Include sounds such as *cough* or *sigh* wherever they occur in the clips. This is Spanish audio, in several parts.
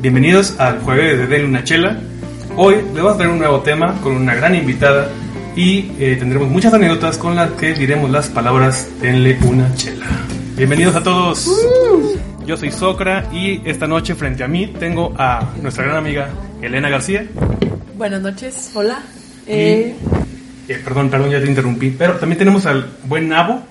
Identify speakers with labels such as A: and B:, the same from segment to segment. A: Bienvenidos al jueves de Den una chela. Hoy les vamos a traer un nuevo tema con una gran invitada y eh, tendremos muchas anécdotas con las que diremos las palabras denle una chela. Bienvenidos a todos. Yo soy Socra y esta noche frente a mí tengo a nuestra gran amiga Elena García.
B: Buenas noches, hola. Eh,
A: Eh, perdón, perdón, ya te interrumpí. Pero también tenemos al buen Nabo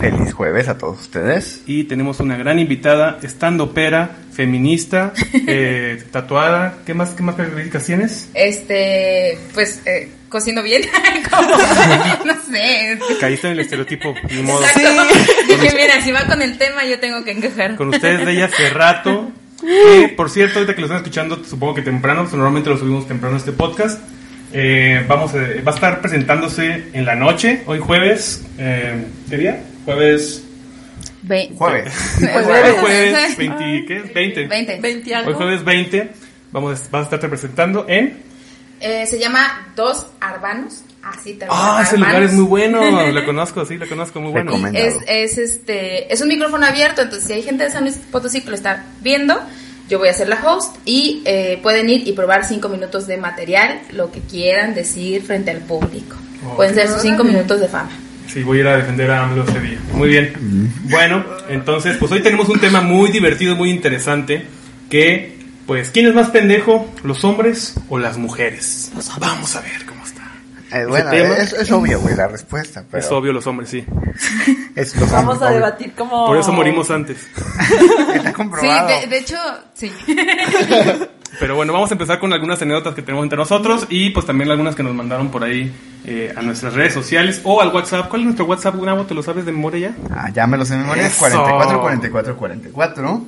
C: Feliz jueves a todos ustedes.
A: y tenemos una gran invitada, estando pera, feminista, eh, tatuada. ¿Qué más, qué más características tienes?
D: Este, pues, eh, cocino bien. *laughs* Como, no sé.
A: Caíste en el estereotipo, ni modo.
D: Exacto. Dije, mira, si va con el tema, yo tengo que encajar.
A: Con ustedes de ella hace rato. Eh, por cierto, ahorita que lo están escuchando, supongo que temprano, pues normalmente lo subimos temprano este podcast. Eh, vamos a- va a estar presentándose en la noche, hoy jueves. Eh, ¿Qué día? Jueves.
D: Ve-
C: Jueves.
A: Hoy jueves 20, ¿qué? 20.
D: 20.
B: 20
A: Hoy
B: algo.
A: jueves 20. Vamos a, vas a estarte presentando en.
D: Eh, se llama Dos Arbanos. Así también.
A: Ah, ese
D: Arbanos.
A: lugar es muy bueno. Lo conozco, sí, lo conozco, muy bueno.
C: Recomendado.
D: Es, es este, es un micrófono abierto, entonces si hay gente de San Luis Potosí que lo está viendo, yo voy a ser la host y eh, pueden ir y probar cinco minutos de material, lo que quieran decir frente al público.
A: Oh,
D: pueden ser sus cinco minutos de fama.
A: Sí, voy a ir a defender a AMLO ese día. Muy bien. Bueno, entonces, pues hoy tenemos un tema muy divertido, muy interesante, que, pues, ¿quién es más pendejo, los hombres o las mujeres? Vamos a ver cómo está.
C: *laughs* Eh, bueno,
A: tema-
C: es, es obvio, güey, la respuesta. Pero
A: Es obvio los hombres, sí.
C: es lo
B: Vamos a
C: obvio.
B: debatir como...
A: Por
E: Oh.
A: eso morimos antes.
C: Está *laughs* comprobado.
D: Sí, de, de hecho, sí. *laughs*
A: Pero bueno, vamos a empezar con algunas anécdotas que tenemos entre nosotros y pues también algunas que nos mandaron por ahí eh, a nuestras redes sociales o al WhatsApp. ¿Cuál es nuestro WhatsApp, Gunavo? ¿Te lo sabes de memoria ya?
C: Ah, ya me lo sé de memoria.
A: Eso.
C: 44 44 44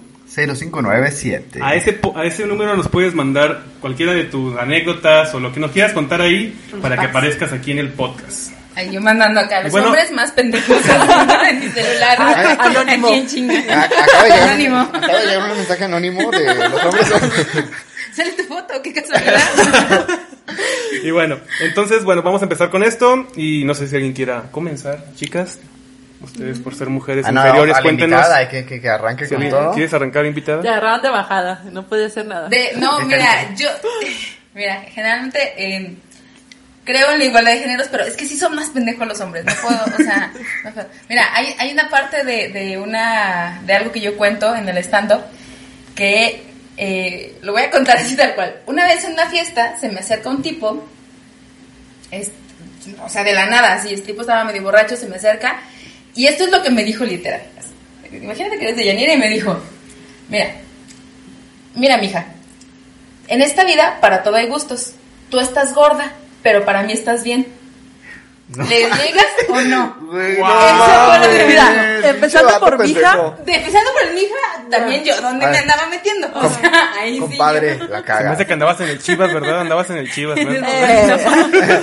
C: 0597.
A: A Ah, ese, po- a ese número nos puedes mandar cualquiera de tus anécdotas o lo que nos quieras contar ahí para que
D: packs.
A: aparezcas aquí en el podcast.
D: Ay, yo mandando acá a los
A: Bueno.
D: hombres más pendejos en mi celular.
B: Ah, anónimo.
D: *laughs* Aquí en chinga.
C: Ah, acaba, de llegar,
D: Anónimo.
C: acaba de llegar un mensaje anónimo de los
A: *laughs*
C: hombres.
D: Sale tu foto, qué casualidad.
C: *laughs*
A: Y bueno, entonces, bueno, vamos a empezar con esto y no sé si alguien quiera comenzar, chicas. Ustedes por ser mujeres
C: Ah, no,
A: inferiores,
C: a la
A: cuéntenos.
C: invitada, hay que, que, que arranque
A: Si
C: con
A: alguien-
C: todo.
A: ¿Quieres arrancar invitada?
B: Te agarraban de bajada, no podía hacer nada.
D: De- no, mira, yo. *laughs* Mira, generalmente eh, creo en la igualdad de géneros, pero es que sí son más pendejos los hombres. No puedo, o sea. no puedo. Mira, hay, hay una parte de, de, una, de algo que yo cuento en el stand-up que eh, lo voy a contar así tal cual. Una vez en una fiesta se me acerca un tipo es- o sea, de la nada, así, el tipo estaba medio borracho, se me acerca, y esto es lo que me dijo literal. Imagínate que eres de Yanira y me dijo, mira, mira, mija, en esta vida para todo hay gustos. Tú estás gorda, pero para mí estás bien. ¿Le llegas o no?
C: Güey,
A: Wow.
C: no
B: Eso fue lo
C: mames,
B: que- mira,
C: pinche
B: empezando
C: vato
B: por mi hija,
C: pendejo.
D: De, empezando por el mija, también yo, ¿dónde
C: A
D: me
C: ver.
D: andaba metiendo? O sea, ahí sí. yo-
C: Compadre, la
A: Se me hace
C: caga.
A: que andabas en el Chivas, ¿verdad? Andabas en el Chivas,
D: *laughs* Eh,
A: ¿verdad?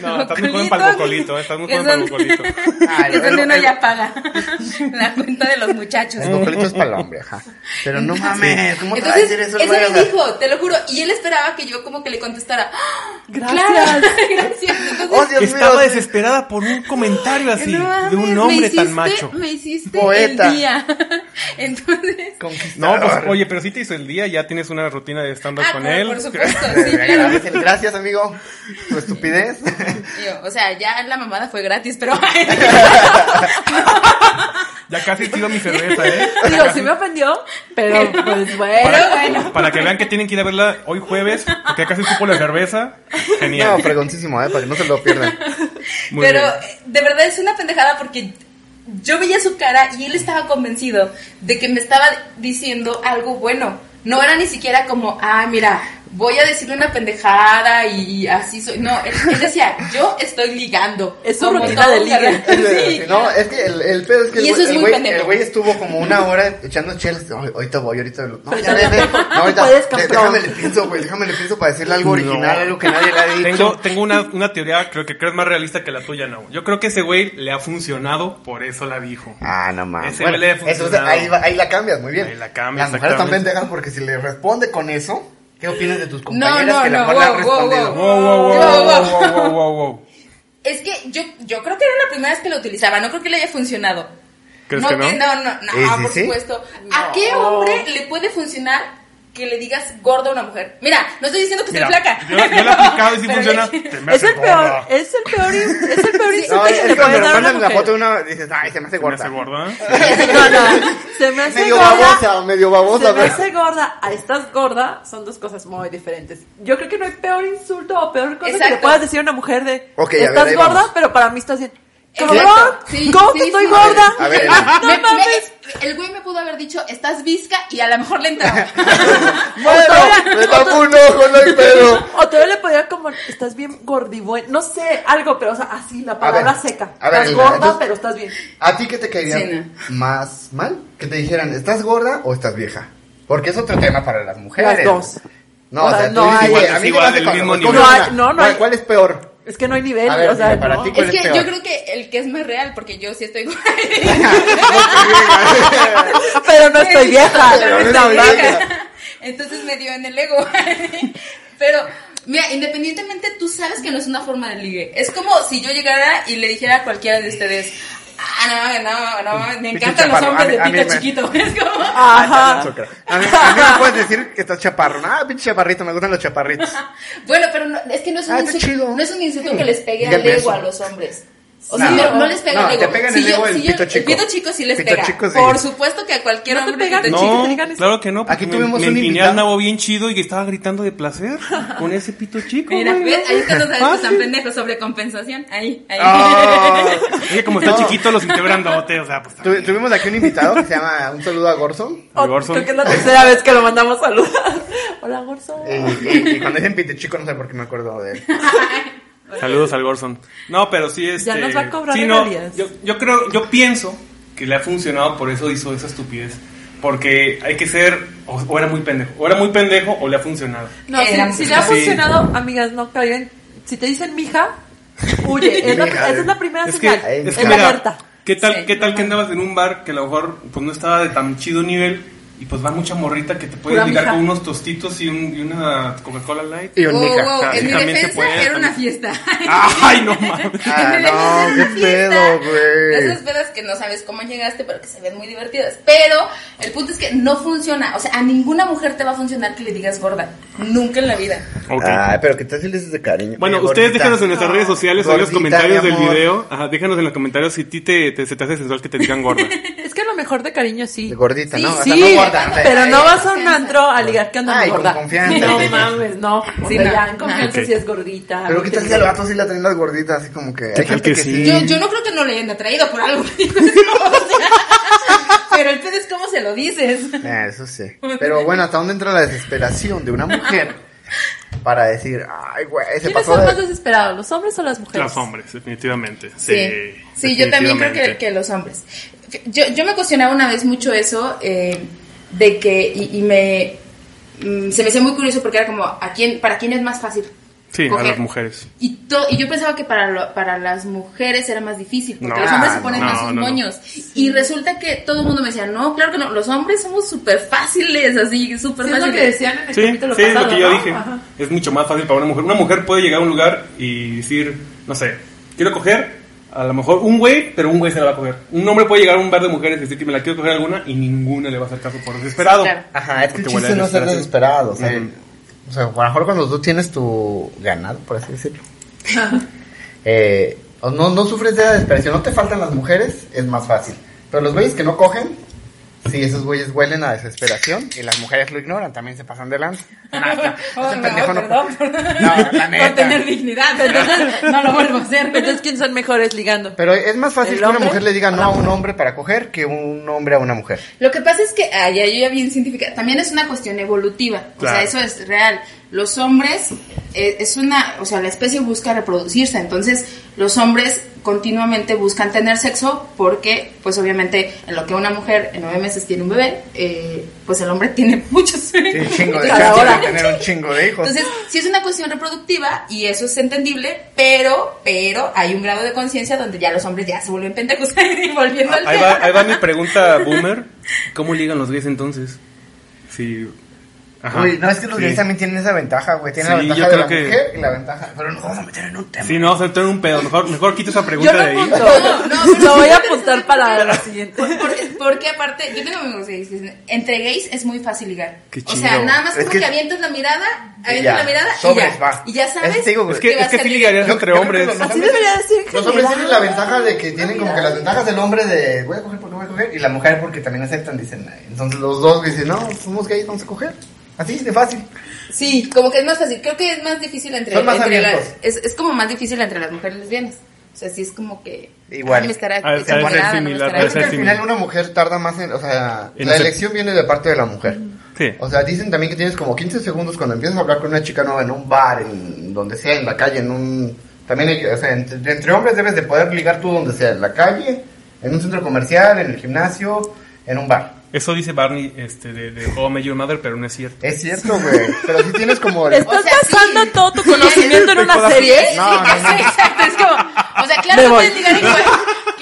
A: No, estás muy joven para el
C: eh,
A: bocolito, estás muy joven para el bocolito.
D: *laughs*
C: Ay,
D: que es donde
C: el-
D: uno
C: el-
D: ya paga *laughs* la cuenta de los muchachos.
C: El bocolito es para el hombre, ajá. Pero no mames, ¿cómo te va a decir eso? el
D: eso
C: güey? O
D: me
C: sea,
D: dijo, te lo juro. Y él esperaba que yo como que le contestara. ¡Ah,
B: Gracias.
D: claro, *laughs* gracias. Entonces,
C: Oh, Dios
A: Estaba
C: mío.
A: desesperada por un comentario así,
D: no mames,
A: de un
D: me
A: hombre
D: hiciste-
A: tan macho.
D: Me hiciste
C: Poeta.
D: el día. *laughs* Entonces...
A: No,
C: Conquistador.
A: pues, oye, pero si te hizo el día, ya tienes una rutina de stand-up
D: Ah,
A: con
D: por,
A: él. *laughs*
D: por supuesto, sí,
C: Le
D: claro.
C: agradeces, Gracias, amigo. Tu estupidez.
D: Digo, o sea, ya la mamada fue gratis, pero... *laughs*
A: Ya casi tiro mi cerveza, ¿eh?
B: Digo, sí me ofendió, pero pues bueno.
A: Para, para que vean que tienen que ir a verla hoy jueves, porque casi supo la cerveza. Genial.
C: No, preguntísimo, ¿eh? Para que no se lo pierdan.
A: Muy
D: Pero
A: bien.
D: eh, de verdad es una pendejada porque yo veía su cara y él estaba convencido de que me estaba diciendo algo bueno. No era ni siquiera como, ah, mira, voy a decirle una pendejada y así soy. No, él, él decía, yo estoy ligando.
B: Es su
D: Como
B: rutina
D: todo
B: de ligue. *laughs*
D: cabrón. Sí,
C: no, es que el, el pedo es que el
D: Y eso
C: güey-
D: es
C: el
D: muy
C: güey,
D: pendejo.
C: el güey estuvo como una hora echando chelas. "Ay, ahorita voy, ahorita. lo- No,
B: Pero
C: ya
B: ya
C: ve, ve.
B: no.
C: No, ahorita.
B: Puedes,
C: de-
B: cabrón.
C: déjame le pienso, güey. Déjame le pienso para decirle algo original,
A: No.
C: algo que nadie le ha dicho.
A: Tengo, tengo una, una teoría, creo que creo es más realista que la tuya, no. Yo creo que ese güey le ha funcionado, por eso la dijo.
C: Ah, no mames.
A: Ese huele
C: eso es-
A: funcionado.
C: ahí, va- ahí la cambias, muy bien.
A: Ahí la cambias,
C: Las mujeres están
A: exactamente.
C: pendejas porque si le responde con eso, ¿qué opinas de tus
D: No,
C: compañeras
D: no,
C: que la
D: no,
C: cual le han
D: wow, wow,
C: respondido?
A: Wow, wow, wow,
D: No,
A: wow,
D: no.
A: wow, wow, wow, wow.
D: Es que yo, yo creo que era la primera vez que lo utilizaba, no creo que le haya funcionado.
A: ¿Crees
D: no,
A: que no?
D: No, no, no,
C: ¿Y si
D: por
C: sí?
D: supuesto. ¿A qué hombre le puede funcionar que le digas gorda a una mujer. Mira, no estoy diciendo que
A: Mira,
D: esté flaca.
A: yo- yo lo he aplicado y sí
D: *laughs* Pero
A: funciona.
D: que-
A: Te me
E: Es
A: hace
E: el peor,
A: gorda.
E: es el peor, es el peor insulto
C: No,
E: que
C: es
E: se
C: que
E: le puede
C: cuando le
E: dar a una
C: mandan la
E: mujer.
B: *laughs*
C: foto uno dices, ay, se me hace
A: ¿Te me
C: gorda.
A: hace gorda?
E: No, no, se me hace
C: Medio
E: gorda.
C: babosa, medio
E: Se
C: babosa.
E: me
C: pero-
E: hace gorda a estás gorda son dos cosas muy diferentes. Yo creo que no hay peor insulto o peor cosa que le
D: Exacto.
E: puedas decir a una mujer de
C: Ok, a ver,
E: estás
C: ahí
E: gorda,
C: vamos.
E: pero para mí estás bien.
D: Exacto.
E: ¡Cabrón!
D: Sí,
E: ¿Cómo
D: sí,
E: que estoy
D: sí.
E: gorda?
C: A ver,
A: *laughs*
D: Ah,
E: no
D: me- me-
E: mames.
D: el güey me pudo haber dicho, estás visca y a lo mejor le entraba.
A: *laughs*
C: *laughs* Bueno, me tapó un ojo, no
E: *laughs*
C: hay pedo.
E: O todavía le podía como estás bien gordibuen, no sé, algo, pero o sea, así la palabra
C: ver,
E: seca.
C: a ver,
E: estás
C: Lina,
E: gorda,
C: entonces-
E: pero estás bien.
C: ¿A ti qué te caería
D: Sí, no.
C: más mal? Que te dijeran, ¿estás gorda o estás vieja? Porque es otro tema para las mujeres.
E: Las dos.
C: No,
E: O
C: o
E: sea,
C: sea,
E: no
C: tú dices,
E: hay-
C: güey,
A: Es
C: a mí
A: igual,
C: me hace
A: del
C: con-
A: mismo
C: con
A: nivel.
C: una.
E: No hay- no, no
C: ¿Cuál-
E: hay-
C: ¿Cuál es peor?
E: Es que no hay nivel,
C: A ver,
E: o sea,
C: dime, para
E: no.
C: ti, ¿cuál
D: Es que
C: peor?
D: yo creo que el que es más real, porque yo sí estoy *laughs* gorda.
E: *laughs* *laughs* pero no estoy vieja.
D: Pero no
C: Está
D: estoy
C: blanca.
D: vieja. *laughs* Entonces me dio en el ego. *laughs* Pero, mira, independientemente, tú sabes que no es una forma de ligue. Es como si yo llegara y le dijera a cualquiera de ustedes, ah, no, no, no, me
C: Pinche
D: encantan los
C: chaparro,
D: hombres
C: a mí- a
D: de
C: mí
D: pito
C: me-
D: chiquito. *laughs* Es como...
C: Ah.
E: Ajá.
C: Azúcar. A mí, a mí
E: Ah.
C: me puedes decir que estás chaparro. Ah, pinche chaparrito, me gustan los chaparritos.
E: *laughs*
D: Bueno, pero no- es que no es un
C: Ah, está
D: insulto,
C: chido.
D: no es un insulto
C: Sí.
D: que les pegue al
C: Díganme
D: ego
C: eso.
D: a los hombres. O
C: No.
D: sea, no, no les pega
C: No,
D: el ego.
C: te pegan el ego el pito chico.
D: pito chico sí les
C: Pito
D: pega.
C: chico sí.
D: Por supuesto que a cualquier
E: No te
D: hombre
E: pegan,
D: pito
E: no.
D: chico.
A: No,
E: te digan eso.
A: claro que no. porque
C: Aquí tuvimos
A: me,
C: un
A: me empiné al
C: invitado.
A: nabo bien chido y que estaba gritando de placer con ese pito chico.
D: Mira,
A: güey,
D: ves,
A: ¿no?
D: ahí es cuando sabes que
A: Fácil.
D: están pendejos sobre compensación. Ahí, ahí.
C: Ah.
A: Es que como está
C: No.
A: chiquito los integran bote, o sea, pues.
C: Tu- tuvimos aquí un invitado que se llama Un saludo a Gorson.
E: O-
A: El Gorson.
E: Oh, creo que es la tercera vez que lo mandamos saludar. *laughs* Hola, Gorson.
C: Y, Eh, y- y cuando dicen pite chico, no sé por qué me acuerdo de él.
A: Saludos al Gorson. No, pero sí es.
E: Ya nos va a cobrar regalías.
A: yo, yo creo, yo pienso que le ha funcionado, por eso hizo esa estupidez. Porque hay que ser, o, o era muy pendejo, o era muy pendejo o le ha funcionado.
E: No, si,
D: Era-
E: si le ha
A: Sí.
E: funcionado, amigas, no caigan. Si te dicen mija, huye.
C: *laughs*
E: Es la-
C: Mija, eh.
E: esa es la primera
A: Es que,
E: señal.
C: Ay,
A: es
E: es
A: que
E: la
A: mira,
E: alerta.
A: ¿qué tal,
D: Sí,
A: qué tal que andabas en un bar que a lo mejor pues, no estaba de tan chido nivel y pues va mucha morrita que te puede
E: Pura
A: ligar
E: mija.
A: con unos tostitos y, un- y una Coca-Cola
E: *laughs*
A: Light?
C: Y
D: Wow,
C: un mica.
D: wow,
A: sí,
D: en mi
A: también se puede,
D: defensa era una
A: también.
D: fiesta. *laughs*
A: ¡Ay, no mames!
C: Ah,
D: En el
C: no,
D: ejercicio
C: qué
D: de fiesta,
C: pedo, güey.
D: Esas pedas que no sabes cómo llegaste, pero que se ven muy divertidas. Pero el punto es que no funciona. O sea, a ninguna mujer te va a funcionar que le digas gorda. Nunca en la vida.
A: Ok.
C: Ay, pero que tal si le dices de cariño.
A: Bueno,
C: Oye,
A: ustedes
C: gordita.
A: déjanos en nuestras redes sociales o en los
C: Gordita,
A: comentarios
C: mi
A: del
C: amor.
A: video. Ajá, déjanos en los comentarios si ti te, te- se te hace sensual que te digan
D: *laughs*
A: gorda.
E: Es que a lo mejor de cariño sí.
C: De Gordita,
D: Sí,
C: ¿no? O sea,
E: sí,
C: no gorda, o sea,
E: pero no
D: ay,
E: vas a un
D: confianza.
E: antro a ligar que andan
C: Ay, con
E: gorda.
C: confianza.
E: No mames, no. O
D: Sí,
E: sea,
D: no.
E: ya en confianza
A: Ok.
E: si es gordita.
C: Pero que tal si
E: te
C: al vato sí la traen las gorditas, así como que.
A: tal
C: Hay gente
A: que
C: que
A: sí?
C: sí.
D: Yo, yo no creo que no le hayan atraído por algo. *laughs* O sea, *laughs* pero el pedo es cómo se lo dices.
C: Nah, Eh, eso sí. Pero bueno, ¿hasta dónde entra la desesperación de una
D: *laughs*
C: mujer para decir, ay, güey, se
E: ¿Quiénes
C: pasó
E: son más
C: de.
E: desesperados, los hombres o las mujeres?
A: los hombres, definitivamente. Sí,
D: Sí, sí, yo también creo que, que los hombres. Yo, yo me cuestionaba una vez mucho eso, eh, de que, y, y me, mm, se me hacía muy curioso porque era como, ¿a quién, ¿para quién es más fácil?
A: Sí, a
D: coger?
A: las mujeres.
D: Y, to- y yo pensaba que para, lo- para las mujeres era más difícil, porque
A: No,
D: los hombres se ponen
A: no,
D: más sus
A: no, no.
D: moños. Y resulta que todo el mundo me decía, no, claro que no, los hombres somos súper fáciles, así, súper
E: Sí, es lo que
D: fáciles.
E: decían en el
A: Sí,
E: capítulo
A: sí, es
E: pasado,
A: lo que yo
E: ¿no?
A: dije.
E: Ajá.
A: Es mucho más fácil para una mujer. Una mujer puede llegar a un lugar y decir, no sé, quiero coger a lo mejor un güey, pero un güey se la va a coger. Un hombre puede llegar a un bar de mujeres y decir que me la quiero coger alguna y ninguna le va a hacer caso por desesperado.
D: Sí, claro.
C: Ajá, es que el
A: Porque huele a
C: chiste no ser
A: desesperación.
C: desesperado. O sea,
A: Ujú.
C: el- o sea, a lo mejor cuando tú tienes tu ganado, por así decirlo. eh, o no, no sufres de la desesperación, no te faltan las mujeres, es más fácil. Pero los güeyes que no cogen, sí, esos güeyes huelen a desesperación y las mujeres lo ignoran, también se pasan de lanza.
D: Oh,
C: *laughs* Ese
D: no,
C: pendejo no-
D: perdón, perdón.
C: No, la
D: Por
C: neta.
D: tener dignidad,
E: *laughs*
D: entonces no lo vuelvo a hacer.
E: Entonces, ¿quiénes son mejores ligando?
C: Pero es más fácil
E: ¿El
C: que una
E: hombre?
C: mujer le diga no a un hombre para coger que un hombre a una mujer.
D: Lo que pasa es que, ah, ya, yo ya bien científica, también es una cuestión evolutiva, o
A: Claro.
D: sea, eso es real. Los hombres, eh, es una, o sea, la especie busca reproducirse, entonces los hombres continuamente buscan tener sexo porque, pues obviamente, en lo que una mujer en nueve meses tiene un bebé, eh, pues el hombre tiene *laughs* muchos.
C: Tiene un chingo de
E: Cada
C: chances
E: hora.
C: de tener un chingo de hijos.
D: Entonces, sí es una cuestión reproductiva y eso es entendible, pero, pero hay un grado de conciencia donde ya los hombres ya se vuelven pendejos *laughs* y
C: Ah,
D: volviendo al
A: Ah, Ahí
D: tema.
A: va, ahí va mi pregunta, Boomer. ¿Cómo ligan los gays entonces? Si Ajá.
C: Uy, no, es que los
A: Sí.
C: gays también tienen esa ventaja, güey. Tienen
A: Sí,
C: la
A: yo
C: ventaja de la
A: creo que-
C: mujer y la ventaja. Pero nos vamos a meter en un tema.
A: Sí, no, se tener un pedo. Mejor, mejor quito esa
E: Yo
A: pregunta
E: lo
A: de ahí.
E: apunto.
D: No, no, pero
E: lo
D: sí
E: voy a
D: me
E: apuntar
D: parece
E: para la
D: interesante.
E: siguiente.
D: Por- por- Porque aparte, yo tengo amigos gays. que dicen, Entre gays es muy fácil ligar.
A: Qué
D: o
A: chido.
D: sea, nada más
C: Es
D: como
C: que-
D: que, avientas la mirada,
C: Y
D: avientas
C: ya.
D: la mirada
C: Sobres,
D: y, ya,
C: va.
D: y ya sabes.
C: Eso te digo, güey.
A: Es que,
D: vas
A: es que
D: a
A: sí
D: ligar.
A: ligarías
C: Yo-
A: entre
C: yo creo que
A: hombres.
C: los
E: Así
C: hombres-
E: debería decir en
C: Los hombres
E: general.
C: tienen la ventaja de que tienen como que las ventajas del hombre de voy a coger porque voy a coger y la mujer porque también aceptan, dicen. Entonces los dos dicen, no, somos gays, vamos a coger. Así, de fácil.
D: Sí, como que es más fácil. Creo que es más difícil entre,
C: Son más
D: entre
C: abiertos.
D: las. Es, es como más difícil entre las mujeres lesbianas. O sea, sí es como que.
C: Igual.
D: "Ay, Me estará
A: Ha de- ha de ser
D: enamorada, no me
A: similar,
D: estará
A: ha de ser
C: Yo creo que al
A: similar.
C: final una mujer tarda más en, o sea,
A: En
C: la
A: acep-
C: elección viene de parte de la mujer.
A: Sí.
C: O sea, dicen también que tienes como 15 segundos cuando empiezas a hablar con una chica nueva en un bar, en donde sea, en la calle, en un... También, hay- o sea, entre, entre hombres debes de poder ligar tú donde sea, en la calle, en un centro comercial, en el gimnasio, en un bar.
A: Eso dice Barney este, de, de How I Met Your Mother, pero no es cierto.
C: Es cierto, güey. Pero si tienes como... el-
E: ¿Estás
D: O sea,
E: basando
D: sí.
E: todo tu conocimiento en una
A: Cosas-
E: serie?
C: No, no, no.
D: Exacto, es como, o sea, claro
E: Me
D: que
E: voy.
D: puedes ligar en cual-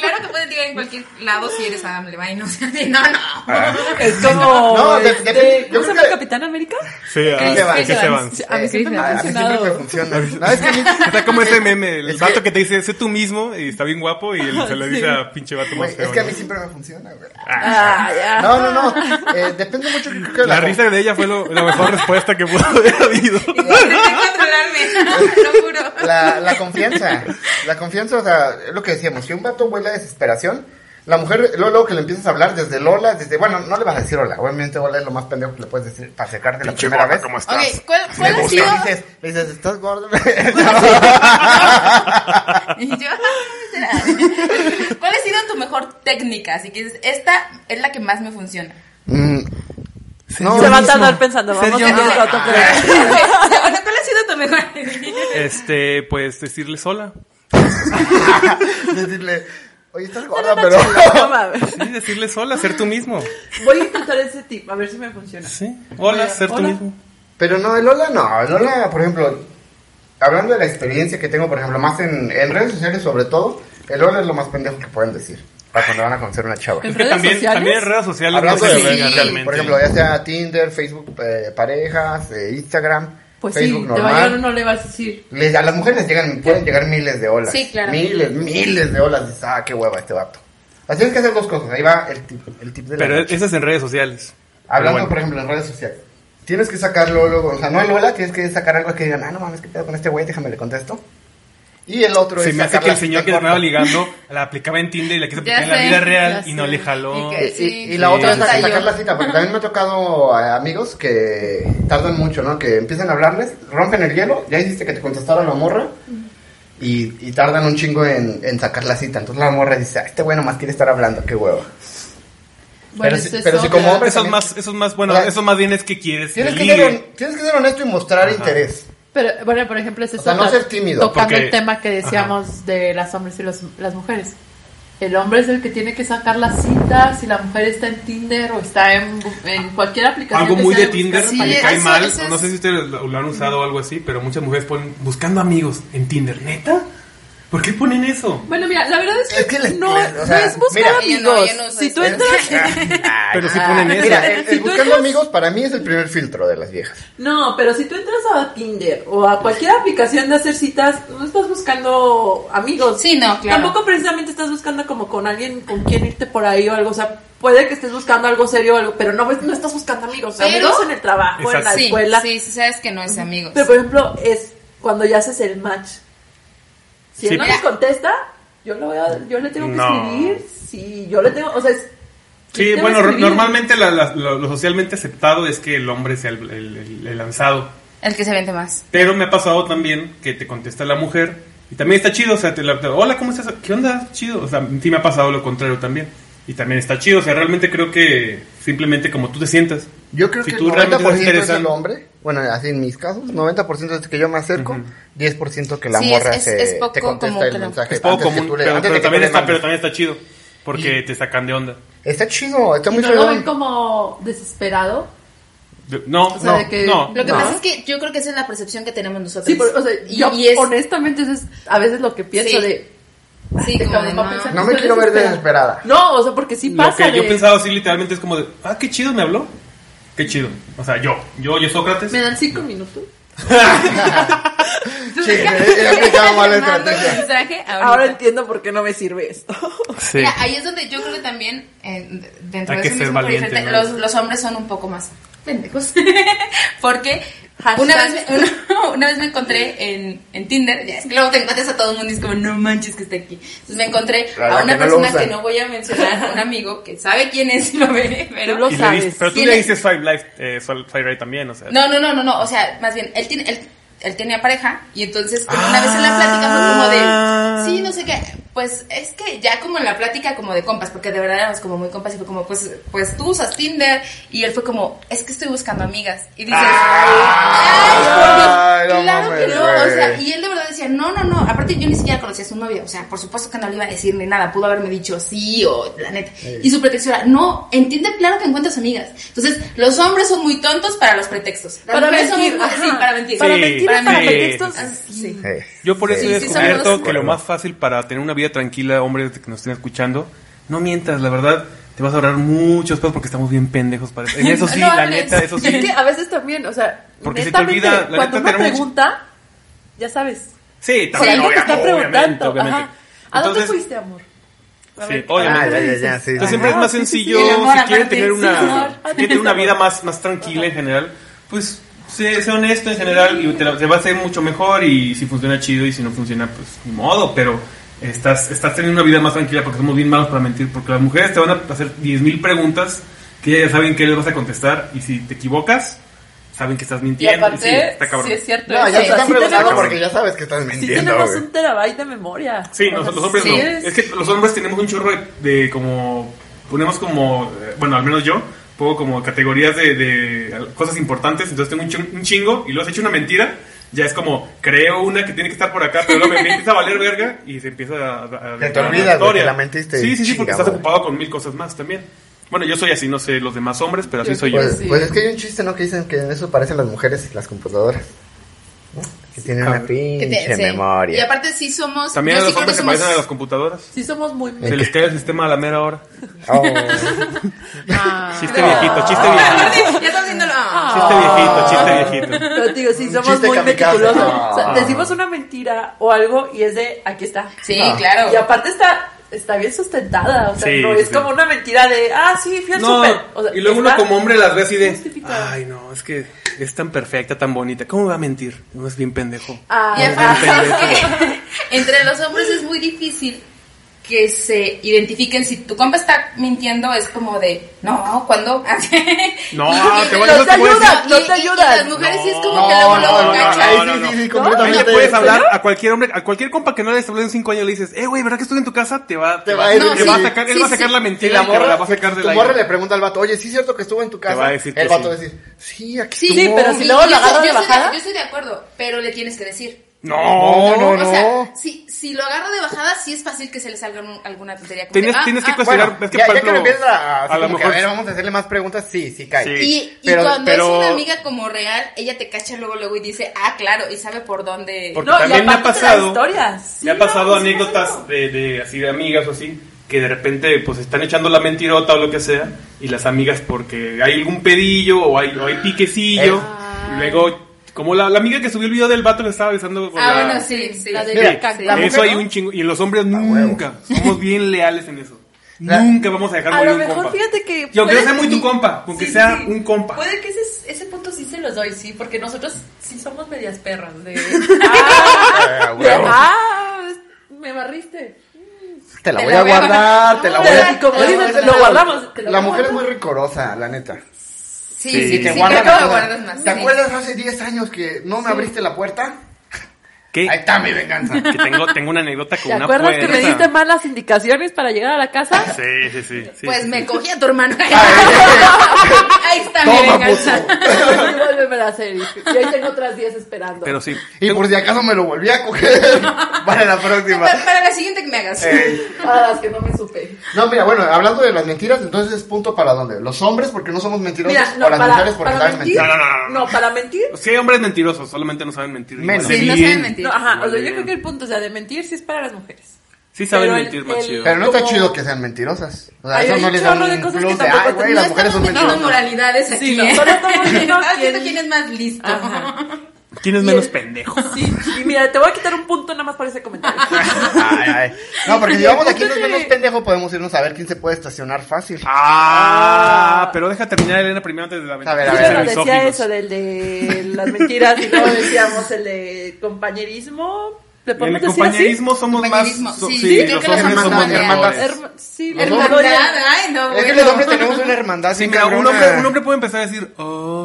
D: claro que puedes ligar en cualquier lado si eres Adam Levine, o sea, de- no, *laughs* no.
C: Ah.
E: Es como.
C: No, de-
E: este,
C: depende- yo
E: ¿Cómo se
C: creo
E: llama
C: que-
E: Capitán América?
A: Sí,
D: Chris
C: ah,
D: Evans.
A: que se van.
E: Sí, a mí
D: Eh,
E: siempre me
D: Chris
E: ha
C: Ah, sí, siempre
E: funcionado.
C: me funciona. No, es que a mí- *laughs*
A: Está como ese meme, el
C: Es que-
A: vato que... te dice, sé tú mismo, y está bien guapo, y él se lo dice a pinche vato
C: güey,
A: más feo.
C: es que a
A: ¿no?
C: mí siempre me funciona, güey.
E: Ah, ya.
C: No, no, no. Eh, depende mucho que creo que
A: La risa de ella fue lo- la
C: *laughs*
A: mejor respuesta que pudo haber habido.
D: Intenté controlarme, *laughs* lo juro.
C: La, la confianza. La confianza, o sea, es lo que decíamos. Si un vato huele a desesperación, la mujer, luego, luego que le empiezas a hablar desde el hola, desde, bueno, no le vas a decir hola. Obviamente hola es lo más pendejo que le puedes decir para secarte la primera vez.
D: Ok, ¿cuál, cuál
C: Le
D: ha sido?
C: dices, le dices, estás gordo. *laughs*
D: Y *laughs* yo, *laughs* "Ah, será". ¿Cuál ha sido tu mejor técnica? Así que dices, esta es la que más me funciona.
C: Mm,
E: se
C: yo
E: van a
C: mismo.
E: andar pensando.
A: Ser
E: Vamos
A: yo
E: a hacer
A: mismo.
E: otra pregunta.
D: *laughs* bueno, Ah. ¿cuál ha sido tu mejor técnica?
A: Este, pues decirle sola.
C: *laughs* Decirle, oye, estás gorda,
E: Una
C: pero.
E: chela, no mames.
A: Sí, decirle sola, ser tú mismo.
E: Voy a intentar ese tip, a ver si me funciona.
A: Sí. Hola,
E: Hola.
A: ser tú
E: Hola.
A: mismo.
C: *laughs* Pero no, el hola no, el hola, por ejemplo, hablando de la experiencia que tengo, por ejemplo, más en, en redes sociales sobre todo, el hola es lo más pendejo que pueden decir, para cuando van a conocer una chava.
E: ¿En
A: Es que
E: redes
A: también,
E: sociales?
A: también en redes sociales
C: Hablando
A: no
C: de
A: se liga
C: redes,
A: realmente.
C: por ejemplo, ya sea Tinder, Facebook eh, parejas, eh, Instagram,
E: Pues
C: Facebook
E: sí, te va a llegar
C: normal.
E: uno, le vas a decir.
C: Les- a las mujeres les llegan, pueden llegar miles de olas.
D: Sí, claro.
C: Miles, miles de olas. Dices, ah, qué hueva este vato. Así es que hacer dos cosas. Ahí va el tip, el tip de la
A: Pero
C: noche.
A: eso es en redes sociales.
C: Hablando,
A: Pero bueno.
C: por ejemplo, en redes sociales. Tienes que sacarlo luego, o sea, no el hola, tienes que sacar algo que digan, ah, no mames, qué pedo con este güey, déjame le contesto. Y el otro
A: Se
C: es
A: me hace
C: sacar
A: que el
C: la-
A: señor que
C: corta.
A: andaba ligando la aplicaba en Tinder y la quiso
D: Ya
A: aplicar en la
D: sé,
A: vida
D: ya
A: real y no
D: sé.
A: le jaló.
D: Y
C: Y,
D: que- Sí.
C: y- y la otra
A: Sí,
C: es la-
D: sí.
C: sacar la cita, porque también me ha tocado a amigos que tardan mucho, ¿no? Que empiezan a hablarles, rompen el hielo, ya hiciste que te contestara la morra y, y tardan un chingo en, en sacar la cita. Entonces la morra dice, ah, este güey nomás quiere estar hablando, qué hueva.
D: Bueno,
C: si-
D: eso es
C: pero si
D: otra.
C: como hombre-
A: Eso es
C: también-
A: más, eso es más, bueno,
C: O sea,
A: eso más bien es que quieres
C: Tienes que,
A: ligue.
C: ser, hon- tienes que ser honesto y mostrar
A: Ajá.
C: interés.
E: Pero, bueno, por ejemplo, ese
C: O
E: es
C: sea, no
E: otra-
C: ser tímido,
E: Tocando
A: porque-
E: el tema que decíamos de las hombres y los- las mujeres. El hombre es el que tiene que sacar la cita si la mujer está en Tinder o está en, en cualquier aplicación.
A: Algo
E: que
A: muy
E: sea eh,
A: de Tinder
E: buscar
A: que me
D: Sí,
A: cae
D: eso-
A: mal.
D: eso es-
A: No sé si ustedes lo, lo han usado o algo así, pero muchas mujeres ponen buscando amigos en Tinder. ¿Neta? ¿Por qué ponen eso?
E: Bueno, mira, la verdad es que,
C: Es que les-
E: no,
C: o
E: no
C: sea,
E: es buscar
C: mira.
D: Yo no,
E: amigos.
D: yo no soy
E: si tú
D: esa.
E: entras...
C: *laughs*
A: Pero si
C: Ah,
A: ponen eso.
C: Mira, el, el
E: Si tú
C: buscando
E: entras-
C: amigos para mí es el primer filtro de las viejas.
E: No, pero si tú entras a Tinder o a cualquier aplicación de hacer citas, no estás buscando amigos.
D: Sí, no, claro.
E: Tampoco precisamente estás buscando como con alguien con quien irte por ahí o algo. O sea, puede que estés buscando algo serio o algo, pero no, no estás buscando amigos.
D: Pero-
E: Amigos en el trabajo, en la
A: Exacto.
D: Sí,
E: escuela.
D: sí, sí, sabes que no es amigos.
E: Pero por ejemplo, es cuando ya haces el match. Si
A: Sí,
E: él no
A: pero-
E: me contesta, yo, lo voy a- yo le tengo que
A: No.
E: escribir. Sí, yo le tengo. O sea, es.
A: Sí,
E: le tengo
A: bueno,
E: que escribir.
A: normalmente la- la- lo, lo socialmente aceptado es que el hombre sea el, el- el- el lanzado.
D: El que se vende más.
A: Pero me ha pasado también que te contesta la mujer y también está chido, o sea, te la- te- hola, ¿cómo estás? ¿Qué onda? Chido. O sea, sí me ha pasado lo contrario también. Y también está chido, o sea, realmente creo que simplemente como tú te sientas.
C: Yo creo
A: Si
C: que
A: tú
C: el
A: realmente
C: 90%
A: estás
C: es el
A: interesado.
C: hombre. Bueno, así en mis casos, 90% es que yo me acerco, 10% que la
D: Sí,
C: morra
D: es- es-
C: se-
D: es poco
C: te contesta
D: como que
C: el
D: la-
C: mensaje.
A: Es poco
C: antes que
A: común,
C: tú le-
A: pero,
C: antes
A: pero
C: de que tú
A: también
C: le
A: está,
C: mandes.
A: pero también está chido porque te sacan de onda.
C: Está chido, está
E: Y
C: muy
E: no lo
C: chido.
E: ven como desesperado.
A: De- No,
E: O sea,
A: no,
E: de que-
A: no.
D: Lo que
C: No.
D: pasa es que yo creo que esa es la percepción que tenemos nosotros.
E: Sí, pero, o sea,
D: y,
E: yo
D: y es
E: honestamente eso es a veces lo que pienso
D: Sí.
E: de...
D: sí,
E: este
D: como de
E: cabrón va a
D: no.
E: pensar que
C: No me
E: estoy
C: quiero ver desesperada.
E: No, o sea, porque sí
A: Lo
E: pasa
A: que yo
E: de-
A: pensaba así literalmente es como de, ah, qué chido me habló. Qué chido. O sea, yo, yo, yo Sócrates.
B: ¿Me dan cinco minutos?
C: Sí, he aplicado mala
D: *laughs* Mando un
C: estrategia.
D: mensaje ahorita.
E: Ahora entiendo por qué no me sirve
A: *laughs*
E: esto.
A: Sí.
D: Mira, ahí es donde yo creo que también eh, dentro
A: Hay
D: de
A: que
D: ese
A: ser
D: mismo
A: valiente,
D: preferente,
A: ¿no?
D: los, los hombres son un poco más
A: *laughs*
D: pendejos. Porque una
B: Hashtag.
D: vez, me- *laughs* una, una vez me encontré en, en Tinder, ya es que luego te encuentras a todo el mundo y es como, no manches que está aquí. Entonces me encontré
C: A la
D: a,
C: que no lo
D: una persona
C: usan.
D: que no voy a mencionar, a un amigo que sabe quién es *laughs* y lo ve, pero...
E: Tú lo
A: Y le
E: sabes.
A: diste- pero tú
D: ¿Quién
A: le
D: es?
A: dices Five Life, eh, Sol- Five Ray también, o sea.
D: No, no, no, no, no, o sea, más bien, él, tiene, él, él tenía pareja y entonces como una vez en la plática fue como
C: Ah.
D: de, sí, no sé qué, pues es que ya como en la plática como de compas, porque de verdad éramos como muy compas y fue como, pues, pues tú usas Tinder y él fue como, es que estoy buscando amigas y dices,
C: Ah,
D: ay,
C: no
D: claro
C: mames,
D: que no, o sea,
C: güey.
D: y él de verdad decía, no, no, no, aparte yo ni siquiera conocía a su novia, o sea, por supuesto que no le iba a decir ni nada, pudo haberme dicho sí o la neta. Y su pretexto era, no, entiende claro que encuentras amigas. Entonces, los hombres son muy tontos para los pretextos. Las
E: Para
D: mujeres son
E: mentir,
D: muy-
E: ajá.
D: sí, para mentir.
E: Para
A: Sí,
E: mentir,
A: para
E: para
A: mentir.
E: pretextos.
D: Ah, sí.
C: Eh,
A: Yo por eso
D: Sí,
A: he
D: sí,
A: descubierto
D: somos-
A: que lo más fácil para tener una vida tranquila, hombres que nos estén escuchando, no mientas, la verdad, te vas a ahorrar muchos pesos porque estamos bien pendejos para eso. En
B: *laughs*
A: eso sí,
D: No
A: la
D: hables.
A: neta, eso
B: Es que
A: sí.
B: a veces también, o sea,
A: Porque se te
B: netamente,
A: olvida, la
B: cuando
A: neta,
B: una
A: tener mucho-
B: pregunta, ya sabes.
A: Sí,
B: Por
A: también,
B: algo te está
A: obviamente,
B: preguntando.
A: obviamente.
B: Ajá. ¿A
A: Entonces-
B: dónde fuiste, amor? A
A: Sí,
B: ver,
A: obviamente.
C: Ah, ya, ya, ya, sí.
A: Entonces siempre es
E: Ajá,
A: más
E: sí, sí,
A: sencillo,
D: sí, el amor
A: si quieren
D: aparte,
A: tener
D: sí,
A: una,
D: el amor.
A: si quieren tener una vida más, más tranquila en general, pues sé, sé honesto en general y te, la- te va a hacer mucho mejor y si funciona chido y si no funciona, pues ni modo, pero estás, estás teniendo una vida más tranquila porque somos bien malos para mentir, porque las mujeres te van a hacer 10.000 preguntas que ellas ya saben que les vas a contestar y si te equivocas, saben que estás
B: Y
A: mintiendo. y sí,
B: aparte,
A: está cabrón.
B: si es cierto,
C: No,
B: es
C: ya
E: Sí,
C: te están
E: sí
C: preguntando
E: tenemos-
C: porque ya sabes que estás
E: Si
C: mintiendo,
E: tenemos
C: güey.
E: un terabyte de memoria.
A: Sí,
E: O
A: nosotros
E: sea,
A: los hombres
B: sí
A: no.
B: es-
A: Es... que los hombres tenemos un chorro de, de como. Ponemos como. eh, Bueno, al menos yo. Pongo como categorías de, de, eh, cosas importantes. Entonces tengo un, ching- un chingo y luego has hecho una mentira. Ya es como, creo una que tiene que estar por acá, pero luego me, me empieza a valer verga y se empieza a. a- a-
C: Te te
A: a- a-
C: olvidas,
A: la
C: güey,
A: historia.
C: que la mentiste.
A: Sí, sí, sí, porque
C: Chinga
A: estás
C: madre.
A: ocupado con mil cosas más también. Bueno, yo soy así, no sé los demás hombres, pero así
B: Yo
A: soy yo.
C: Pues,
B: Sí.
C: pues es que hay un chiste, ¿no? Que dicen que en eso parecen las mujeres y las computadoras. ¿no? Que tienen una
A: cabrón.
D: Que
C: pinche
D: te- sí.
C: memoria.
D: Y aparte sí somos...
A: También a
D: yo
A: los
D: sí creo
A: hombres se
D: que somos-
A: parecen a
D: *laughs*
A: las computadoras.
B: sí somos muy...
A: Se les cae el sistema a la mera hora.
C: Oh.
D: Ah.
A: Chiste viejito, *laughs* chiste viejito.
D: Ya estamos viéndolo.
E: Ah.
A: Chiste viejito, chiste viejito.
E: Pero te digo, si
C: Un
E: somos
C: chiste
E: muy
C: kamikaze.
E: meticulosos.
C: Ah.
E: O sea, decimos una mentira o algo y es de aquí está.
D: Sí,
C: No.
D: claro.
E: Y aparte está, está bien sustentada. O sea,
A: Ah. Sí,
E: no
A: sí,
E: es
A: sí.
E: como una mentira de, ah, sí, fui al
A: No,
E: súper. O sea,
A: y luego uno
E: está-
A: como hombre ah, las ve así de,
E: justificado.
A: ay no, es que es tan perfecta, tan bonita, ¿cómo va a mentir? Uno es bien pendejo.
E: Ah,
D: Y aparte, que *laughs* entre los hombres es muy difícil que se identifiquen. Si tu compa está mintiendo, es como de, no, ¿cuándo? *laughs*
A: No,
D: Y- y-
A: te voy a-
D: y-
A: no te puedes-
E: ayuda, no
D: y-
E: te
D: y
E: ayuda.
D: Las mujeres sí es como
C: No,
D: que luego
C: no,
D: luego
C: no, ahí
D: cachas.
C: sí, sí, sí,
A: Ahí
C: completamente.
A: le puedes hablar a cualquier hombre, a cualquier compa que no le hayas hablado en cinco años, le dices, eh, güey, ¿verdad que estuve en tu casa? Te va,
C: Te va a decir
A: te
C: que
A: va a
C: sí.
A: sacar, él
D: Sí,
A: va a sacar
D: sí.
A: la
C: Si
A: mentira
C: la
A: y te la
C: morra,
A: va a sacar
C: tu
A: del
C: morra le
A: aire.
C: pregunta al vato, oye, ¿sí es cierto que estuvo en tu casa?
A: va a decir que
C: el vato va a
A: sí.
C: decir, sí, aquí
D: Sí,
C: estuvo.
E: pero si luego
D: yo
E: la
D: soy-
E: agarra de
D: yo soy
E: bajada.
D: Yo estoy de acuerdo, pero le tienes que decir.
A: No,
C: No, no,
D: O sea,
C: no.
D: si, si lo agarra de bajada, sí es fácil que se le salga un- alguna tontería. como
A: Tienes,
D: de, ah,
A: tienes que
D: ah,
A: cuestionar,
C: Bueno,
A: es que
C: ya,
A: por
C: ya que lo
A: ejemplo,
C: empiezas a,
A: a lo mejor,
C: a ver, vamos a hacerle más preguntas, sí, sí cae.
A: Sí.
D: Y, y
C: Pero-
D: cuando
C: pero-
D: es una amiga como real, ella te cacha luego, luego y dice, ah, claro, y sabe por dónde.
A: Por-
E: No, y
A: También me ha
E: aparte te da
A: pasado-
E: historias. Sí,
A: me ha pasado
E: no, sí,
A: anécdotas de, de así de amigas o así que de repente pues están echando la mentirota o lo que sea y las amigas porque hay algún pedillo o hay, o hay piquecillo
C: Eh.
A: luego como la, la amiga que subió el video del vato le estaba besando con
D: ah,
A: la-
D: bueno, sí, sí.
B: La de
A: Mira,
B: la caca.
C: la mujer,
A: eso hay
C: ¿no?
A: un chingo y los hombres
C: huevo.
A: nunca somos bien leales en eso
C: La-
A: nunca vamos a dejar
E: A
A: morir
E: lo
A: un
E: mejor
A: compa
E: fíjate que.
A: y aunque no
E: puede
A: sea muy
E: que-
A: tu compa aunque
E: Sí,
A: sea
E: sí.
A: un compa
B: Puede que ese, ese punto sí se los doy, sí, porque nosotros sí somos medias perras.
A: *laughs*
B: De,
E: *laughs*
C: Ah,
E: De,
C: huevo.
E: ah,
B: me barriste.
C: Te la voy a guardar, te la voy
E: Ahora,
C: a...
E: como
C: te la
E: dices,
C: voy a-
E: lo guardamos, te lo
C: La
E: voy a
C: mujer es muy
E: guardar.
C: ricorosa, la neta.
D: Sí,
A: Sí,
D: sí,
A: te
D: sí,
C: guarda
D: creo que
C: la
D: lo
C: cosa.
D: guardas más.
C: ¿Te
D: sí.
C: acuerdas hace 10 años que no me abriste la puerta?
A: que,
C: Ahí está mi venganza.
F: *laughs*
A: que tengo, tengo una anécdota con
E: ¿Te
A: una
E: acuerdas que me
A: puerta.
E: diste malas indicaciones para llegar a la casa? *laughs*
A: sí, sí, sí, sí,
D: Pues
A: sí,
D: me cogí a tu hermano. *laughs* Ahí está mi
C: *laughs* Toma,
D: venganza.
C: puto.
E: Y volverme a hacer. Y ahí tengo otras 10 esperando.
A: pero sí
C: Y por si acaso me lo volví a coger *laughs* para la
D: *laughs*
C: próxima.
D: Para, para la siguiente que me hagas.
C: Ey.
E: Para las que no me supe.
C: No, mira, bueno, hablando de las mentiras, entonces, punto para dónde? ¿Los hombres porque no somos mentirosos
E: Mira, no,
C: o las
E: para,
C: mujeres porque
E: para
C: saben
E: mentir.
C: mentir?
A: No, no, no, no, no.
E: para mentir.
A: Sí hay hombres mentirosos, solamente no saben mentir. Igual
C: Menos.
A: de
D: Sí, no
A: bien.
D: saben mentir.
E: No, ajá. O sea,
A: Vale.
E: yo creo que el punto, o sea, de mentir sí es para las mujeres.
A: Sí,
F: Sí saben
E: Pero el-
F: mentir más
E: el-
F: chido.
C: Pero no está
E: Como-
C: chido que sean mentirosas. O sea,
E: Ay,
C: eso
E: hay
C: no
E: un
C: les da
E: chorro de
C: un
E: cosas que
C: plus de,
E: tampoco
C: ay, güey,
E: te-
D: No
C: las mujeres son
D: estamos metiendo
C: mentirosas.
D: moralidades aquí.
E: Sí, Ah, no,
D: *laughs*
E: solo estamos *laughs* viendo
D: Estás viendo
E: quién-
D: quién es más listo.
E: Ajá.
F: ¿Quién es
E: y
F: menos
E: el-
F: pendejo?
E: *laughs* Sí, y mira, te voy a quitar un punto nada más por ese
A: *laughs*
E: comentario.
C: Ay, ay. No,
E: *laughs*
C: porque si vamos aquí los
E: Apúntate.
C: menos pendejos, podemos irnos a ver quién se puede estacionar fácil.
F: Ah, pero deja terminar Elena primero antes de la
C: A ver, a
E: Sí,
C: ver,
E: pero
C: a
F: Misóginos.
E: decía eso del de las mentiras y luego decíamos el de compañerismo.
A: En
E: ¿Le
A: el
E: podemos decir así?
A: compañerismo somos
D: Compañerismo,
A: más. so-
D: sí, creo que
A: los
D: las
A: hombres somos
D: hermandades.
A: mejores.
E: Herma- sí, la
D: *laughs* Hermandad,
E: gloria.
D: ay, no,
C: Es que
D: bueno.
C: los hombres tenemos una hermandad.
F: Sí,
C: bien
F: mira, un
C: cabrona.
F: hombre, un hombre puede empezar a decir,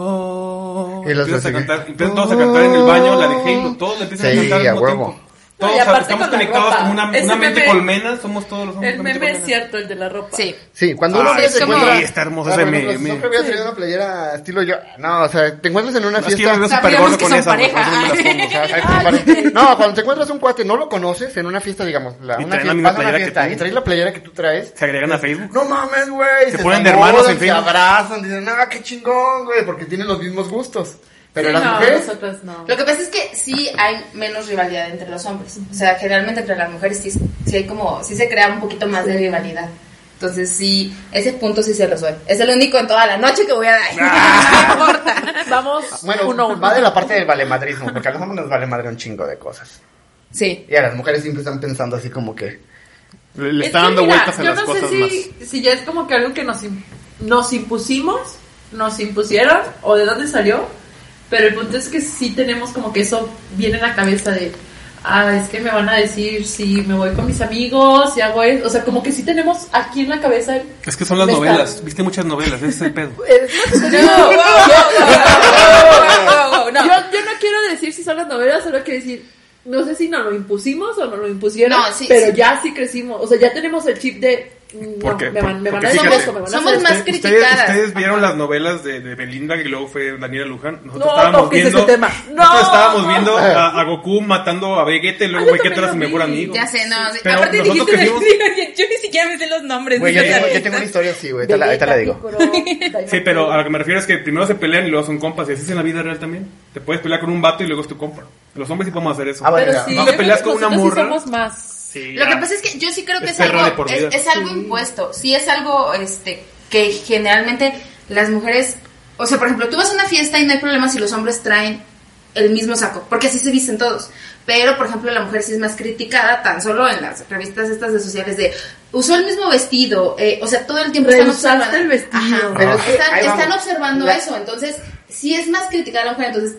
F: oh,
C: Y los
F: empiezas a
C: hace que-
F: cantar, empiezan todos a cantar en el baño, la de Halo, todos la empiezan
C: Sí,
F: a cantar al
C: a
F: mismo
C: huevo.
F: tiempo. Todos
E: No, y
F: o sea,
E: aparte
F: estamos
E: con la
F: conectados
E: ropa.
F: como una,
E: Ese
F: una mente
E: meme-
F: colmena, somos todos los hombres.
E: El
F: una
E: meme
F: mente
E: es
F: colmena.
E: cierto, el de la ropa.
D: Sí.
C: Sí, cuando uno
F: Ay,
C: se
F: es como-
C: encuentra.
F: Sí, está hermoso
C: Ah,
F: ese
C: por ejemplo,
F: meme.
C: Siempre hubiera tenido una playera estilo yo. No, o sea, te encuentras en una
F: Es que yo
C: fiesta.
F: me veo
C: o sea,
F: súper
D: Sabíamos
F: gordo
D: que
F: con
D: son
F: esas, güey, por eso me las
E: *laughs*
D: pareja.
F: pongo.
C: hay que parar- No, cuando te encuentras un cuate, no lo conoces en una fiesta, digamos. La,
F: Y
C: una
F: traen la
C: fiesta, vas
F: misma
C: a una
F: playera que
C: fiesta
F: tú.
C: y traes la playera que tú traes.
F: Se agregan a Facebook.
C: No mames, güey.
F: Se ponen de hermanos
C: saludan,
F: en
C: Se
F: Facebook.
C: abrazan, dicen, ah, qué chingón, güey, porque tienen los mismos gustos. Pero
E: Sí,
C: las
E: no,
C: mujeres.
E: nosotras
F: *laughs*
E: no.
D: Lo que pasa es que sí hay menos rivalidad entre los hombres. O sea, generalmente entre las mujeres sí, sí hay como, sí se crea un poquito más de rivalidad. Entonces sí, ese punto sí se resuelve. Es el único en toda la noche que voy a dar.
F: Ah.
D: No importa.
E: Vamos
C: Bueno,
E: uno a uno.
C: va de la parte del valemadrismo, porque a los hombres nos vale madre un chingo de cosas.
D: *laughs* Sí.
C: Y a las mujeres siempre están pensando así como que.
F: Le, le
E: Es
F: está
E: que
F: dando
E: mira,
F: vueltas a
E: yo
F: las
E: no sé
F: cosas
E: si,
F: más.
E: si ya es como que algo que nos, im- nos impusimos, nos impusieron, o de dónde salió, pero el punto es que sí tenemos como que eso viene en la cabeza de, ah, es que me van a decir si me voy con mis amigos, si hago eso, o sea, como que sí tenemos aquí en la cabeza el...
F: Es que son las
E: Me está-
F: novelas, viste muchas novelas, ese es el pedo.
E: Yo, yo no quiero decir si son las novelas, solo quiero decir, no sé si nos lo impusimos o nos lo impusieron,
D: No, sí,
E: pero
D: sí.
E: ya sí crecimos, o sea, ya tenemos el chip de... No,
F: Porque-
E: me van, me van
F: porque
E: a decir
F: fíjate,
E: esto, me van a
D: somos
E: hacer
D: más
E: esto.
F: Ustedes,
D: criticadas.
F: ustedes vieron las novelas de, de Belinda, que luego fue Daniela Luján. Nosotros
E: No
F: estábamos
E: toques ese
F: viendo.
E: tema.
F: Nosotros
E: No.
F: estábamos viendo a, a Goku matando a Vegeta y luego
E: Ah, yo
F: Vegeta
E: también
F: era su
E: lo
F: mejor
E: vi.
F: amigo.
D: Ya sé, no. sí.
F: Pero
D: Aparte *laughs*
F: nosotros
D: dijiste,
F: que
D: yo ni siquiera me sé los nombres.
C: Güey, yo
D: de esa
C: tengo, yo tengo
D: lista.
C: una historia así, güey. Ahorita la, ahorita la digo.
F: Sí, pero a lo que me refiero es que primero se pelean y luego son compas. Y así es en la vida real también. Te puedes pelear con un vato y luego es tu compa. Los hombres sí podemos hacer eso.
C: Ah, bueno,
E: Pero
C: ya,
E: sí,
F: ¿no
E: yo
F: te
E: creo
F: peleas
E: que
F: con una
E: nosotros sí
F: morra?
E: somos más.
F: Sí,
D: Lo
F: ya.
D: que pasa es que yo sí creo que es
F: Este error de
D: algo,
F: por vida.
D: es, es algo impuesto. Sí es algo este que generalmente las mujeres, o sea, por ejemplo, tú vas a una fiesta y no hay problema si los hombres traen el mismo saco, porque así se visten todos. Pero, por ejemplo, la mujer sí es más criticada tan solo en las revistas estas de sociales de usó el mismo vestido, eh, o sea, todo el tiempo están
E: Rehusaste
D: observando.
E: el vestido.
D: Ajá.
C: Pero es que
D: están,
C: ahí vamos.
D: están observando
C: La-
D: eso, entonces sí es más criticada la mujer, entonces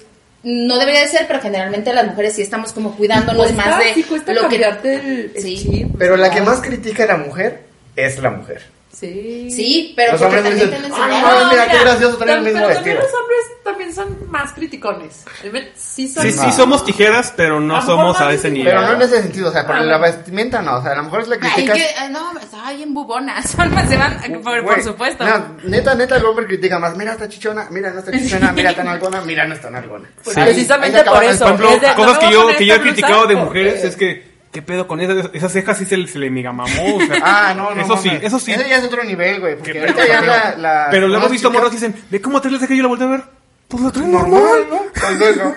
D: no debería de ser, pero generalmente las mujeres sí estamos como cuidándonos
E: Cuesta,
D: más de
E: Pues sí, cuesta
D: lo que
E: cambiarte el, el
D: Sí.
E: chip.
C: Pero la que más critica a la mujer es la mujer.
E: Sí.
D: Sí, pero
C: Los
D: porque
C: hombres
D: también te
C: dicen,
D: lo
C: "Ah,
D: enseñaron".
C: no, mira, qué gracioso traer el
E: tam-
C: mismo
E: pero también
C: vestido.
E: los hombres también son más criticones. También Sí, son
F: Sí, sí, somos tijeras, pero no
E: A lo mejor
F: somos
E: no
F: a ese
E: dicen-
F: nivel.
C: Pero no en ese sentido, o sea, por
E: Ah,
C: la
E: bueno.
C: vestimenta no, o sea, a lo mejor es la
D: Ay,
C: critica.
D: que, ah, no, está bien bubona. Son más, se
E: *laughs*
D: van, por, por
C: Güey,
D: supuesto.
C: no, neta, neta, el hombre critica más. Mira, está chichona, mira, no está chichona, mira,
E: *laughs*
C: tan algona, mira, no está algona.
E: Sí. Pues Precisamente por eso.
F: Por ejemplo,
E: Es de,
F: cosas
E: no
F: que
E: me voy a
F: yo,
E: poner
F: que yo he
E: esta blusa
F: criticado de
E: porque-
F: mujeres es que, ¿qué pedo con esas, esas cejas? Sí se, le- se le migamamó. O sea,
C: Ah, no, no.
F: Eso sí,
C: mames.
F: eso sí.
C: Ese ya es otro nivel, güey. Porque
F: Qué
C: ahorita
F: pedo,
C: ya
F: pero-
C: la, la.
F: pero luego
C: las
F: he visto
C: chicas-
F: morros que dicen, ve cómo traes la ceja y yo la volteo a ver. Pues la traes
C: Normal,
F: normal.
C: ¿no? Pues luego.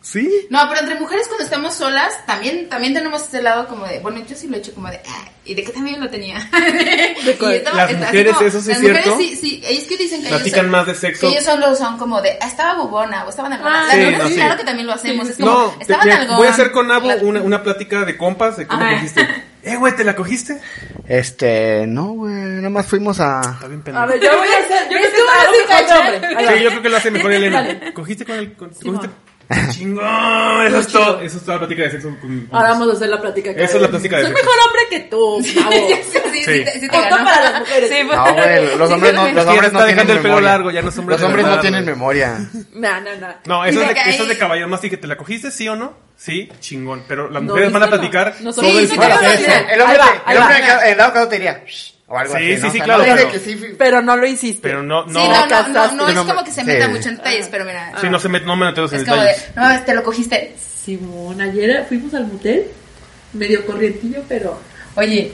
F: Sí.
D: No, pero entre mujeres cuando estamos solas, también, también tenemos ese lado como de, bueno, yo sí lo he hecho como de, "Ah, ¿y de qué también lo tenía? *laughs* Y estaba-
F: Las
D: así
F: mujeres, eso
D: las
F: sí es cierto.
D: mujeres sí, sí, ellos que dicen que
F: Platican
D: ellos,
F: más de sexo.
D: Que ellos solo son como de, "Ah, estaba bubona o estaban algona.
E: Ah,
D: Las
E: sí,
D: mujeres,
F: no, sí.
D: claro que también lo hacemos. Es como,
F: No, te-
D: estaban
F: mira,
D: algona.
F: voy a hacer con Nabo
D: La-
F: una, una plática de compas de cómo
E: Ajá. *laughs*
F: cogiste. Eh, güey, ¿te la cogiste?
C: Este, no, güey. Nada más
E: *laughs*
C: fuimos a.
F: Está bien
E: A
F: pendejo.
E: ver, yo voy a hacer. Yo
D: Yo
E: voy a
D: te voy a decir,
E: hacer algo
D: Cacha.
E: con
F: Sí, yo creo
E: hombre.
F: que lo
E: *laughs*
F: hace mejor Elena.
E: Dale.
F: ¿Cogiste con el...? con-
E: Sí,
F: cogiste? ¡Chingón! Eso es todo. Eso es toda la plática de sexo con... con-
E: Ahora vamos a hacer la plática. que
F: Esa es la plática de
E: Soy
F: sexo.
E: mejor hombre que
D: *laughs*
E: tú,
D: *laughs* Sí,
E: Gabo.
D: sí, sí,
F: Sí.
D: te- sí te
E: Punto
D: ganó.
E: para las mujeres.
D: Sí,
C: No, güey. Los
D: sí,
C: hombres no,
D: realmente.
C: los
F: ya
C: hombres
F: está
C: no tienen
F: dejando el pelo
C: memoria.
F: largo, ya no es hombre
C: Los
F: de
C: hombres no
F: verdad,
C: tienen
E: *laughs*
F: güey.
C: memoria.
E: No, no, no.
F: No, eso es,
D: Dice
F: de,
D: que
F: eso es de
D: ahí-
F: caballero más sí que te la cogiste, ¿sí o no? Sí, chingón. Pero las
E: No,
F: mujeres van a
E: díselo.
F: platicar
E: Nosotros
F: todo el
D: sí,
F: tiempo.
D: claro,
F: Eso.
D: claro.
C: El hombre,
E: Ahí va,
C: te- el
E: ahí
C: hombre
E: va.
C: acá- el lado acá te diría. "Shh", O algo
F: Sí,
C: así.
F: sí,
C: ¿no? O
F: sí,
C: sea,
F: claro,
C: no dice
F: pero-
C: que sí, *laughs* fui-
E: Pero no lo hiciste.
F: Pero no, no,
D: Sí, no, no, no,
E: Fracasaste.
D: no,
C: No
D: es
C: me-
D: como que se meta
C: sí.
D: mucho en detalles, pero mira.
F: sí, no se met, no me meto en
D: es como de,
F: detalles.
D: no mames, te lo cogiste.
E: Simón, ayer fuimos al motel. Medio corrientillo, pero.
D: Oye,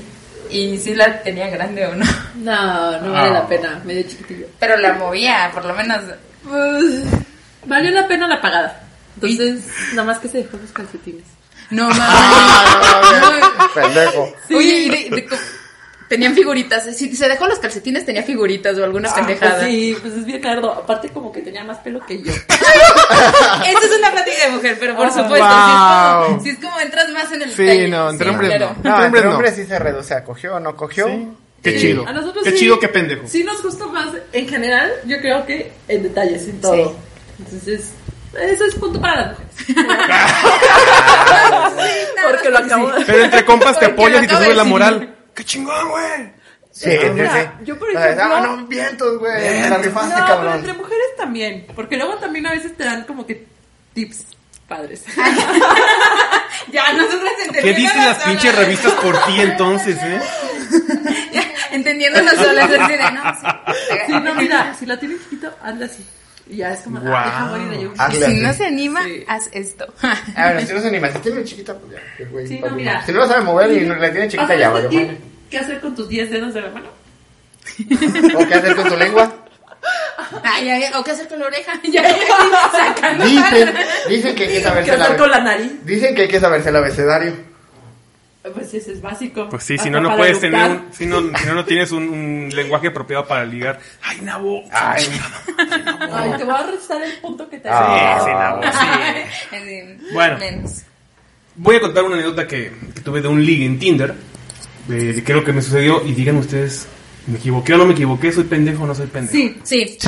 D: ¿y si la tenía grande o no?
E: No, no vale
F: Ah.
E: la pena. Medio chiquitillo.
D: Pero la movía, por lo menos.
E: Pues, valió la pena la pagada. Entonces, nada más que se dejó los calcetines.
D: *laughs* No mames.
C: Pendejo.
D: No. Oye, y de- de co- tenían figuritas. Si se dejó los calcetines, tenía figuritas o alguna pendejada.
E: Sí, Ah, pues es bien largo. Aparte, como que tenía más pelo que yo.
D: *laughs* Esa es una plática de mujer, pero por
E: Ah,
C: wow.
D: supuesto. Si, es como, si es como entras más en el
G: Sí,
D: detalle.
G: no, entre
D: Sí,
G: hombres
D: claro.
G: no.
D: *laughs*
G: Entre
C: No, entre
G: hombres no.
C: hombres sí se reduce a cogió o no cogió.
G: Sí. Qué
C: Sí.
G: chido.
E: A nosotros
G: Qué
E: sí.
G: chido, qué pendejo.
E: Sí nos gusta más, en general, yo creo que en detalles, en todo. Entonces, eso es punto para las
G: *laughs*
E: mujeres. Porque lo acabo de...
F: Pero entre compas
D: *laughs*
F: te
D: Porque
F: apoyas
D: lo
F: y te
D: acabo de
F: sube la
D: decir.
F: moral. ¡Qué chingón, güey!
C: Sí, sí,
E: Mira,
C: sí.
E: yo, por
C: Ah,
E: ejemplo-
C: Ah, no, vientos, güey. Te la rifaste,
E: No, pero
C: cabrón.
E: entre mujeres también. Porque luego también a veces te dan como que tips *laughs* padres.
D: Ya, nosotros entendiendo.
F: ¿Qué dicen las
D: *laughs*
F: pinches revistas por ti entonces, eh?
D: Entendiendo las olas del cine, ¿no?
E: Sí, no, mira, si la tienes chiquito, hazla así. Y ya es como, ah,
G: Guau.
E: deja morir de yo.
C: Ah,
D: Si no se anima,
E: Sí.
D: haz esto.
C: A ver, Ah, si no se anima, si tiene chiquita, pues ya. qué güey,
E: Sí, no,
C: vale,
E: mira.
C: Si no la sabe mover y no la tiene
E: O sea,
C: chiquita, ya,
E: ¿no
C: vale.
E: tiene ¿Qué hacer con tus 10 dedos de la mano?
C: ¿O qué hacer con tu lengua?
D: *laughs* Ay, ay, ay, o qué hacer con la oreja. *laughs* Ya, ya, sacando.
C: Dicen, dicen que hay que
E: ¿Qué
C: saberse
E: hacer con
C: la
E: la nariz?
C: Dicen que hay que saberse el abecedario.
E: *laughs* Pues ese es básico.
F: Pues sí, si
E: Hasta
F: no, no
E: para
F: puedes tener
E: eructar.
F: un, si no, si no, no tienes un, un lenguaje apropiado para ligar. ¡Ay, Nabo!
C: Ay,
E: Ay, te voy a restar el punto que te
C: Ah.
E: hace.
F: Sí, Nabo, sí.
D: *laughs*
F: Bueno.
D: Bueno. Menos.
F: Voy a contar una anécdota que, que tuve de un ligue en Tinder. De, de qué es lo que me sucedió. Y digan ustedes, ¿me equivoqué o no me equivoqué? ¿Soy pendejo o no soy pendejo?
E: Sí,
D: *laughs* Sí.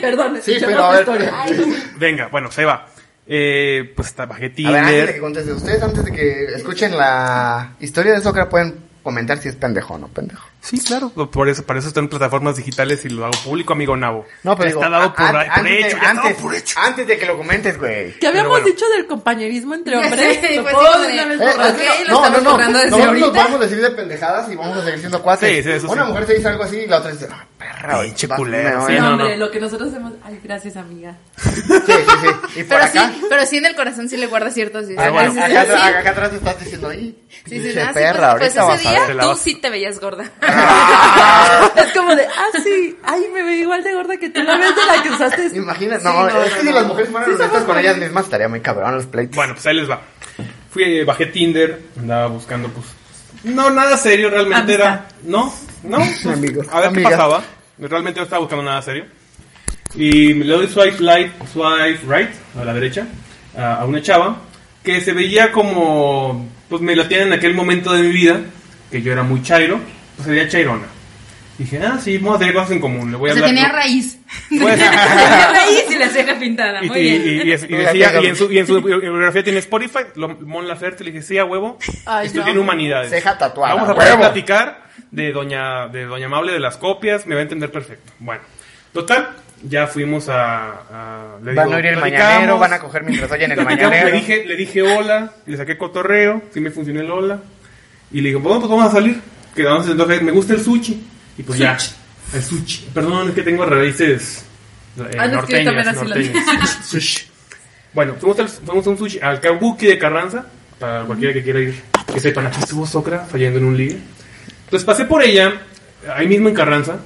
E: perdón.
C: Sí,
E: escuchamos
C: pero a
E: tu
C: ver.
E: historia.
F: *laughs* Venga, bueno, se va. Eh, pues está, bajé
C: A ver, antes de que
F: Tinder.
C: conteste, ustedes antes de que escuchen la historia de Socra pueden comentar si es pendejo o no pendejo.
F: Sí, claro. Por eso, para eso están plataformas digitales y lo hago público, amigo Nabo.
C: No, pero
F: Ya
C: digo,
F: está dado por,
C: an-
F: por
C: antes,
F: hecho.
C: de,
F: ya está dado
C: antes,
F: por hecho.
C: antes de que lo comentes, güey.
E: ¿Qué habíamos
F: bueno.
E: dicho del compañerismo entre
D: Ya
E: hombres?
D: sé,
E: ¿Lo
D: pues,
E: puedo
D: como
E: de una
D: de-
E: vez
D: Eh,
E: borrar?
D: ok, lo estamos borrando desde
C: ah, no nos
D: ahorita.
C: vamos a decir de pendejadas y vamos a seguir siendo cuates.
F: Sí, sí, eso
C: Una
F: sí.
C: mujer te dice algo así y la otra dice, ah, perra,
F: Pinche
C: vas,
F: culero,
C: me
F: sí,
C: voy".
E: No,
F: no,
E: hombre,
F: no.
E: lo que nosotros hacemos. Ay, gracias, amiga.
C: Sí, sí, sí. Y por
D: Pero sí,
C: acá,
D: pero sí en el corazón sí le guarda ciertos
C: acá,
F: bueno,
D: sí,
C: acá,
D: sí,
C: atrás-
D: sí.
C: acá atrás estás diciendo, ahí,
D: Sí, sí,
C: pinche
D: nada, sí, pues,
C: perra,
D: pues,
C: ahorita vas
D: ese
C: a ver.
F: Te
D: día
F: la
D: tú
F: vas-
D: sí te veías gorda. *laughs*
C: *laughs*
E: Es como de, ah, sí, ay, me ve igual de gorda que tú la vez de la que usaste.
C: *laughs* Imagina,
E: Sí,
C: no, es que si las mujeres
E: Sí, somos
C: fueran honestas con
E: mujeres.
C: ellas mismas estaría muy cabrón los pleitos.
F: Bueno, pues ahí les va. Fui, eh, bajé Tinder, andaba buscando, pues. No, nada serio, realmente era. No,
D: *laughs*
F: no. pues,
C: Amigos,
F: A ver
C: amigas.
F: qué pasaba. Realmente no estaba buscando nada serio. Y le doy swipe light, swipe right, a la derecha, a, a una chava que se veía como. Pues me la en aquel momento de mi vida, que yo era muy chairo, pues se veía chairona. Dije, ah, sí, vamos a tener cosas en común, le voy
D: O
F: a
D: sea,
F: hablar.
D: tenía
F: ¿no?
D: raíz. *laughs*
F: Pues-
D: Tenía raíz y la ceja pintada.
F: y,
D: Muy
F: y-
D: bien.
F: y- y
C: *laughs*
F: es- y
C: Muy
F: decía,
C: bien.
F: y en su, y en su biografía tiene Spotify, lo, Mon Laferte, le dije, sí, a huevo,
B: Ay,
F: esto
B: no.
F: tiene humanidades.
C: Ceja tatuada,
F: Vamos a
C: huevo.
F: poder platicar de doña, de doña Amable de las copias, me va a entender perfecto. Bueno, total, ya fuimos a... a- le
C: Van
F: digo,
C: a oír el
F: platicamos,
C: mañanero, van a coger mientras oyen el
F: platicamos,
C: mañanero.
F: Le dije, le dije hola, le saqué cotorreo, sí me funcionó el hola, y le digo, bueno, pues vamos a salir, quedamos entonces, me gusta el sushi, y pues ya, el sushi, perdón, es que tengo raíces... eh,
E: Ah, no, es que yo también
F: norteñas,
E: así lo
F: norteñas. *laughs* Sushi. Bueno, fuimos, al- fuimos a un sushi al Kabuki de Carranza. Para cualquiera que quiera ir, que este sepan, aquí estuvo Socra fallando en un ligue. Entonces pasé por ella, ahí mismo en Carranza.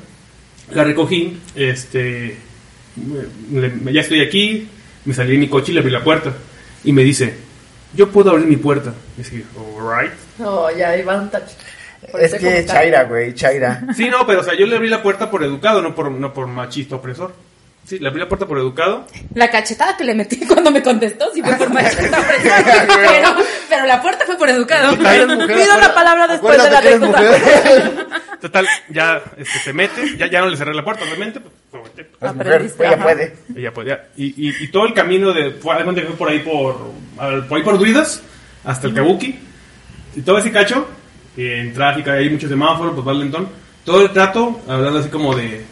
F: La recogí, este. me- me- ya estoy aquí, me salí de mi coche y le abrí la puerta. Y me dice, yo puedo abrir mi puerta. Y dije, alright.
B: No, ya iban touch. Por
C: Es
B: eso
C: que
B: como-
C: Chaira, güey, Chaira.
F: Sí, no, pero o sea, yo le abrí la puerta por educado, no por, no por machista opresor. Sí, le abrí la puerta por educado.
D: La cachetada que le metí *laughs* cuando me contestó, sí fue por *laughs* machista, pero, pero la puerta fue por educado.
E: Pido la palabra después de la anécdota.
F: Total, ya este, se mete, ya, ya no le cerré la puerta, obviamente. Pues, como te-
E: Aprendiste,
C: Ella
E: ajá.
C: puede.
F: ella podía. Y, y, y todo el camino de. Fue, haz de cuenta que fue por ahí por. al- por ahí por Duidas, hasta el Kabuki. Y todo ese cacho, que en tráfico hay muchos semáforos, pues va lentón. Todo el trato, hablando así como de.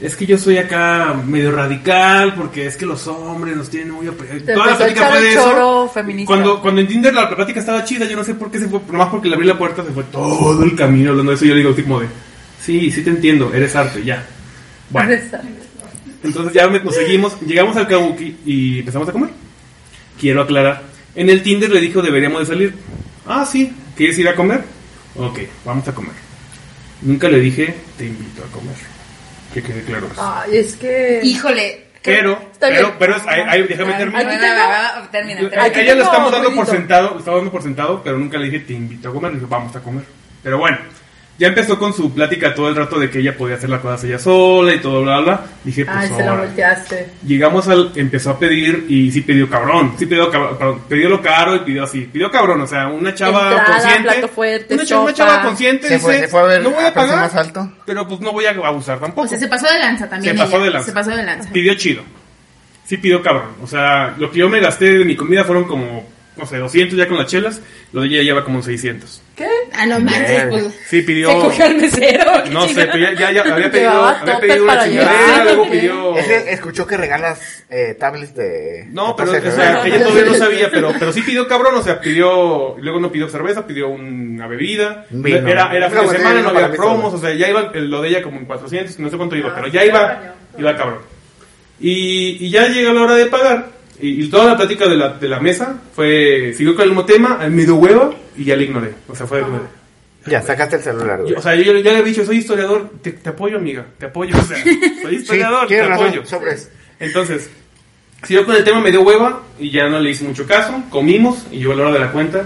F: Es que yo soy acá medio radical porque es que los hombres nos tienen muy... apre-
B: Te
F: Toda
B: empezó
F: la
B: a
F: plática
B: echar
F: fue
B: el
F: de eso.
B: choro feminista.
F: Cuando, cuando en Tinder la plática estaba chida, yo no sé por qué se fue, nomás porque le abrí la puerta, se fue todo el camino hablando de eso. Yo le digo así como de, sí, sí te entiendo, eres arte, ya. Bueno, entonces ya me- nos seguimos, llegamos al Kabuki y empezamos a comer. Quiero aclarar. En el Tinder le dijo deberíamos de salir. Ah, sí. ¿Quieres ir a comer? Ok, vamos a comer. Nunca le dije te invito a comer. Que quede claro. eso.
B: Ay, es que.
D: Híjole,
F: Pero,
B: Está bien.
F: pero, pero, es- ahí- ahí, déjame terminar.
B: Aquí
D: Bueno,
B: tengo-
D: va, va, termina,
F: Yo-
D: termina.
B: Aquí
F: a ella lo
B: tengo
F: estamos dando por
B: jueguito.
F: sentado, lo estamos dando por sentado, pero nunca le dije te invito a comer, le dije, vamos a comer. Pero bueno, ya empezó con su plática todo el rato de que ella podía hacer las cosas ella sola y todo bla bla. bla. Dije, pues
B: Ay, se la
F: ahora.
B: volteaste.
F: Llegamos al empezó a pedir y sí pidió cabrón, sí pidió cabrón, perdón, pidió lo caro y pidió así, pidió cabrón, o sea, una chava
B: Entrada,
F: consciente,
B: plato fuerte,
F: una, chava, una
B: sopa.
F: chava consciente
C: Se fue-
F: dice,
C: se fue a ver
F: no voy
C: a
F: a
C: precio
F: pagar,
C: más alto".
F: pero pues no voy a abusar tampoco.
G: O sea, se pasó de lanza también.
F: Se pasó
G: ella.
F: de lanza.
G: Se pasó de lanza.
F: pidió chido. Sí pidió cabrón. O sea, lo que yo me gasté de mi comida fueron como, no sé, 200 ya con las chelas. Lo de ella lleva como 600.
G: Ah, no manches, pues.
F: Sí pidió...
G: Se cogió al mesero.
F: No sé, pero ya, ya, ya había pedido,
B: Llevaba
F: había
B: topper
F: pedido una
B: para
F: chingadera,
B: llevar.
F: luego pidió...
C: Es que escuchó que regalas eh, tablets de.
F: No,
C: de
F: pero
C: pastel,
F: o sea,
C: ¿verdad?
F: ella todavía no sabía, pero, pero sí pidió cabrón, o sea, pidió, luego no pidió cerveza, pidió una bebida,
C: Vino.
F: era, era fin
C: Una
F: de
C: botella
F: semana,
C: de vino
F: no había
C: para mí solo.
F: promos, o sea, ya iba el- lo de ella como en 400, no sé cuánto iba,
E: Ah,
F: pero
E: sí,
F: ya iba,
E: cañón.
F: iba cabrón. Y, y ya llega la hora de pagar, y, y toda la plática de la, de la mesa fue, siguió con el mismo tema, me dio hueva, y ya le ignoré, o sea, fue... como de-
C: Ya, sacaste el celular, güey.
F: yo- o sea, yo, yo le he dicho, soy historiador, te, te apoyo, amiga, te apoyo, o sea, soy
C: Sí,
F: historiador, te
C: tienes razón,
F: apoyo.
C: sobres.
F: Entonces, si yo con el tema me dio hueva y ya no le hice mucho caso, comimos y yo a la hora de la cuenta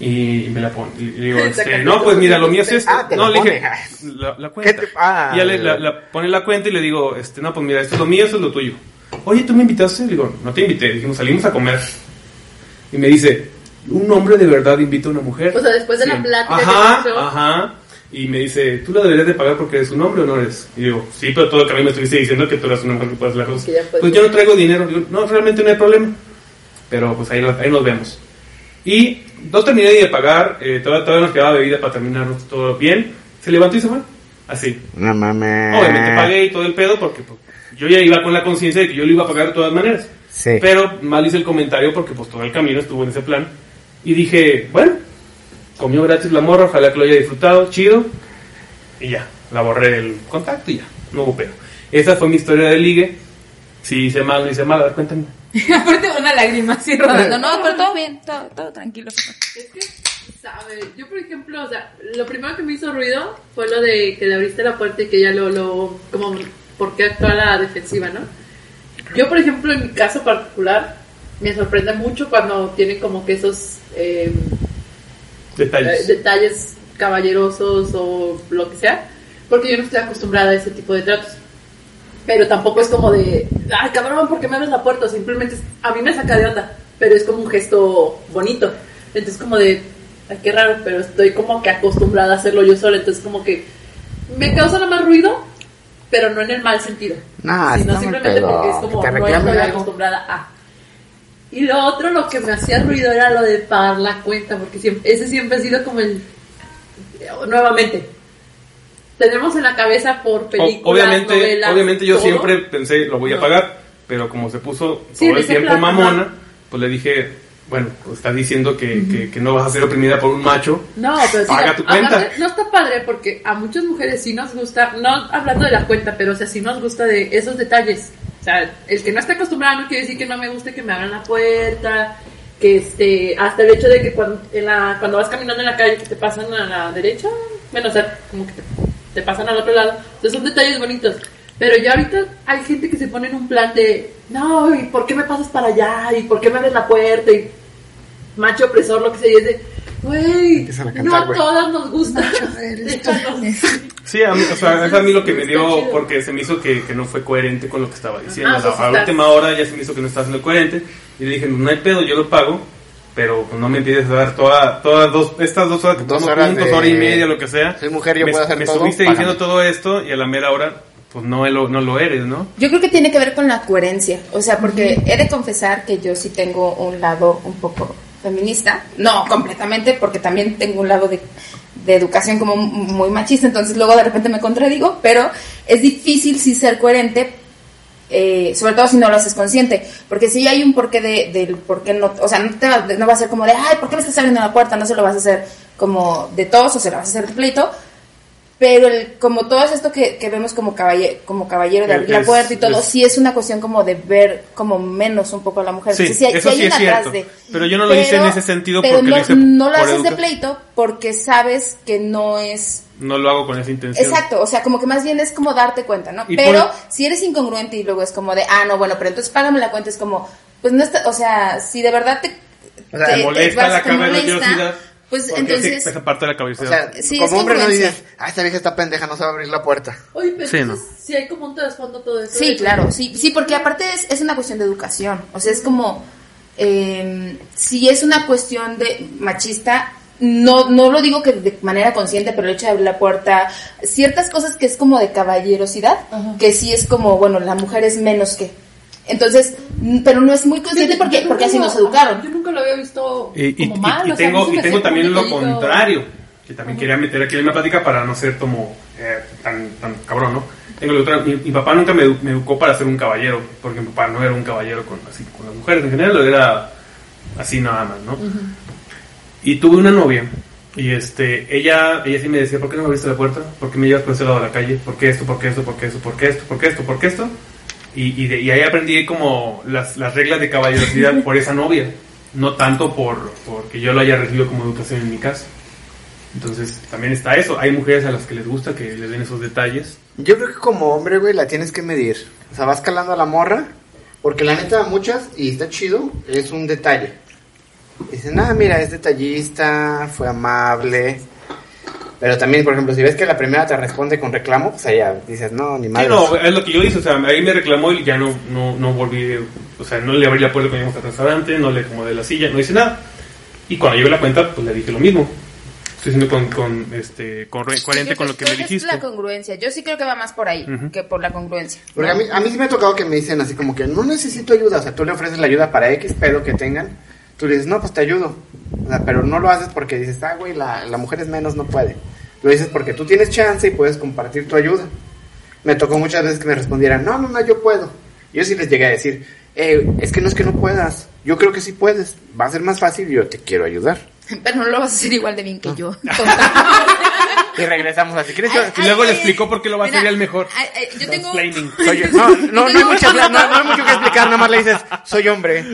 F: y me la pone. Y le digo, este, no, pues mira, lo mío es esto.
C: Ah, te
F: no,
C: la
F: le dije,
C: pone.
F: la, la cuenta.
C: ¿Qué te- ah.
F: Y ya le, la, la- pone la cuenta y le digo, este, no, pues mira, esto es lo mío, esto es lo tuyo. Oye, ¿tú me invitaste? Le digo, no te invité, dijimos, salimos a comer. Y me dice, un hombre de verdad invita a una mujer.
E: O sea, después de la
F: Siempre.
E: plática que
F: Ajá,
E: pasó.
F: ajá. Y me dice, ¿tú la deberías de pagar porque eres un hombre o no eres? Y digo, sí, pero todo el camino me estuviste diciendo que tú eras un hombre que puedes hacer las cosas.
E: Que ya puedes.
F: Pues yo no traigo dinero. Digo, no, realmente no hay problema. Pero pues ahí, ahí nos vemos. Y no terminé ni de pagar. eh, todavía, todavía nos quedaba bebida para terminar todo bien. Se levantó y se fue. Así.
C: No mames.
F: Obviamente pagué y todo el pedo porque pues, yo ya iba con la conciencia de que yo lo iba a pagar de todas maneras.
C: Sí.
F: Pero mal hice el comentario porque pues todo el camino estuvo en ese plan. Y dije, bueno, comió gratis la morra, ojalá que lo haya disfrutado, chido. Y ya, la borré del contacto y ya, no hubo pedo. Esa fue mi historia de ligue. Si hice mal, no hice mal, a ver, cuéntame.
G: Aparte una lágrima así rodando.
D: No, no, pero todo bien, todo, todo tranquilo.
E: Es que, sabe, yo por ejemplo, o sea, lo primero que me hizo ruido fue lo de que le abriste la puerta y que ella lo, lo, como, ¿por qué actúa a la defensiva, no? Yo, por ejemplo, en mi caso particular, me sorprende mucho cuando tienen como que esos eh, eh,
F: Detalles.
E: detalles caballerosos o lo que sea, porque yo no estoy acostumbrada a ese tipo de tratos. Pero tampoco es como de, ay, cabrón, ¿por qué me abres la puerta? Simplemente es- a mí me saca de onda, pero es como un gesto bonito. Entonces, como de, ay, qué raro, pero estoy como que acostumbrada a hacerlo yo sola. Entonces, como que me causa nada más ruido, pero no en el mal sentido.
C: Nah,
E: sino
C: está muy
E: simplemente
C: pedo,
E: porque es
C: que
E: como,
C: te
E: no
C: reclamen
E: estoy
C: algo.
E: acostumbrada a. Y lo otro, lo que me hacía ruido era lo de pagar la cuenta, porque siempre- ese siempre ha sido como el. Nuevamente. Tenemos en la cabeza por
F: O-
E: películas,
F: obviamente,
E: novelas,
F: obviamente yo
E: todo.
F: siempre pensé, lo voy a
E: No.
F: pagar, pero como se puso
E: Sí,
F: todo el
E: dice,
F: tiempo
E: claro,
F: mamona,
E: ajá.
F: pues le dije, bueno, pues estás diciendo que, que- que no vas a ser oprimida por un macho.
E: No, pero sí,
F: Paga tu cuenta.
E: aparte, no está padre porque a muchas mujeres sí nos gusta, no hablando de la cuenta, pero o sea, sí nos gusta de esos detalles. O sea, el que no está acostumbrado no quiere decir que no me guste que me abran la puerta, que este, hasta el hecho de que cuando, en la, cuando vas caminando en la calle que te pasan a la derecha, bueno, o sea, como que te, te pasan al otro lado. Entonces son detalles bonitos. Pero ya ahorita hay gente que se pone en un plan de, no, ¿y por qué me pasas para allá? ¿Y por qué me abres la puerta? Y macho opresor, lo que sea, y es de, güey,
C: Empiezan a
E: no
C: cantar,
E: a
C: güey.
E: todas nos gusta. *laughs* Déjanos.
F: Sí, a mí, o sea, es a mí lo que me
E: Está
F: dio,
E: chido.
F: porque se me hizo que, que no fue coherente con lo que estaba diciendo.
E: Ajá,
F: O sea,
E: pues
F: a la
E: estás-
F: última hora ya se me hizo que no estaba siendo coherente. Y le dije, no hay pedo, yo lo pago, pero pues, no me empiedes a dar todas todas dos, estas dos horas que
C: Dos
F: estamos
C: horas
F: juntos,
C: de-
F: hora y media, lo que sea.
C: Soy mujer, yo
F: me,
C: puedo hacer
F: me
C: todo,
F: estuviste
C: págame.
F: diciendo todo esto y a la mera hora, pues no lo, no lo eres, ¿no?
G: Yo creo que tiene que ver con la coherencia, o sea, porque he de confesar que yo sí tengo un lado un poco feminista, no completamente, porque también tengo un lado de, de educación como m- muy machista, entonces luego de repente me contradigo, pero es difícil sí ser coherente, eh, sobre todo si no lo haces consciente, porque si hay un porqué de, del por qué no, o sea, no, te va, no va a ser como de, ay, ¿por qué me estás abriendo la puerta? No se lo vas a hacer como de todos o se lo vas a hacer de pleito,
D: Pero el- como todo es esto que, que vemos como caballero, como caballero de
F: El-
D: abrir la
F: es-
D: puerta y todo,
F: es-
D: sí es una cuestión como de ver como menos un poco a la mujer.
F: Sí,
D: hay-
F: eso
D: hay
F: sí es
D: un atrás
F: cierto. Pero yo no lo hice en ese sentido
D: pero
F: porque
D: no,
F: lo hice
D: no lo
F: por
D: haces de
F: educa-
D: pleito porque sabes que no es
F: No lo hago con esa intención.
D: Exacto, o sea, como que más bien es como darte cuenta, ¿no?
F: Y
D: pero
F: por- e-
D: si eres incongruente y luego es como de, ah, no, bueno, pero entonces págame la cuenta, es como, pues no está, o sea, si de verdad te.
C: O sea, te
F: molesta
D: vas
F: la
D: como
F: caballerosidad,
D: molesta, Pues
F: Porque
D: entonces.
F: sí, esa parte de la
C: O
F: caballerosidad.
C: sea,
D: Sí, es
C: como hombre no
D: congruencia.
C: dices, ah, esta vieja está pendeja, no se va a abrir la puerta.
E: Oye, pero
F: Sí,
E: entonces, sí hay como un trasfondo todo eso.
D: Sí,
E: de-
D: claro, sí, sí, porque aparte es, es una cuestión de educación, o sea, es como, eh, si es una cuestión de machista, no, no lo digo que de manera consciente, pero el hecho de abrir la puerta, ciertas cosas que es como de caballerosidad, que sí es como, bueno, la mujer es menos que. Entonces, mm, pero no es muy consciente
E: Fíjate, yo
D: porque,
E: nunca
D: porque así
E: lo-
D: nos
E: Yo
D: educaron.
E: nunca lo había visto
F: Y, Eh, y-
E: como
F: y-
E: mal.
F: y
E: o sea, a
F: tengo,
E: mí se
F: y
E: me
F: tengo
E: hacía
F: también
E: como
F: lo
E: un poquito-
F: contrario, que también quería meter aquí en la plática para no ser como eh, tan, tan cabrón, ¿no? Tengo lo otro, mi, mi papá nunca me, edu- me educó para ser un caballero, porque mi papá no era un caballero con, así, con las mujeres en general, era así nada más, ¿no? Y tuve una novia, y este, ella, ella sí me decía, ¿por qué no me abriste la puerta? ¿Por qué me llevas por ese lado de la calle? ¿Por qué esto? ¿Por qué esto? ¿Por qué esto? ¿Por qué esto? ¿Por qué esto? ¿Por qué esto? Y, y de- y ahí aprendí como las, las reglas
E: *laughs*
F: de caballerosidad por esa novia, no tanto por porque yo lo haya recibido como educación en mi casa. Entonces también está eso. Hay mujeres a las que les gusta que les den esos detalles.
C: Yo creo que como hombre, güey, la tienes que medir. O sea, vas calando a la morra, porque la neta, muchas, y está chido, es un detalle. Dicen, ah, mira, es detallista, fue amable. Pero también, por ejemplo, si ves que la primera te responde con reclamo, pues allá dices, no, ni
F: Sí,
C: madre.
F: no, es lo que yo hice. O sea, ahí me reclamó y ya no, no, no volví. O sea, no le abrí la puerta cuando íbamos al restaurante, no le acomodé la silla, no hice nada. Y cuando llevé la cuenta, pues le dije lo mismo. Estoy siendo con, con, este, con, coherente con lo que me
D: Creo es
F: dijiste.
D: la congruencia, yo sí creo que va más por ahí
F: Ujú.
D: que por la congruencia.
C: Porque a mí, a mí sí me ha tocado que me dicen así como que no necesito ayuda. O sea, tú le ofreces la ayuda para X pedo que tengan. Tú le dices, no, pues te ayudo. O sea, pero no lo haces porque dices, ah, güey, la, la mujer es menos, no puede. Lo dices porque tú tienes chance y puedes compartir tu ayuda. Me tocó muchas veces que me respondieran, no, no, no, yo puedo. Yo sí les llegué a decir, eh, es que no es que no puedas. Yo creo que sí puedes. Va a ser más fácil y yo te quiero ayudar.
D: Pero no lo vas a hacer igual de bien
F: Ah.
D: que yo.
F: *laughs*
D: *laughs*
C: Y regresamos así. ¿Crees
H: Ay,
C: que-
F: Y luego
H: ay,
F: le
H: ay,
F: explicó por qué lo va a hacer
H: mira,
F: el mejor.
H: ay, ay, yo tengo.
F: Explaining.
C: soy yo? No, no, *laughs* no hay mucho, no, no hay mucho que explicar. Nada más le dices, soy hombre.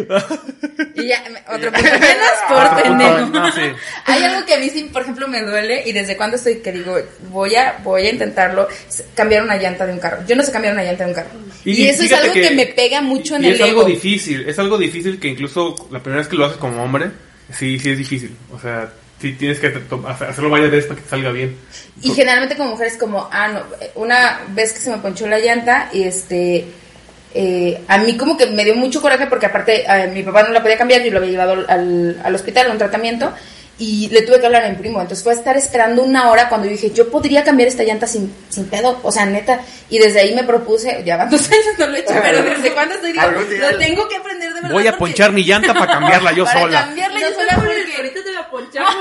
H: Y ya, me- otro punto menos por pendejo.
F: No, sí.
H: Hay algo que a mí, sí, por ejemplo, me duele y desde cuando estoy que digo, voy a, voy a intentarlo, s- cambiar una llanta de un carro. Yo no sé cambiar una llanta de un carro. Y,
F: Y
H: eso es
F: fíjate
H: algo que,
F: que-
H: me pega mucho en
F: Y
H: el
F: es algo
H: ego.
F: difícil, es algo difícil que incluso la primera vez que lo haces como hombre, sí, sí es difícil. O sea, sí tienes que to- hacer- hacerlo varias veces para que te salga bien.
H: Y generalmente como mujer es como, ah, no, una vez que se me ponchó la llanta, y este, eh, a mí como que me dio mucho coraje porque aparte eh, mi papá no la podía cambiar, yo lo había llevado al, al hospital a un tratamiento y le tuve que hablar a mi primo. Entonces fue a estar esperando una hora cuando yo dije, yo podría cambiar esta llanta sin, sin pedo, o sea, neta. Y desde ahí me propuse, ya van *laughs* dos años, no lo he hecho, pero desde cuándo estoy, digo,
C: Algún día-
H: lo tengo que aprender de verdad.
F: Voy a
H: porque-
F: ponchar mi llanta para cambiarla yo
H: *laughs* para
F: sola.
H: cambiarla yo
E: No,
H: sola
E: solo
H: porque-
E: porque ahorita te la ponchamos.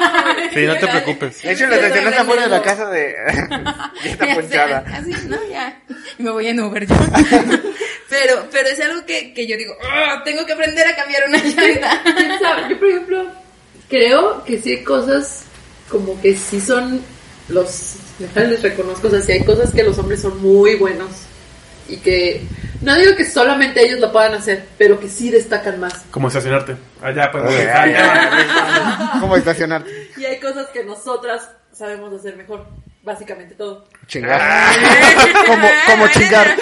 F: Sí, no te preocupes.
C: De hecho, la estación está fuera de la casa de. *laughs* ya *laughs* está
H: Ya
C: ponchada.
H: sé, *laughs* Así, no, ya. Y me voy en Uber yo. *laughs* pero, pero es algo que, que yo digo, "Ah, tengo que aprender a cambiar
E: *laughs*
H: una llanta.
E: ¿Quién sabe? Yo, por ejemplo, creo que sí hay cosas como que sí son los. déjales, les reconozco, o sea, sí hay cosas que los hombres son muy buenos y que. No digo que solamente ellos lo puedan hacer, pero que sí destacan más.
F: Como estacionarte. Allá, pues.
C: Ah, ya. ¿Cómo estacionar?
E: Y hay cosas que nosotras sabemos hacer mejor. Básicamente todo.
C: *laughs* Chingar. como, como chingar.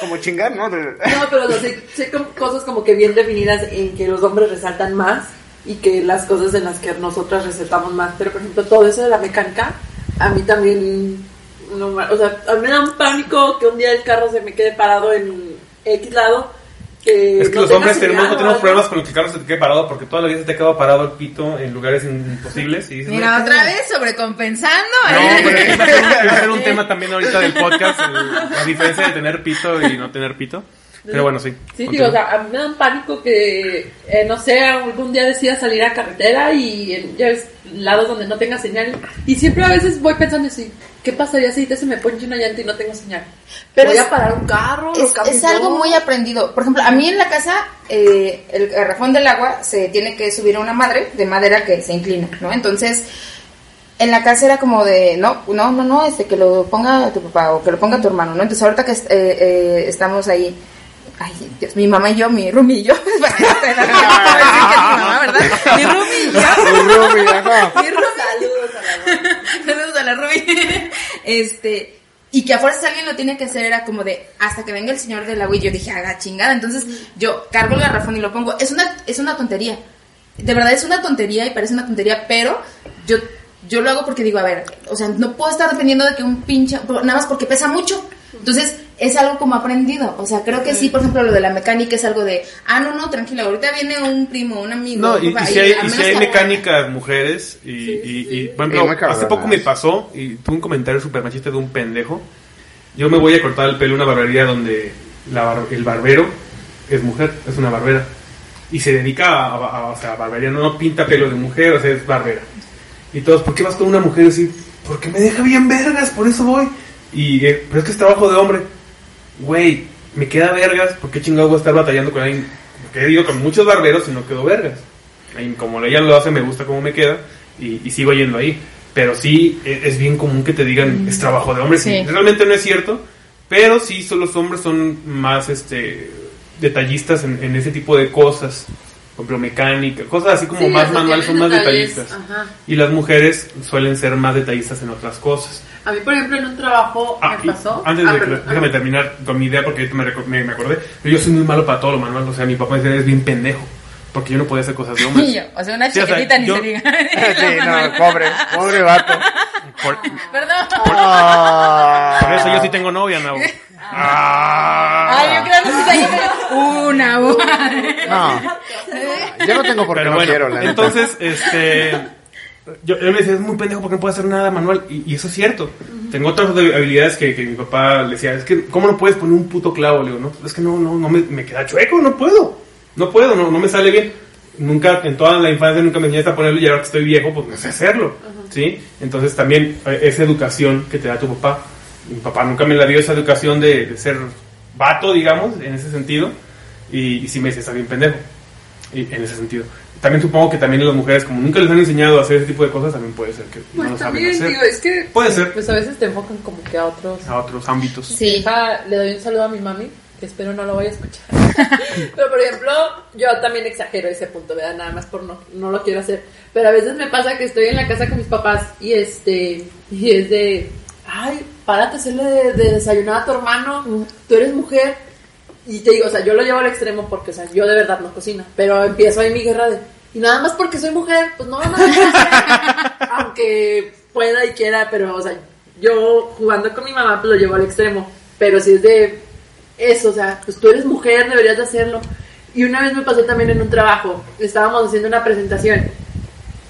C: Como chingar, *laughs* ¿no? De-
E: No, pero o sea, sí- sí hay como- cosas como que bien definidas en que los hombres resaltan más y que las cosas en las que nosotras resaltamos más. Pero, por ejemplo, todo eso de la mecánica, a mí también, no ma- o sea, a mí me da un pánico que un día el carro se me quede parado en X lado. Que
F: Es que
E: no
F: los
E: tenga
F: hombres
E: señal
F: tenemos, no
E: o
F: tenemos
E: algo.
F: pruebas con que el carro se te quede parado porque toda la vida se te ha quedado parado el pito en lugares imposibles. Y dices,
H: Mira, otra vez sobrecompensando.
F: No,
H: ¿eh?
F: pero ese va a ser un- ese va a ser un tema también ahorita del podcast, el- la diferencia de tener pito y no tener pito. Pero bueno, sí.
E: Sí,
F: continúa.
E: digo, o sea, a mí me da un pánico que, eh, no sé, algún día decida salir a carretera y en ya ves, lados donde no tenga señal. Y siempre a veces voy pensando así, ¿qué pasaría si ahorita se me ponche una llanta y no tengo señal?
D: Pero
E: voy
D: es-
E: a parar un carro, lo
D: Es,
E: cambio
D: es
E: yo.
D: algo
E: *laughs*
D: muy aprendido. Por ejemplo, a mí en la casa, eh, el garrafón del agua se tiene que subir a una madre de madera que se inclina, ¿no? Entonces, en la casa era como de, no, no, no, no, este, que lo ponga tu papá o que lo ponga tu hermano, ¿no? Entonces ahorita que es- eh, eh, estamos ahí, ay, Dios, mi mamá y yo, mi Rumi y yo, Bueno, no sé, no, no, no, no, no, no, no, mi mamá, ¿verdad? Mi Rumi y yo, mi Rumi.
F: Saludos a la Rumi.
D: *laughs* Saludos a la Rumi. Este, y que a fuerzas alguien lo tiene que hacer, era como de hasta que venga el señor del agua. Y yo dije, haga chingada. Entonces yo cargo el garrafón y lo pongo. Es una, es una tontería. De verdad es una tontería y parece una tontería, pero yo, yo lo hago porque digo, a ver, o sea, no puedo estar dependiendo de que un pinche, nada más porque pesa mucho. Entonces es algo como aprendido. O sea, creo que sí, por ejemplo, lo de la mecánica es algo de, ah, no, no, tranquilo, ahorita viene un primo, un amigo.
A: No, y,
D: un
A: y
D: papá,
A: si hay,
D: a
A: y si
D: menos
A: hay
D: que-
A: mecánicas mujeres, y, y- y, por ejemplo,
C: Y muy cabronas.
A: hace poco me pasó, y tuve un comentario super machista de un pendejo. Yo me voy a cortar el pelo en una barbería donde la bar- el barbero es mujer, es una barbera. Y se dedica a, a- a- o sea, barbería, no, no pinta pelo de mujer, o sea, es barbera. Y todos, ¿por qué vas con una mujer? Y así, porque me deja bien vergas, por eso voy. Y, eh, pero es que es trabajo de hombre. Güey, me queda vergas, ¿por qué chingado voy a estar batallando con alguien? Porque digo, con muchos barberos y no quedo vergas. Y como ella lo hace, me gusta cómo me queda y, y sigo yendo ahí. Pero sí, e- es bien común que te
E: Mm.
A: digan, es trabajo de hombres.
I: Sí.
A: Y Realmente no es cierto, pero sí, son los hombres son más este detallistas en, en ese tipo de cosas. Por ejemplo, mecánica, cosas así como
E: Sí,
A: más
E: o sea,
A: manuales, son
E: tienen
A: más
E: detalles,
A: detallistas.
E: ajá.
A: Y las mujeres suelen ser más detallistas en otras cosas.
E: A mí, por ejemplo, en un trabajo
A: Ah,
E: me
A: y
E: pasó.
A: Antes
E: Ah,
A: de
E: perdón.
A: déjame terminar con mi idea porque ahorita me, recu- me, me acordé. Pero yo soy muy malo para todo lo manual. O sea, mi papá me decía, es bien pendejo. Porque yo no podía hacer cosas de
F: *laughs* Y
A: hombre.
F: yo, o sea, una
A: Sí, o sea,
F: chiquitita ni
A: yo-
F: se diga.
D: *laughs*
C: Sí, no, pobre, pobre vato.
F: Perdón.
C: Ah.
A: Por eso yo sí tengo novia, Nabo.
F: Ay, yo creo que sí te ayudo.
D: Una, una.
C: No, yo no tengo porque
A: Pero
C: no
A: bueno,
C: quiero, la neta.
A: entonces, este. Yo, él me decía, es muy pendejo porque no puedo hacer nada manual. Y, y eso es cierto. Tengo otras habilidades que, que mi papá le decía, es que, ¿cómo no puedes poner un puto clavo? Le digo, no, es que no, no, no me, me queda chueco, no puedo. No puedo, no, no me sale bien. Nunca, en toda la infancia nunca me enseñaste a ponerlo y ahora que estoy viejo, pues no sé hacerlo. ¿Sí? Entonces también eh, esa educación que te da tu papá. Mi papá nunca me la dio esa educación de, de ser vato, digamos, en ese sentido. Y, y sí me decía, está bien pendejo. Y- en ese sentido. También supongo que también las mujeres, como nunca les han enseñado a hacer ese tipo de cosas, también puede ser que
E: Pues
A: no lo saben
E: también,
A: hacer.
E: digo, es que.
A: Puede ser.
E: Pues a veces te enfocan como que a otros.
A: A otros ámbitos.
D: Sí.
E: Deja- le doy un saludo a mi mami, que espero no lo vaya a escuchar. pero por ejemplo, yo también exagero ese punto, ¿verdad? Nada más por no, no lo quiero hacer. Pero a veces me pasa que estoy en la casa con mis papás y este, y es de, ay, párate a hacerle de, de desayunar a tu hermano, tú eres mujer. Y te digo, o sea, yo lo llevo al extremo porque, o sea, yo de verdad no cocino, pero empiezo ahí mi guerra de, y nada más porque soy mujer, pues no, nada más. aunque pueda y quiera, pero, o sea, yo jugando con mi mamá pues, lo llevo al extremo. Pero si es de eso, o sea, pues tú eres mujer, deberías de hacerlo. Y una vez me pasó también en un trabajo, estábamos haciendo una presentación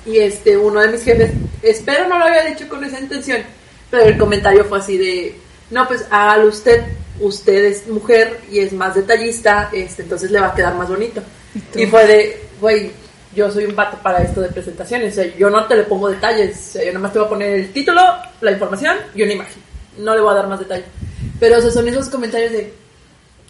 E: y este, uno de mis jefes, espero no lo había dicho con esa intención, pero el comentario fue así de, no, pues hágalo usted, usted es mujer y es más detallista, este, entonces le va a quedar más bonito. Y, fue de, güey, yo soy un vato para esto de presentaciones, o sea, yo no te le pongo detalles, o sea, yo nomás te voy a poner el título, la información y una imagen, no le voy a dar más detalle. Pero o sea, son esos comentarios de,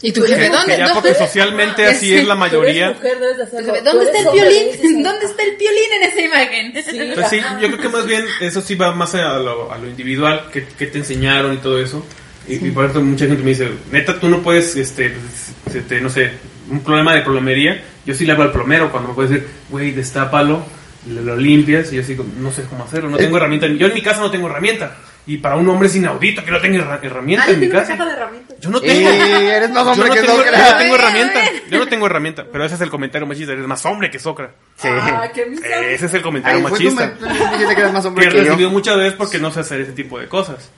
D: ¿Y tu
E: Que-
D: jefe
A: Que,
D: dónde?
A: que ya
D: ¿Dónde?
A: porque
D: *laughs*
A: socialmente así es la
E: "Tú eres
A: mayoría.
E: mujer, debes de hacerlo, tú
D: ¿Dónde está
E: eres
D: el
E: hombre, debes de
D: violín?
E: hacerlo".
D: ¿Dónde está el violín en esa imagen?
A: Pues sí, yo creo que más bien eso sí va más a lo, a lo individual, que, que te enseñaron y todo eso. Y, y por eso mucha gente me dice, neta, tú no puedes, este, pues, este, no sé, un problema de plomería. Yo sí le hago al plomero cuando me puede decir, güey, destápalo, lo, lo limpias. Y yo sigo, no sé cómo hacerlo, no
C: Eh.
A: tengo herramienta. Yo en mi casa no tengo herramienta. Y para un hombre es inaudito que no tenga herra- herramienta
C: Ah,
E: Ay,
A: en mi
E: Ah, tengo una
A: casa.
E: caja de herramientas.
A: Yo no
C: Y
A: tengo. *laughs*
C: Eh, eres más
A: yo
C: hombre
A: no
C: que
A: tengo, yo
C: Sócrates.
A: no *laughs* tengo
C: *laughs*
A: herramienta. Yo no tengo herramienta. Pero ese es el comentario machista. Eres más hombre que Socra.
C: Sí.
E: Ah, qué miserable.
A: Ese es el comentario
C: Ay, fue tu
A: machista.
C: me- *laughs* dijiste que eras más
A: Que
C: hombre
A: he
C: que yo.
A: recibido muchas veces porque no sé hacer ese tipo de cosas.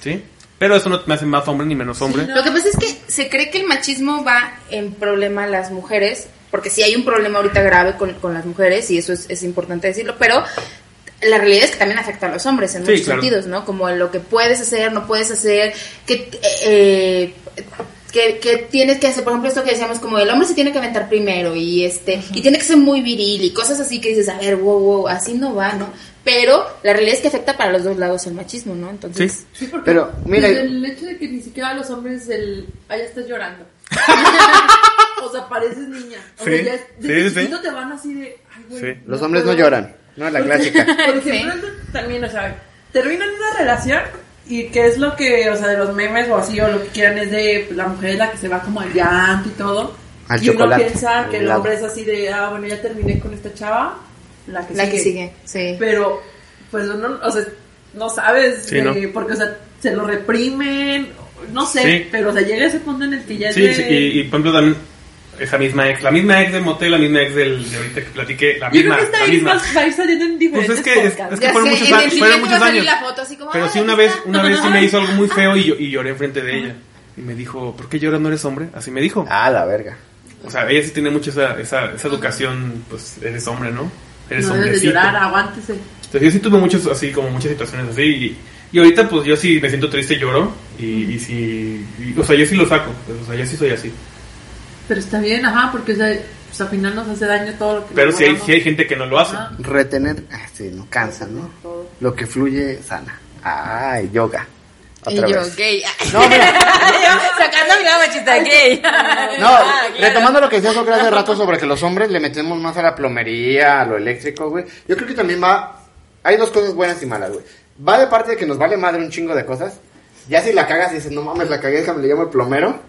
A: ¿Sí? Pero eso no me hace más hombre ni menos hombre.
D: Lo que pasa es que se cree que el machismo va en problema a las mujeres, porque sí hay un problema ahorita grave con, con las mujeres, y eso es, es importante decirlo, pero la realidad es que también afecta a los hombres en
A: Sí,
D: muchos
A: claro.
D: sentidos, ¿no? Como en lo que puedes hacer, no puedes hacer, que... eh, que, que tienes que hacer, por ejemplo, esto que decíamos, como el hombre se tiene que aventar primero y este, y tiene que ser muy viril y cosas así que dices, a ver, wow, wow, así no va, ¿no? Pero la realidad es que afecta para los dos lados el machismo, ¿no? Entonces,
A: Sí.
E: Sí, porque
C: Pero, mira-
E: desde el hecho de que ni siquiera los hombres el allá estás
C: *laughs*
E: llorando. o sea, pareces niña. O sea,
A: Sí,
E: ya es-
A: sí,
E: desde
A: sí.
E: chiquito te van así de, ay, güey.
A: Sí.
C: Los hombres no
E: puedo.
C: lloran, no es la
E: *laughs* Por ejemplo-
C: clásica.
E: Por ejemplo, también, o sea, terminan una relación y qué es lo que, o sea, de los memes o así, o lo que quieran es de la mujer es la que se va como al llanto y todo.
C: Al
E: y uno
C: chocolate,
E: piensa
C: al
E: que el
C: helado.
E: hombre es así de, ah, bueno, ya terminé con esta chava, la que
G: La
E: sigue.
G: que sigue, sí.
E: Pero, pues uno, o sea, no sabes,
F: Sí, ¿no?
E: eh, porque, o sea, se lo reprimen, no sé,
F: Sí.
E: pero, o sea, llega ese punto en el que ya es
F: Sí,
E: de-
F: sí, y, y, por ejemplo también esa misma ex, la misma ex del motel, la misma ex del de ahorita que platiqué, la
E: Yo
F: misma,
E: creo que esta
F: la
E: es
F: misma.
E: más- va a ir saliendo en
F: Pues
E: diferentes
F: es que, es,
E: podcasts.
F: es que fueron
G: en
F: muchos,
G: el
F: años, fueron
G: siguiente
F: muchos
G: va a salir
F: años.
G: la foto así como,
F: Pero
G: "Ah,
F: sí una
G: aquí
F: vez,
G: está".
F: una vez sí me hizo algo muy feo y, yo- y lloré enfrente de ella. Y me dijo, ¿por qué lloras no eres hombre? Así me dijo.
C: Ah, la verga.
F: O sea, ella sí tiene mucho esa, esa, esa educación, pues eres hombre, ¿no? Eres
E: No debes de
F: hombrecito.
E: llorar, aguántese.
F: Entonces yo sí tuve muchos, así, como muchas situaciones así. Y, y ahorita pues yo sí me siento triste, lloro. Y, y sí, y- o sea, yo sí lo saco. pues, o sea, yo sí soy así.
E: Pero está bien, ajá, porque o sea, pues, al final nos hace daño todo lo que
F: Pero
E: nos
F: sí hay,
E: guardamos.
F: sí hay gente que no lo hace.
E: Ajá.
C: Retener, ah, sí, no cansa, ¿no?
E: Todo.
C: Lo que fluye sana. Ah, yoga.
G: Y
C: Otra
G: yo,
C: vez.
G: gay. *laughs* Ah,
C: No, mira,
G: Sacando mi lado machista, *laughs* gay. Ah,
C: no,
D: Ah,
C: retomando lo que decía Sócrates hace rato sobre que los hombres le metemos más a la plomería, a lo eléctrico, güey. Yo creo que también va. Hay dos cosas buenas y malas, güey. Va de parte de que nos vale madre un chingo de cosas. Ya si la cagas y dices, no mames, la cagué, déjame, le llamo el plomero.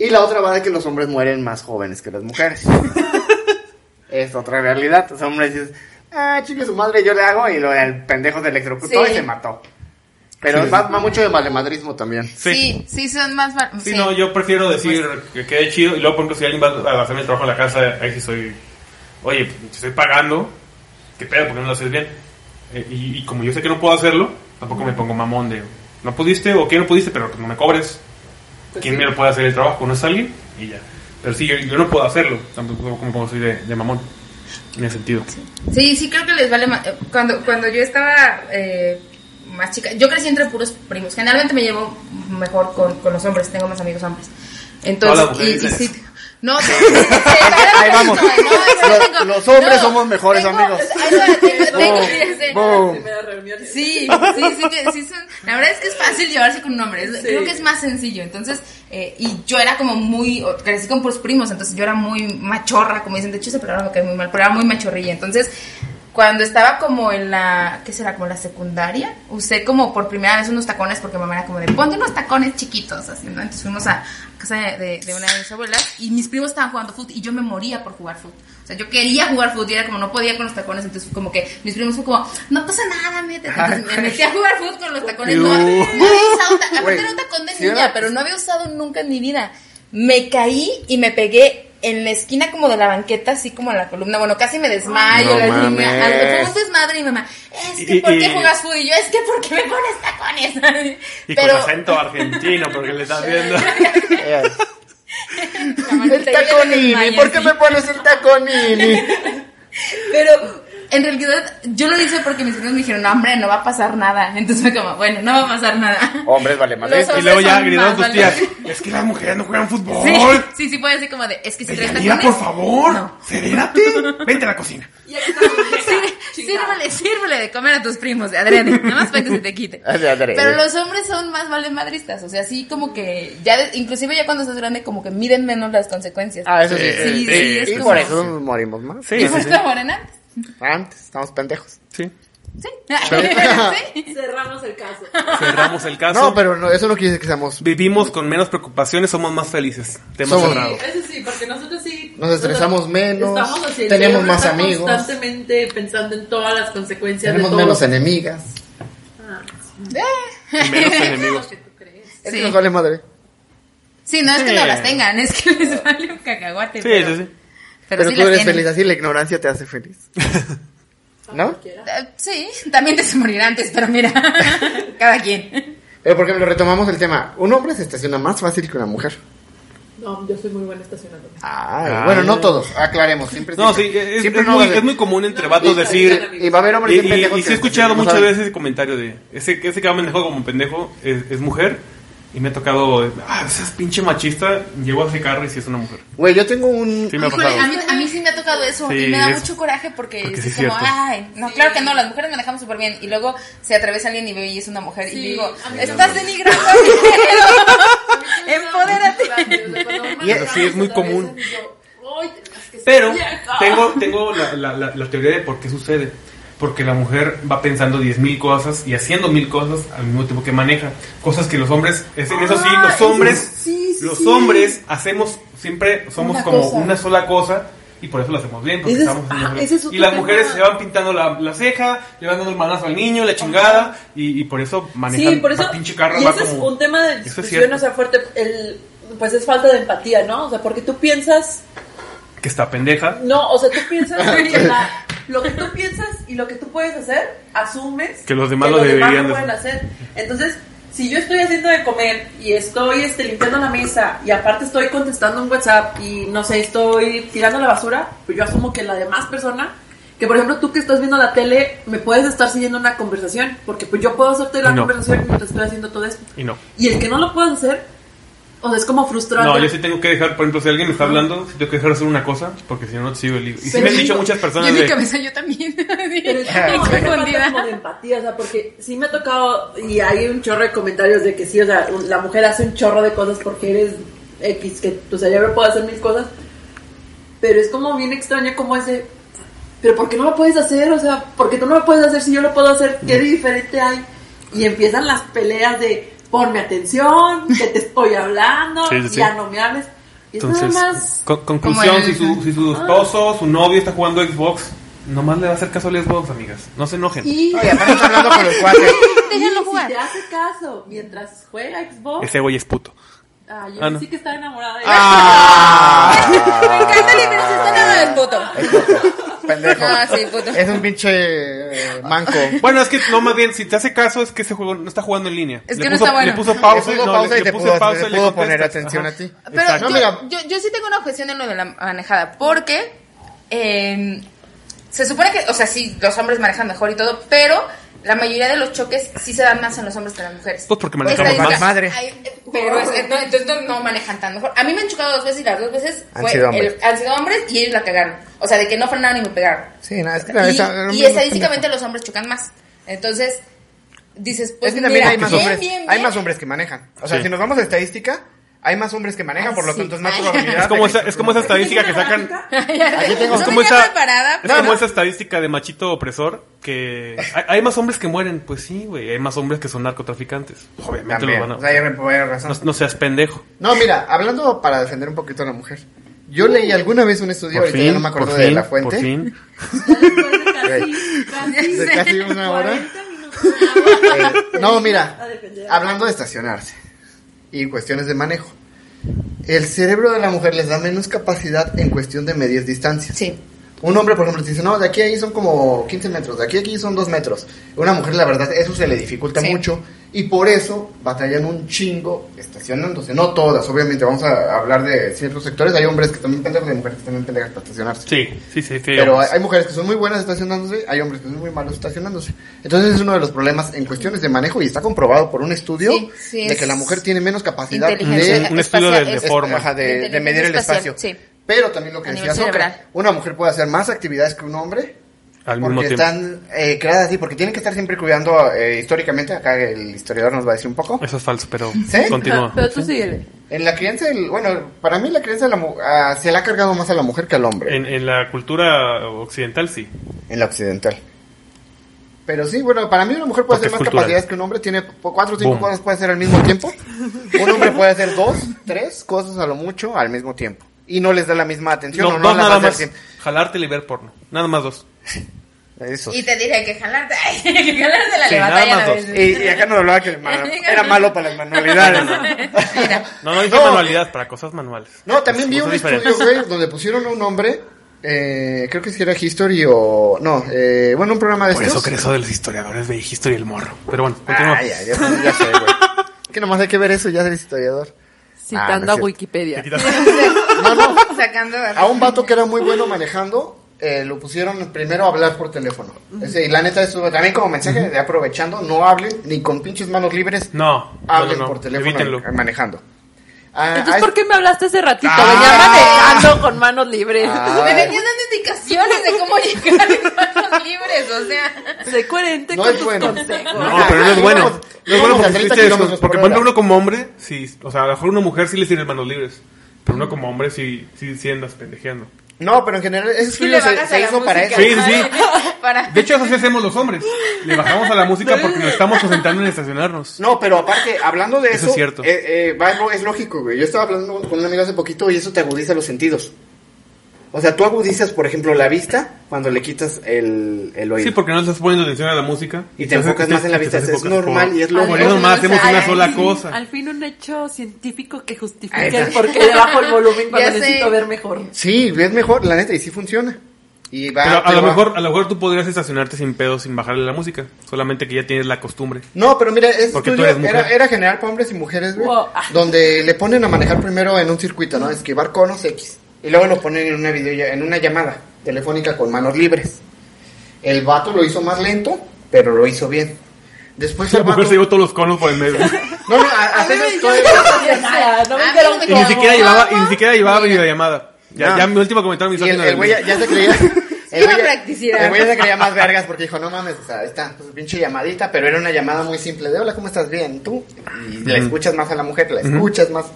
C: Y la otra va de que los hombres mueren más jóvenes que las mujeres. es otra realidad. Los hombres dices, ah, chingue su madre, yo le hago. Y lo, el pendejo se electrocutó
G: Sí.
C: y se mató. Pero va, va mucho de valemadrismo también.
F: Sí.
G: Sí, sí, son más. bar-
F: Sí, no, yo prefiero decir que quede chido y luego, por ejemplo, si alguien va a hacerme el trabajo en la casa, ahí sí soy, oye, pues, te estoy pagando, qué pedo, porque no lo haces bien. Eh, y, y como yo sé que no puedo hacerlo, tampoco me pongo mamón de, no pudiste o que no pudiste, pero que no me cobres. ¿Quién me lo puede hacer el trabajo? ¿No es alguien? Y ya. Pero sí, yo, yo no puedo hacerlo, tampoco como, como soy de, de mamón, en ese sentido.
G: Sí, sí creo que les vale más. Cuando, cuando yo estaba eh, más chica, yo crecí entre puros primos. Generalmente me llevo mejor con, con los hombres, tengo más amigos hombres. Entonces,
F: Todas las mujeres
G: y- y
F: dicen
G: sí-
F: *laughs*
G: no, sí, sí, *laughs* sí,
C: Ahí vamos.
G: no, no,
C: Los-
G: tengo-
C: los hombres somos mejores amigos.
G: ahí va, tengo- tengo-
C: Boom,
F: *laughs*
G: fíjense.
C: boom.
E: Primera reunión. *laughs*
G: Sí,
D: Sí, sí, que- sí son- la verdad es que es fácil llevarse con un hombre, es- creo que es más sencillo, entonces, eh, y yo era como muy, o- crecí con puros primos, entonces yo era muy machorra, como dicen, de hecho esa palabra me cae muy mal, pero era muy machorrilla, entonces, cuando estaba como en la, ¿qué será? Como la secundaria, usé como por primera vez unos tacones porque mi mamá era como de, ponte unos tacones chiquitos, así, ¿no? Entonces fuimos a casa de, de- de una de mis abuelas y mis primos estaban jugando fútbol y yo me moría por jugar fútbol. O sea, yo quería jugar fútbol y era como no podía con los tacones, entonces como que mis primos fue como, no pasa nada, métete. Entonces me metí a jugar fútbol con los tacones. No, no había usado, ta- aparte
C: Güey,
D: era un tacón de
C: sí
D: niña,
C: era-
D: pero no había usado nunca en mi vida. Me caí y me pegué en la esquina como de la banqueta, así como en la columna. Bueno, casi me desmayo.
C: No
D: la línea,
C: mames.
D: algo. Fue un desmadre y mi mamá, es que
F: Y-
D: ¿por qué
F: y-
D: juegas fútbol? Y yo, es que ¿por qué me pones tacones?
F: Y
D: Pero-
F: con
D: *laughs*
F: acento argentino, porque le estás viendo.
C: Yes.
D: Jamás
C: *laughs* El
D: te llegas
C: taconini,
D: desmayas,
C: ¿por qué
D: sí.
C: me pones el taconini?
D: Pero en realidad yo lo hice porque mis amigos me dijeron, no, hombre, no va a pasar nada. Entonces fue como, bueno, no va a pasar nada.
C: Hombres, vale madre.
D: Los hombres
F: Oh, y luego ya
D: son
F: gritaron
D: más
F: tus tías,
D: valientes.
F: es que las mujeres no juegan fútbol.
D: Sí, sí, sí puede decir como de, es que si traes
F: Mira,
D: tacones...
F: por favor,
D: No.
F: sedérate. Vente a la cocina.
E: Y aquí está la mujer.
D: *laughs* Sírvele, sírvele de comer a tus primos, de adrede, *laughs* nada más para que se te quite.
C: Ah, de adrede.
D: Pero los hombres son más vale madristas, o sea, sí como que, ya de- inclusive ya cuando estás grande, como que miden menos las consecuencias.
C: Ah, eso sí.
D: Sí, sí, es
C: y
D: como-
C: por eso nos morimos más.
D: Y por eso morenan,
C: Antes, estamos pendejos.
F: Sí.
D: sí. *laughs* Sí.
E: Cerramos el
C: *laughs*
E: caso.
F: Cerramos el caso.
C: No, pero no, eso no quiere decir que seamos.
F: Vivimos con menos preocupaciones, somos más felices. Tema
C: Somos-
F: cerrado.
E: Eso sí, porque nosotros sí.
C: Nos estresamos menos,
E: estamos así, el
C: tenemos
E: cerebro
C: más
E: está
C: amigos.
E: Constantemente pensando en todas las consecuencias
C: Tenemos
E: de todo.
C: menos enemigas.
F: Menos enemigos.
C: Es
D: Sí.
C: que nos vale madre.
D: Sí, no es que
F: Sí.
D: no las tengan, es que les vale un cacahuate.
F: Sí,
D: pero,
F: sí, sí.
C: Pero,
D: pero sí
C: tú
D: las
C: eres
D: tienen.
C: feliz, así la ignorancia te hace feliz.
E: ¿Ah?
C: ¿No?
D: Eh, Sí, también te se morirán antes, pero mira, *laughs* cada quien.
C: Pero por ejemplo, retomamos el tema. Un hombre se estaciona más fácil que una mujer.
E: No, yo soy muy buena estacionando.
C: Ah, bueno, no todos, aclaremos. Siempre,
F: No, sí,
C: siempre-
F: es,
C: siempre
F: es
C: no
F: muy,
C: vale.
F: es muy común entre
E: No,
F: vatos
E: sí,
F: decir.
E: sí,
C: Y va a haber hombres
F: Y,
C: bien
F: y,
C: pendejos
F: y sí
C: que-
F: he escuchado
C: que no
F: muchas
C: saben.
F: veces el comentario de ese, ese que manejo como pendejo es, es mujer y me ha tocado, ah, ese es pinche machista, llego a ese carro y si es una mujer.
C: Güey, yo tengo un.
F: Sí me ha
D: Híjole,
F: pasado.
D: a mí, a mí sí me ha tocado eso
F: Sí,
D: y me da
F: es-
D: mucho coraje porque,
F: porque
D: es
F: sí es
D: como,
F: cierto.
D: ay, no, claro que no, las mujeres manejamos súper bien y luego se atraviesa alguien y ve y es una mujer y
E: Sí,
D: digo,
E: a mí
D: estás denigrando
F: *laughs*
D: a mi género, empodérate.
C: Y es-
F: sí, es muy común.
E: Yo, "Ay, es que soy
F: Pero
E: vieja".
F: tengo, tengo la, la- la- la teoría de por qué sucede. porque la mujer va pensando 10.000 cosas y haciendo mil cosas al mismo tiempo que maneja. Cosas que los hombres, es- en eso sí,
D: Ah,
F: los
D: eso
F: hombres,
D: sí, sí.
F: los hombres hacemos, siempre somos
D: Una
F: como
D: cosa.
F: una sola cosa. Y por eso lo hacemos bien, porque
D: Ese es-
F: estamos en una
D: ah,
F: sola-
D: ese es otro
F: Y las
D: tema.
F: mujeres se van pintando la, la ceja, le van dando el manazo al niño, la chingada, y, y por eso manejan
E: Sí, por eso.
F: la pinche carro
E: y
F: va
E: ese es
F: como-
E: un tema de
F: Eso es
E: discusión,
F: cierto.
E: o sea, fuerte. El, pues es falta de empatía, ¿no? O sea, porque tú piensas.
F: que está pendeja.
E: No, o sea, tú
F: *laughs*
E: piensas. que la- lo que tú piensas y lo que tú puedes hacer, asumes.
F: Que los demás lo deberían
E: lo
F: de
E: pueden hacer. Entonces. Si yo estoy haciendo de comer y estoy este, limpiando la mesa y aparte estoy contestando un WhatsApp y no sé, estoy tirando la basura, pues yo asumo que la demás persona, que por ejemplo tú que estás viendo la tele, me puedes estar siguiendo una conversación, porque pues yo puedo hacerte la
F: No.
E: conversación mientras estoy haciendo todo esto.
F: Y no.
E: Y el que no lo puedas hacer, o sea, es como frustrante.
F: No, yo sí tengo que dejar, por ejemplo, si alguien me está hablando, sí tengo que dejar de hacer una cosa, porque si no, no te sigo el libro. Y sí me han dicho muchas
D: Yo
F: personas
D: en mi
F: de...
D: cabeza yo también.
E: Pero es
F: *laughs*
E: como- es una falta como de empatía, o sea, porque sí me ha tocado, y hay un chorro de comentarios de que sí, o sea, un- la mujer hace un chorro de cosas porque eres X, que tu cerebro puede hacer mil cosas, pero es como bien extraño como ese, pero ¿por qué no lo puedes hacer? O sea, ¿por qué tú no lo puedes hacer si yo lo puedo hacer? ¿Qué
F: Mm.
E: de diferente hay? Y empiezan las peleas de, ponme atención, que te estoy hablando,
F: Sí, sí, sí.
E: ya no me hables. Y es nada
F: Entonces,
E: más...
F: con- conclusión,
D: Como el-
F: si su, si
C: Ah.
F: su esposo, su novio está jugando Xbox, nomás le va a hacer caso al Xbox, amigas. No se enojen.
E: Y-
C: Oye, aparte está hablando con el
D: *laughs*
C: cuate.
D: Déjalo
E: Y
D: jugar.
E: Si te hace caso mientras juega Xbox.
F: Ese güey es puto.
E: Ah, yo
F: Ah, no. Ah.
E: sí que estaba enamorada de él.
D: *laughs* Me encanta el libro, se está hablando del puto.
C: Pendejo.
D: Ah, sí, puto.
C: Es un pinche eh, manco.
F: Bueno, es que no, más bien, si te hace caso, es que ese juego no está jugando en línea.
D: Es
F: Le
D: que no
F: puso-
D: está bueno.
F: Le puso pausa,
C: Le puso
F: no,
C: pausa
F: le-
C: y
F: le
C: te
F: puso
C: pudo,
F: pausa
C: te
F: y le
C: pudo
F: contestas.
C: poner atención
F: Ajá.
C: a ti.
D: Pero yo,
F: Exacto.
C: No, mira.
D: yo, yo sí tengo una objeción en lo de la manejada, porque eh, se supone que, o sea, sí, los hombres manejan mejor y todo, pero la mayoría de los choques sí se dan más en los hombres que en las mujeres.
F: Pues porque manejamos
D: Estadística.
F: más.
C: Madre.
D: Ay, eh, pero es- eh, no, entonces no, no manejan tan mejor. A mí me han chocado dos veces y las dos veces
C: Han
D: fue
C: sido hombres.
D: el- han sido hombres y ellos la cagaron. O sea, de que no frenaron ni me pegaron.
C: Sí, nada, es que
D: Y,
C: la esa-
D: y estadísticamente los hombres chocan más. Entonces, dices, pues
C: es que también
D: mira,
C: hay más
D: bien,
C: hombres.
D: bien,
C: Hay
D: bien. *laughs*
C: más hombres que manejan. O sea,
F: Sí.
C: si nos vamos a estadística, hay más hombres que manejan,
D: Ah,
C: por lo
D: sí.
C: tanto es más
D: Ay.
C: probabilidad.
F: Es como
C: de que
F: esa, es como esa estadística que sacan...
C: Aquí tengo-
D: No
F: Es como,
D: venía
F: esa,
D: preparada,
F: es como
D: pero-
F: esa estadística de machito opresor que hay, hay más hombres que mueren. Pues sí, güey, hay más hombres que son narcotraficantes. Obviamente
C: También.
F: lo
C: O
F: van a...
C: sea, yo me puedo dar razón.
F: No, no seas pendejo.
C: No, mira, hablando para defender un poquito a la mujer. Yo leí alguna vez un estudio,
F: Por
C: ahorita ya
F: fin,
C: no me acuerdo
F: por
C: de
F: fin,
C: la fuente.
F: Por fin.
E: Después de casi, casi
C: De casi una hora.
E: 40 minutos.
C: Eh, no, mira,
E: A defender.
C: hablando de estacionarse y cuestiones de manejo. El cerebro de la mujer les da menos capacidad en cuestión de medias distancias.
D: Sí.
C: Un hombre, por ejemplo, te dice, no, de aquí a ahí son como 15 metros, de aquí a aquí son 2 metros. Una mujer, la verdad, eso se le dificulta
D: Sí.
C: mucho y por eso batallan un chingo estacionándose. No todas, obviamente, vamos a hablar de ciertos sectores. Hay hombres que también pendejan y mujeres que también pendejan para estacionarse.
F: Sí, sí, sí. sí
C: Pero hay,
F: hombres.
C: hay mujeres que son muy buenas estacionándose, hay hombres que son muy malos estacionándose. Entonces es uno de los problemas en cuestiones de manejo y está comprobado por un estudio
D: Sí, sí,
C: de
D: es
C: que la mujer tiene menos capacidad
D: Inteligencia
C: de
F: Un estudio de-
D: espacial,
F: de
D: es-
F: forma.
C: Ajá, de- de,
D: Inteligencia
C: medir el
D: espacial,
C: espacio.
D: sí.
C: Pero también lo que
D: A nivel
C: decía Sokra,
D: cerebral.
C: una mujer puede hacer más actividades que un hombre.
F: Al
C: porque
F: mismo tiempo.
C: están eh, creadas así, porque tienen que estar siempre cuidando eh, históricamente. Acá el historiador nos va a decir un
F: *laughs*
C: poco.
F: Eso es falso, pero
C: ¿Sí?
F: continúa.
J: Pero tú síguele.
E: Ah,
C: En la crianza, del- bueno, para mí la crianza de la mu- ah, se la ha cargado más a la mujer que al hombre.
F: En, en la cultura occidental, sí.
C: En la occidental. Pero sí, bueno, para mí una mujer puede hacer
F: Porque es
C: más
F: cultural.
C: capacidades que un hombre. Tiene po- cuatro o cinco
F: Boom.
C: cosas puede hacer al mismo
F: *laughs*
C: tiempo. Un hombre puede hacer dos, tres cosas a lo mucho al mismo tiempo. Y no les da la misma atención.
F: No,
C: o no
F: dos
C: la
F: nada
C: va a hacer
F: más.
C: siempre.
F: Jalarte y ver porno. Nada más dos.
C: Eso.
D: Y te dije que
G: *laughs*
D: jalarte, que jalarte la
F: Sí,
D: levanta
F: nada más
D: ya
F: dos.
D: la
C: Y, y acá nos hablaba que el ma- era malo para las manualidades.
F: No, no dije
C: No.
F: manualidad, para cosas manuales.
C: No, también vi
F: Cosa
C: un
F: diferente.
C: estudio, güey, donde pusieron a un hombre, eh, creo que si era History o... No, eh, bueno, un programa de
F: Por
C: estos.
F: eso que eso de los historiadores de historia y el morro. Pero bueno, continúa.
C: Ay, ay, ya, sé, ya sé, güey.
F: *laughs*
C: Que nomás hay que ver eso, ya eres historiador. Ah, no
J: Citando
C: es
J: a
C: cierto.
J: Wikipedia.
C: No, no,
D: ves. Sacando
C: A un vato que era muy bueno manejando, eh, lo pusieron primero a hablar por teléfono. Ese, y la neta, eso también como mensaje de aprovechando, no hablen ni con pinches manos libres,
F: No, no, no,
C: hablen
F: no,
C: por teléfono
F: evítenlo.
C: eh, manejando. Ah,
J: Entonces,
C: ay,
J: ¿por qué me hablaste hace ratito?
C: Ah.
J: Venía manejando con manos libres.
E: Ah.
G: *laughs*
D: Me
C: ay,
D: venían dando indicaciones de cómo llegar a manos libres, o sea.
J: Sé coherente
C: No
J: con
C: es
J: tus
C: bueno.
J: consejos.
C: Ah,
F: No, pero no es bueno.
C: Íbamos-
F: No es bueno
C: íbamos a
F: porque
C: 30
F: existe eso.
C: kilómetros
F: Porque,
C: por
F: por ejemplo,
C: hora.
F: uno como hombre, sí, o sea, a lo mejor una mujer sí le sirve manos libres. Pero uno como hombre sí, sí, sí andas pendejeando.
C: No, pero en general ese
G: Sí,
C: estudio
G: le
C: se,
G: bajas
C: se
G: a la
C: hizo para eso.
G: música.
F: Sí, sí, sí.
G: *laughs* Para-
F: De hecho, eso sí hacemos los hombres. Le bajamos a la música porque nos estamos concentrando en estacionarnos.
C: No, pero aparte, hablando de
F: Eso es
C: eso,
F: cierto.
C: eh, eh, va- no, es lógico, güey. Yo estaba hablando con un amigo hace poquito y eso te agudiza los sentidos. O sea, tú agudizas, por ejemplo, la vista cuando le quitas el, el oído.
F: Sí, porque no estás poniendo atención a la música.
C: Y te enfocas más en la vista, es normal y es lo
F: Por eso
C: normal.
F: más hacemos una
G: Ay,
F: sola cosa.
E: Al fin un hecho científico que
C: Ahí
E: justifique
C: está.
E: el por qué le bajo el
J: *laughs*
E: volumen cuando
G: Ya sé.
E: necesito ver mejor.
C: Sí, es mejor, la neta, y sí funciona. Y va,
F: Pero a
C: te
F: lo
C: va.
F: mejor, a lo mejor tú podrías estacionarte sin pedo, sin bajarle la música. Solamente que ya tienes la costumbre.
C: No, pero mira, ese
F: Porque tú
C: estudio
F: eres mujer.
C: era, era general para hombres y mujeres, güey.
E: Wow. Ah.
C: Donde le ponen a manejar primero en un circuito, ¿no? Esquivar conos X. Y luego lo ponen en una, video, en una llamada telefónica con manos libres. El vato lo hizo más lento, pero lo hizo bien.
F: *laughs*
C: Después
F: La
C: el vato...
F: mujer se llevó todos los conos por el medio.
C: No, no, a- hasta esas todavía-
E: *laughs* no me
G: A mí
E: dijeron
G: me
F: Y ni siquiera
G: llamó,
F: llevaba, y
G: ¿no?
F: ni siquiera llevaba
G: Mira.
F: videollamada. Ya,
C: No.
F: ya mi último comentario
C: Y
F: me
C: el, el güey ya, ya se
F: *laughs*
C: creía...
G: Es una
C: güey ya-
G: practicidad.
C: el güey ya se creía más vergas porque dijo, no mames, o sea, ahí está, pues, pinche llamadita, pero era una llamada muy simple de hola, ¿cómo estás? Bien, ¿tú? Y la escuchas más a la mujer, la escuchas más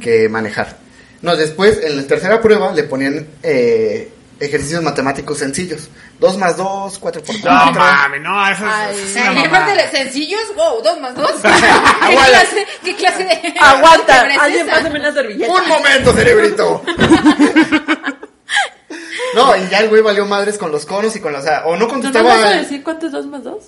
C: que manejar. No, después, en la tercera prueba, le ponían eh, ejercicios matemáticos sencillos. 2 más 2, 4 por 4.
F: No mames, no, eso es- es. una
G: Ay, y aparte
F: mamada.
G: de sencillos, wow, dos más dos. ¿Qué clase, qué clase de.
E: Aguanta,
G: de
E: alguien
G: empresa?
E: pásame una servilleta.
C: ¡Un momento, *laughs* cerebrito! no, y ya el güey valió madres con los conos y con los... O, sea, o no
E: ¿Tú no
C: contestaba...
E: vas a decir cuánto es dos más dos?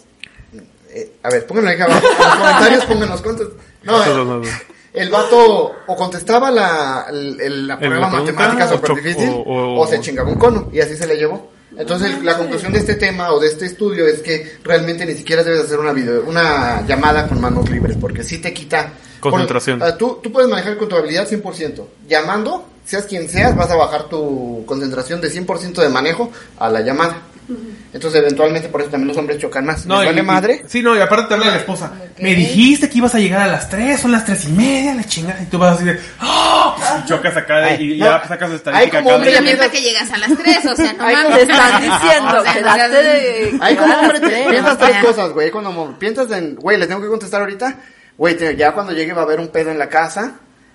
C: Eh, a ver, pónganlo ahí abajo. En los comentarios pónganos cuántos. No,
F: Eso es lo
C: eh,
F: más-
C: el vato o contestaba la, el- el- la prueba
F: pregunta,
C: matemática
F: o
C: súper
F: cho-
C: difícil
F: o-
C: o,
F: o-
C: se chingaba un cono y así se le llevó. Entonces, la conclusión de este tema o de este estudio es que realmente ni siquiera debes hacer una video, una llamada con manos libres porque sí te quita
F: Concentración.
C: Con- ah, tú, tú puedes manejar con tu habilidad 100%. Llamando, seas quien seas, vas a bajar tu concentración de 100% de manejo a la llamada. Entonces, eventualmente, por eso también los hombres chocan más.
F: No,
C: ¿Les
F: y-
C: vale
F: y-
C: madre?
F: Sí, no, y aparte te habla la esposa.
G: Ok.
F: Me dijiste que ibas a llegar a las 3, son las 3 y media, la chingada. Y tú vas así de. ¡Ah! *laughs* Chocas acá de- y
C: Ay, no.
F: ya sacas estadística
C: Ay, como
F: acá.
C: hombre,
F: de-
G: Pero mientras que llegas a las tres, o sea, no
C: Ay,
G: mames.
C: te
E: están
G: *laughs*
E: diciendo,
G: O sea,
E: quedaste de-
C: Ahí como hombre te-
G: Tres,
C: piensas
G: o sea.
C: tres cosas, güey. Cuando mo- piensas en, güey, les tengo que contestar ahorita. Güey, te- ya cuando llegue va a haber un pedo en la casa.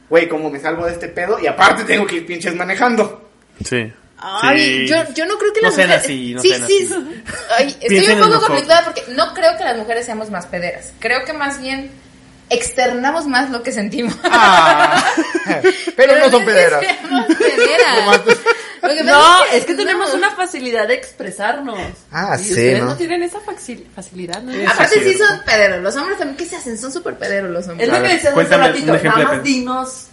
C: Güey, como me salgo de este pedo y aparte tengo que ir pinches manejando.
F: Sí.
G: Ay,
F: Sí.
G: yo, yo no creo que
F: No
G: las
F: sean
G: mujeres.
F: así, no
G: sí,
F: sean
G: sí.
F: así.
G: Ay, estoy
F: Piensen en
G: un poco
F: nosotros.
G: conflictuada porque no creo que las mujeres seamos más pederas. Creo que más bien externamos más lo que sentimos.
C: Ah, *laughs*
F: Ah.
C: Pero no
G: es
C: son
G: *laughs* que
C: pederas.
G: seamos pederas.
C: *laughs* Nomás- pues.
G: Lo que pasa
E: No, es que tenemos una facilidad de expresarnos.
C: Ah,
E: Y
C: sí,
E: ustedes
C: ¿no?
E: no tienen esa facil- facilidad, ¿no?
G: Aparte sí son pederos. Los hombres también que se hacen son súper pederos los
E: Es
G: hombres.
E: lo
F: A
E: que
F: ver,
E: decías hace
F: cuéntame un
E: ratito,
F: ejemplo
E: nada
F: de
E: más
F: pena.
E: dinos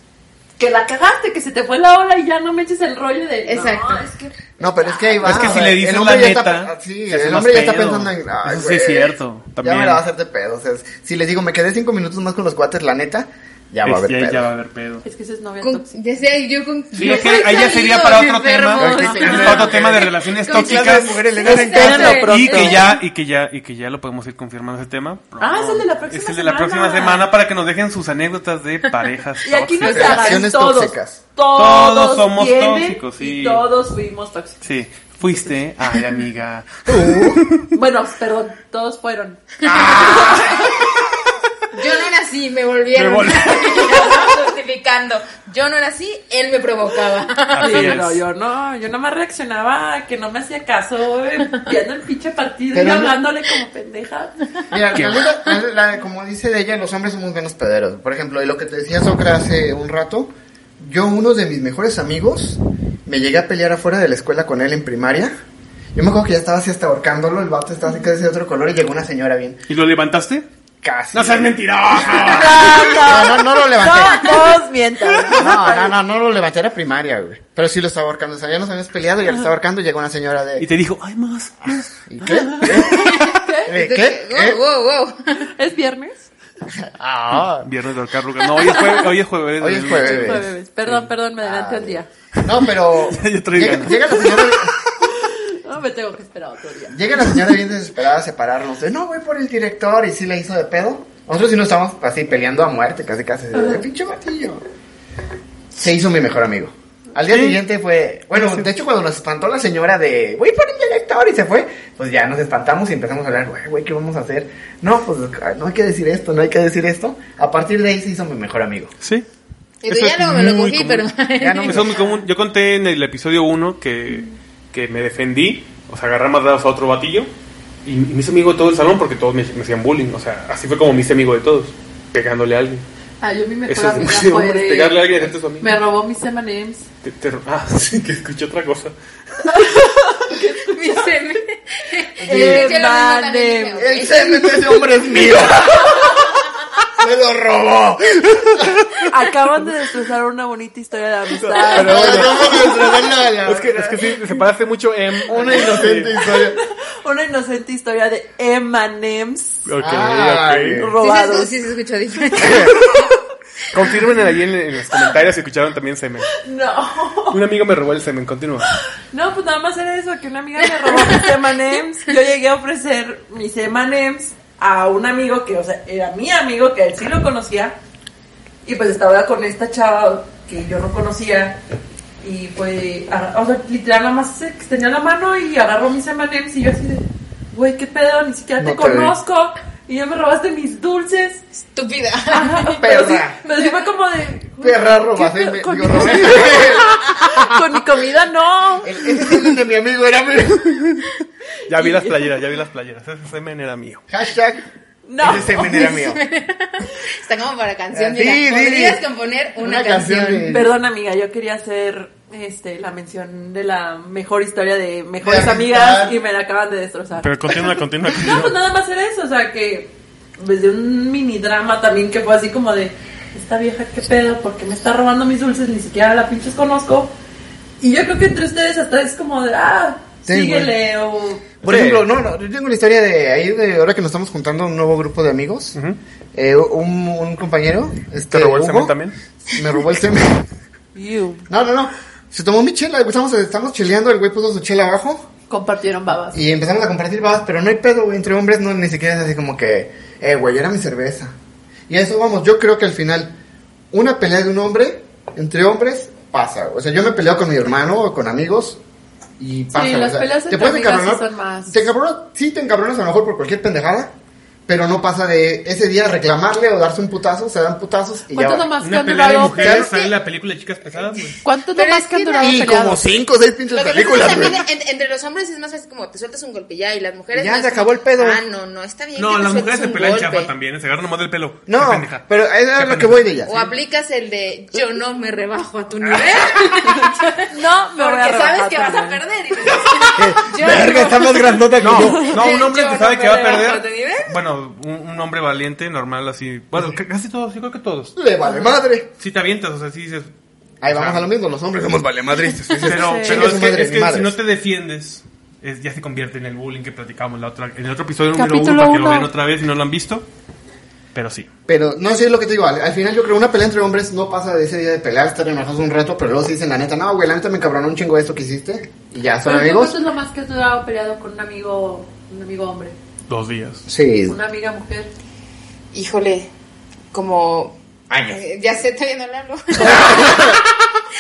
E: que la cagaste, que se te fue la hora y ya no me eches el rollo de...
G: Exacto.
E: No, es que...
C: No, pero es que ahí va.
F: es que si
C: güey.
F: le
C: El
F: dices la
C: hombre ya está
F: neta,
C: pe- sí,
F: se hace
C: el
F: más
C: hombre ya está
F: pedo.
C: pensando en. ay,
F: Eso sí es
C: güey,
F: cierto, también.
C: Ya me la va a hacer de pedo. O sea, si les digo, me quedé cinco minutos más con los cuates, la neta, ya va a
F: Es-
C: haber
F: Ya ya
C: pedo.
F: va a haber pedo.
E: Es que ese es novia
G: Con-
E: tóxica.
G: decía yo con
F: Sí, es que ahí ya sería para otro tema.
C: enfermos.
F: Es para otro tema de relaciones
G: Con
F: tóxicas.
C: Clases de mujeres, les hacen
G: Espérenlo
C: caso.
F: Y
E: pronto.
F: que ya, y que ya, y que ya lo podemos ir confirmando ese tema.
E: Ah, es el de la próxima
F: Es el de la próxima
E: semana.
F: semana para que nos dejen sus anécdotas de parejas.
E: *laughs* Y aquí nos
F: tóxicas.
C: Relaciones
E: cagan todos.
C: tóxicas.
E: Todos,
F: Todos somos
E: somos
F: tóxicos, sí.
E: Y todos fuimos tóxicos.
F: Sí, fuiste. Ay, amiga.
E: Bueno, perdón, todos fueron.
G: Yo no era así, me volvieron.
F: Me
D: *laughs*
F: vol-
G: justificando. Yo no era así, él me provocaba.
C: *laughs*
F: Así
E: Sí,
F: es.
E: pero yo no, yo nomás reaccionaba que no me hacía caso, eh, viendo el pinche partido
C: Pero
E: y
C: no-
E: hablándole como *laughs* pendeja.
C: Mira,
F: ¿Qué?
C: la neta, la- la- como dice ella, los hombres somos menos pederos. Por ejemplo, de lo que te decía Socra hace un rato, yo uno de mis mejores amigos me llegué a pelear afuera de la escuela con él en primaria. Yo me acuerdo que ya estaba así hasta ahorcándolo, el vato estaba así casi de otro color y llegó una señora bien.
F: ¿Y lo levantaste?
C: Casi.
F: No seas mentiroso.
C: No, no, no lo levanté.
E: todos mientan.
C: No, no, no, no lo levanté, era primaria, güey. Pero sí lo estaba ahorcando. O sea, ya nos habíamos peleado y al estaba ahorcando llegó una señora
F: Y
C: de...
F: te dijo, ay, más.
C: ¿Y
F: *laughs*
C: qué? ¿Qué? Eh,
F: Este,
C: ¿Qué? ¿Qué?
G: Wow, wow, wow.
E: ¿Es viernes?
C: Ah.
F: Viernes de ahorcar Ruca. No, hoy es jueves. Hoy es jueves.
C: Hoy es
E: Fue
C: jueves.
E: bebés. Perdón, perdón, me adelanté un día.
C: No, pero... *laughs*
F: Yo traigo
C: Llega,
F: ganas.
C: llega la señora...
E: No, me tengo que esperar otro día.
C: Llega la señora bien desesperada a separarnos. De, no, voy por el director. Y sí la hizo de pedo. Nosotros sí nos estábamos así peleando a muerte, casi casi. De, pinche matillo. Se hizo mi mejor amigo. Al día siguiente fue. Bueno, de hecho, cuando nos espantó la señora de, voy por el director y se fue, pues ya nos espantamos y empezamos a hablar, güey, güey, ¿qué vamos a hacer? No, pues no hay que decir esto, no hay que decir esto. A partir de ahí se hizo mi mejor amigo.
F: Sí.
D: Digo, ya luego me lo cogí, pero. *laughs*
C: Ya no me-
A: Eso es muy común. Yo conté en el episodio 1 que, que me defendí, o sea, agarré más dados a otro batillo y, y me hice amigo de todo el salón porque todos me, me hacían bullying. O sea, así fue como me hice amigo de todos, pegándole a alguien.
K: Ah, yo mi mejor
A: Eso es
K: amiga
A: *laughs* demasiado
K: fue
A: hombre,
K: de-
A: pegarle a alguien y hacerte su amigo.
K: Me robó mis M&M's.
A: Te- te- ah, *laughs* sí, que escuché otra cosa.
D: eh,
C: El semen de ese hombre es *laughs* mío. Me lo robó.
E: Acaban de destrozar una bonita historia de amistad.
C: *laughs* Pero bueno,
A: Es que, es que sí, separaste mucho M.
C: una inocente historia.
E: Una inocente historia de Emanems
A: Ok,
C: Ay.
A: ok.
E: robados.
D: Sí, se escuchó diferente. *laughs*
A: Confirmen ahí en, en los comentarios si escucharon también semen.
L: No.
A: Un amigo me robó el semen, continúa.
E: No, pues nada más era eso, que una amiga me robó mis M&M's. Yo llegué a ofrecer mis M&M's a un amigo que, o sea, era mi amigo, que él sí lo conocía. Y pues estaba con esta chava que yo no conocía. Y fue, ah, o sea, literal nada más se extendió la mano y agarró mis M&M's. Y yo así de, güey, qué pedo, ni siquiera te
C: No te vi.
E: conozco. Y ya me robaste mis dulces.
D: Estúpida. *laughs*
E: Ajá, *laughs* Pero sí,
C: *laughs* Perra.
E: pero sí fue como de... güey,
C: Perra
E: ¿qué
C: robas,
E: pedo?
C: eh,
E: Con
C: digo,
E: mi- *laughs* con mi comida no.
C: El- Ese semen de mi amigo era mío.
A: Ya vi las playeras, ya vi las playeras. Ese semen era mío.
C: Hashtag.
E: No.
C: Ese
E: *laughs*
C: semen era mío.
D: Está como para canción.
C: Sí,
D: Mira,
C: sí,
D: podrías
C: sí.
D: componer una,
C: Una canción
D: canción.
C: de-
E: Perdón, amiga, yo quería hacer este, la mención de la mejor historia de mejores
C: De
E: amigas
C: amistad.
E: y me la acaban de destrozar.
A: Pero continúa, continúa,
E: *laughs* No, pues
A: continúa.
E: nada más era eso, o sea que desde un mini drama también que fue así como de esta vieja qué pedo, porque me está robando mis dulces, ni siquiera la pinches conozco. Y yo creo que entre ustedes hasta es como de ah,
C: Sí,
E: síguele o
C: Por
A: Sí.
C: ejemplo, no, no, yo tengo una historia de ahí, de ahora que nos estamos juntando un nuevo grupo de amigos.
A: Ujú.
C: Eh, un, un compañero. Este,
A: ¿Te robó el
C: Hugo,
A: semen también?
C: Me robó el semen. *laughs*
E: you.
C: No, no, no. Se tomó mi chela, güey, estamos, estamos cheleando, el güey puso su chela abajo.
K: Compartieron babas.
C: Y empezamos a compartir babas, pero no hay pedo, güey. Entre hombres no, ni siquiera es así como que, eh, güey, era mi cerveza. Y a eso vamos, yo creo que al final, una pelea de un hombre, entre hombres, pasa. güey. O sea, yo me peleo con mi hermano o con amigos y pasa. güey. O
K: las
C: sea,
K: peleas entre amigas sí son más.
C: Te encabronas, sí te encabronas a lo mejor por cualquier pendejada, pero no pasa de ese día reclamarle o darse un putazo, se dan putazos y ya.
K: ¿Cuánto
C: va.
K: nomás que
F: Una
K: han
F: pelea de
K: durado?
F: mujeres
C: ¿Sabes
F: sale
C: qué?
F: la película de chicas pesadas, güey.
K: ¿Cuánto
D: Pero
K: nomás
D: es
K: que han
D: que
K: durado
C: Y como
K: peleados?
C: cinco o seis pinches
D: Lo que pasa es que
C: películas, güey.
D: también en- entre los hombres es más fácil como te sueltas un golpe ya y las mujeres.
C: Ya,
D: no es
C: se
D: como-
C: acabó el pedo.
D: Ah, no, no, está bien.
F: No,
D: que te
F: las mujeres
D: sueltes
F: se
D: un
F: pelean
D: golpe.
F: chafa también, se agarran nomás del pelo.
C: No,
F: Qué pendeja.
C: pero eso es lo que
F: pendeja.
C: voy de ella.
D: O aplicas el de yo no me rebajo a tu nivel.
C: *laughs*
E: No, me voy a
D: porque sabes
E: rebajar
D: que vas a
E: también.
D: perder.
C: Eh, Verga, está más grandota que yo.
A: No, no, un hombre
D: Yo
A: que sabe
D: no
A: que va a
D: me rebajo a tu
A: perder.
D: nivel.
A: Bueno, un, un hombre valiente, normal, así. Bueno, ca- casi todos, yo creo que todos.
C: Le vale madre.
A: Si te avientas, o sea, sí dices.
C: Ahí vamos a lo mismo, los hombres somos vale madres.
A: Pero,
E: Sí.
A: pero
C: Chinga
A: es
C: su
A: que,
C: madre,
A: es que
C: madres.
A: si no te defiendes, es- ya se convierte en el bullying que platicábamos la otra, en el otro episodio número uno,
K: Capítulo
A: para que lo
K: uno.
A: vean otra vez si no lo han visto. Pero sí.
C: Pero no sé es lo que te digo, al, al final yo creo que una pelea entre hombres no pasa de ese día de pelear, estar enojados un rato, pero luego se dicen la neta, no, güey, la neta me encabronó un chingo esto que hiciste. Y ya,
L: Pero
C: son
L: tú, ¿Cuánto
C: amigos.
L: es lo más que has durado peleado con un amigo, un amigo hombre?
A: Dos días.
C: Sí.
L: Una amiga mujer.
D: Híjole, como.
C: Años.
D: Eh, ya sé, todavía no
C: *laughs*
D: le hablo.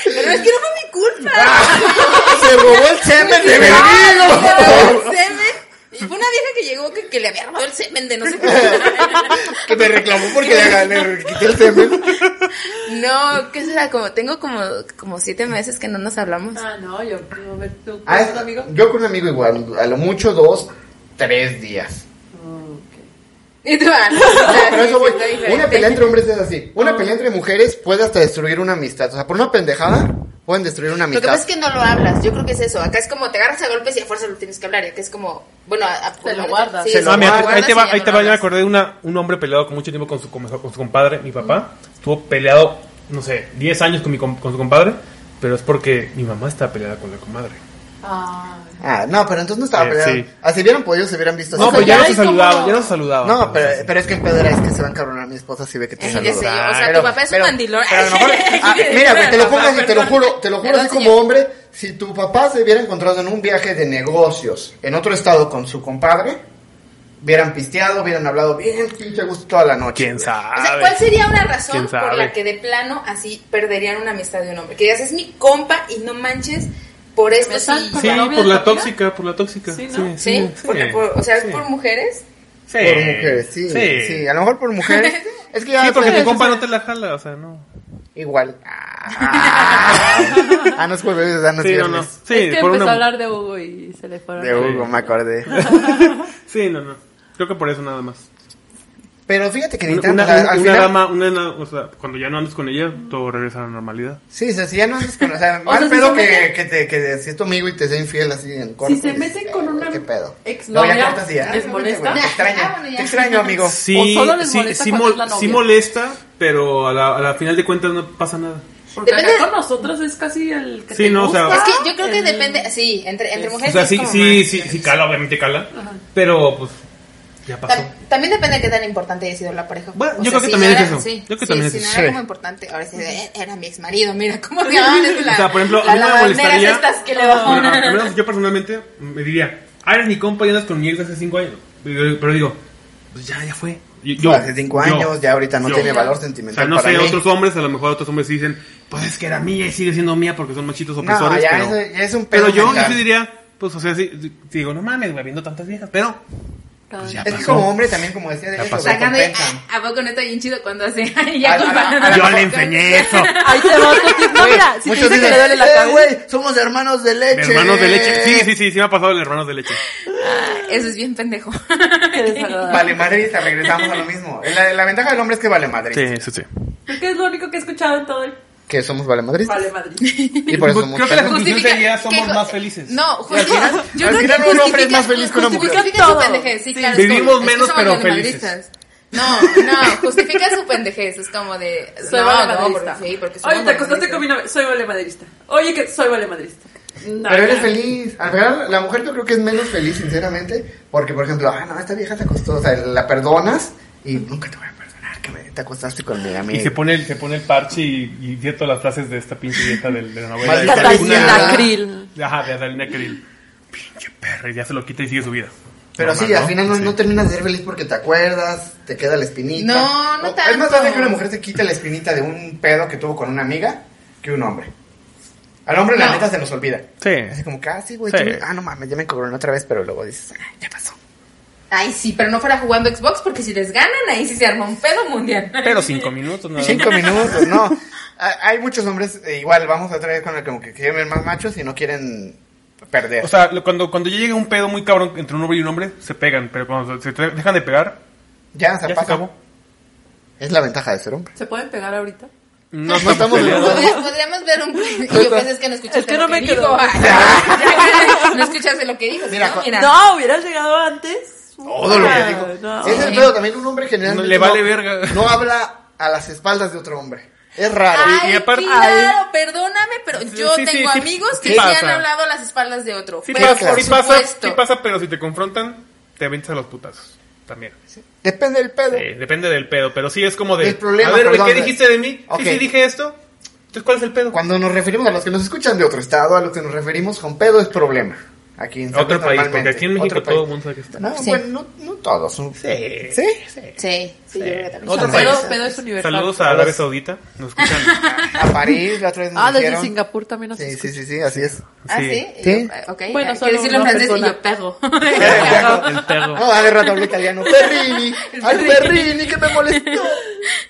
D: Pero es que no fue mi culpa.
C: Ah,
D: Ah,
C: Se robó el semen de mi amigo.
D: El semen. Y Fue una vieja que llegó que, que le había robado el semen de no sé qué.
C: Que me reclamó porque le, le quité el semen.
D: No, ¿qué será? Como, tengo como, como siete meses que no nos hablamos.
L: Ah, no, yo. A ver, tú,
C: Ah,
L: ¿cuál es
C: es-
L: tu amigo?
C: yo con un amigo igual, a lo mucho dos, tres días.
D: Y tú, ah,
C: Pero eso voy. Una pelea entre hombres es así. Una
L: Ah.
C: pelea entre mujeres puede hasta destruir una amistad. O sea, por una pendejada pueden destruir una
D: Lo que
C: amistad.
D: pasa es que no lo hablas, yo creo que es eso. Acá es como te agarras a golpes y a fuerza lo tienes que hablar. Y acá es como, bueno, a, a-
K: Te lo guardas.
D: Sí,
C: Se
D: sí,
C: lo
A: Ah, mira,
D: guardas
A: ahí te
D: y
A: va,
D: ya
A: ahí
D: no
A: te
D: lo
A: va. Yo me
D: hablas.
A: acordé de una, un hombre peleado con mucho tiempo con su, con su- con su compadre, mi papá. Estuvo peleado, no sé, 10 años con, mi, com- con su compadre, pero es porque mi mamá estaba peleada con la comadre.
K: Ah,
C: Ah, no, pero entonces no estaba
A: Eh,
C: peleado.
A: sí.
C: Ah, si hubieran podido, se hubieran visto
A: No,
C: así.
D: pues
A: pero ya no
K: ya
A: se
K: es como-
A: saludaba, ya no se saludaba.
C: No, pero, pero es que el pedo era, es que se va a encabronar mi esposa si ve que te
D: Eh,
C: saluda.
D: ya sé yo, o sea,
C: Pero-
D: tu papá es un
C: pero-
D: mandilón.
C: pero a lo
D: *laughs*
C: mejor- ah, mira, güey, te lo pongo así, te lo juro, te lo juro
D: Perdón,
C: así como
D: señor.
C: hombre. Si tu papá se hubiera encontrado en un viaje de negocios en otro estado con su compadre, hubieran pisteado, hubieran hablado bien, pinche gusto toda la noche.
A: ¿Quién
C: güey.
A: sabe?
D: O sea,
F: Ah,
D: ¿cuál sería una razón
A: ¿Quién
D: por
A: sabe?
D: la que de plano así perderían una amistad de un hombre? Que digas, es mi compa y no manches por esto.
L: Me
D: Sí,
L: salta.
A: Sí,
L: ¿La novia
A: por
L: de
A: la
L: tu amiga?
A: tóxica, por la tóxica.
L: Sí, ¿no?
A: Sí,
D: ¿Sí?
A: sí,
D: Porque
A: sí.
D: por- o sea,
A: Sí.
D: por mujeres.
A: Sí.
C: Por
D: *laughs*
C: mujeres, sí, sí. A lo mejor por mujeres. Es que ya
A: Sí, porque
C: pues,
A: tu compa no te la jala, o sea, no. *laughs*
C: Igual. Ah, ah, no es jueves, ah, no es
F: Sí, no, no.
C: viernes.
F: Sí,
B: es que
F: por
B: empezó
F: una-
B: a hablar de Hugo y se le fueron.
C: De Hugo, me acordé.
F: Sí, no, no. Creo que por eso nada más.
C: Pero fíjate que
F: Una,
C: Nintendo,
F: una,
C: o sea, al
F: una
C: final-
F: dama, una, na- o sea, cuando ya no andas con ella, todo regresa a la normalidad.
C: Sí, o sea, si ya no haces con, o sea, mal
E: sea, si
C: pedo
E: se
C: que,
E: meten-
C: que, te, que si es tu amigo y te sea infiel así en corto.
E: Si se
C: dices,
E: meten con
C: "Ay,
E: una
C: ¿Qué pedo?
E: exnovia,
C: No, ya cortas y ya.
E: ¿les
C: "Ay,
E: molesta?"
C: güey, Te
D: Ah,
C: extraño,
D: bueno, ya.
C: te extraño, amigo.
F: Sí,
E: O solo les
F: sí,
E: molesta
F: sí,
E: cuando
F: mol-
E: es la novia.
F: sí molesta, pero a la, a la final de cuentas no pasa nada.
E: Porque acá
G: Depende-
E: con nosotros es casi el que
F: Sí,
E: te
F: no, o
E: gusta.
F: sea-
G: Es que yo creo que depende, sí, entre, entre
F: O
G: mujeres.
F: sea,
G: es
F: sí,
G: como
F: sí,
G: más-
F: sí, sí cala, obviamente cala, pero pues ya pasó.
G: Tam- también depende de qué tan importante haya sido la pareja.
F: Bueno,
G: O
F: yo
G: sea,
F: creo que
G: si
F: también
G: no
F: es
G: era-
F: eso.
G: Sí,
F: Yo creo que
G: sí,
F: también
G: si
F: es
G: no
C: eso.
G: era
C: Sí.
G: como importante, ahora sí, de- era mi ex marido, mira cómo se llamaban. es la-
F: O sea, por ejemplo, a
G: las
F: mí no me
G: lavanderas
F: molestaría-
G: estas que le
F: No,
G: bajaban.
F: no, al menos yo personalmente me diría, ah, eres mi compa y andas con mi ex de hace 5 años. Pero pero digo, pues ya, ya fue. Yo- yo-
C: Hace cinco
F: yo.
C: años, ya ahorita no
F: yo.
C: tiene valor
F: O sea,
C: sentimental
F: no
C: para
F: sé,
C: mí.
F: otros hombres, a lo mejor otros hombres dicen, pues es que era mía y sigue siendo mía porque son machitos opresores.
C: ya
F: pero
C: eso- ya es un
F: pero
C: pedo
F: yo, yo
C: mental.
F: sí diría, pues o sea, sí, sí, digo, no mames, güey, viendo tantas viejas, pero pues ya
C: Es que
F: pasó.
C: como hombre también, como decía, de
F: pasó.
D: Sacando de,
C: recompensa.
D: ¿a, ¿a poco neta bien chido cuando hace?
C: A- a-
D: *laughs* y ya
C: a-
D: comparando.
C: a-
F: Yo le enseñé *laughs* eso.
E: Ahí te va otro tip. No, mira, si te
C: Muchos
E: dice que
C: dicen,
E: le duele la
C: "Eh,
E: cabeza.
C: güey, somos hermanos de leche.
F: Hermanos de leche. Sí, sí, sí, sí me ha pasado el hermanos de leche.
D: Eso es bien
F: *laughs*
D: pendejo.
E: *laughs* Qué desagradable.
C: Vale madre, y te regresamos a lo mismo. La, la ventaja del hombre es que vale madre.
F: Sí, sí, sí.
E: Porque es lo único que he escuchado en todo el
C: Que somos vale madre.
E: Vale Madrid. *laughs*
C: Y por eso
F: Pues, creo
C: muchas
F: que la
C: veces-
F: conclusión
D: Justifica-
F: sería, somos
D: que-
F: más felices.
D: No, justo. Yo
C: al
D: creo
C: final
D: que
C: un hombre es
D: justifica-
C: más feliz que una mujer.
D: Justifica su
E: Todo.
D: pendejez, sí, claro.
F: Vivimos
D: es como- es que
F: menos,
D: somos
F: pero
D: animalistas.
F: felices.
D: No, no, justifica su pendejez, es como de...
E: Soy
D: no, no,
E: valemadrista.
D: porque, sí, porque somos
E: Oye, te acostaste
D: valemadristas.
E: con mi novia. Soy valemadrista. Oye, que soy valemadrista. No,
C: Pero eres
E: ya.
C: feliz. Al final, la mujer yo creo que es menos feliz, sinceramente. Porque, por ejemplo, ah, no, esta vieja te acostó. O sea, la perdonas y nunca te voy a perdonar que me, te acostaste con mi
F: Y se
C: amiga.
F: pone, el- se pone el parche y, y dice todas las frases de esta pinche dieta del- de la *laughs* novela.
C: Maldita
F: De Catalina-
C: Catalina
B: Krill.
F: Ajá, de
D: *laughs*
F: Catalina Krill. Pinche perra, y ya se lo quita y sigue su vida.
C: Pero
F: Normal,
C: sí, al final no,
F: Sí.
C: no terminas de ser feliz porque te acuerdas, te queda la espinita.
D: No, no
C: O- Es más
D: tanto.
C: fácil que una mujer se quite la espinita de un pedo que tuvo con una amiga que un hombre. Al hombre la
D: No.
C: neta se nos olvida. Así
F: Sí.
C: como que, ah, sí, güey.
F: Sí.
C: tú me- Ah, no mames, ya me cobraron otra vez, pero luego dices, ah, ya pasó.
D: Ay, sí, pero no fuera jugando Xbox porque si les ganan, ahí sí se arma un pedo mundial.
F: Pero cinco minutos, nada más.
C: Cinco minutos, *laughs* no. A- Hay muchos hombres, eh, igual, vamos otra vez con el como que quieren ver más machos y no quieren perder.
F: O sea, lo- cuando, cuando ya llega un pedo muy cabrón entre un hombre y un hombre, se pegan. Pero cuando se se dejan de pegar,
C: ya, se
F: ya se
C: pasa.
F: acabó.
C: Es la ventaja de ser hombre.
E: ¿Se pueden pegar ahorita?
F: No
C: No estamos
F: peleados.
C: de
D: *laughs* Podría- podríamos ver un... y Yo pensé es que no escuchaste
E: Es que
D: lo
E: no
D: que
E: me quedó.
D: dijo. Ay, *laughs* ya, no escuchaste lo que dijo.
C: Mira,
D: ¿no?
C: con-
D: Mira.
E: No, hubieras llegado antes.
C: Todo lo que
E: Ah,
C: digo.
E: no.
C: Ese es el pedo también que un hombre generalmente.
F: No, le vale verga.
C: No habla a las espaldas de otro hombre. Es raro.
D: Ay,
F: Y- y aparte-
D: claro, perdóname, pero yo
F: sí, sí,
D: tengo
F: sí,
D: amigos
F: sí
D: que se han
F: pasa.
D: hablado a las espaldas de otro.
F: Sí
D: pero
F: pasa,
D: por
F: sí pasa,
D: supuesto.
F: sí pasa, pero si te confrontan, te aventas a los putazos. También.
C: Depende del pedo.
F: Eh, depende del pedo, pero sí es como de.
C: El problema,
F: a ver, güey,
C: perdón,
F: ¿qué
C: de-
F: dijiste de mí?
C: Ok.
F: Sí, sí, dije esto. Entonces, ¿cuál es el pedo?
C: Cuando nos referimos a los que nos escuchan de otro estado, a los que nos referimos con pedo es problema. Aquí en
F: A otro
C: Zapopan,
F: país,
C: normalmente.
F: porque aquí en México
C: Otro
F: todo el
C: país.
F: mundo sabe que está.
C: No,
D: Sí.
C: bueno, no, no todos. Sí. ¿Sí?
D: Sí.
G: Sí, yo creo que también.
F: Otro
E: Pero
F: país.
E: pedo, pedo es universal.
F: Saludos a Arabia Saudita. Nos escuchan. *laughs*
C: A, a París, la otra vez nos
B: Ah, desde
C: dijeron.
B: Singapur también nos
C: Sí,
B: escuchan.
C: sí, sí, sí, así es.
D: Ah, sí. Y
C: Sí.
D: yo, ok.
B: Bueno,
D: Hay que
B: solo
D: decirlo en
B: una
D: francés y
B: persona.
D: yo
F: *laughs*
D: pego.
C: El
F: perro.
C: No, hace rato hablé italiano. Perrini, al Perrini que me molestó.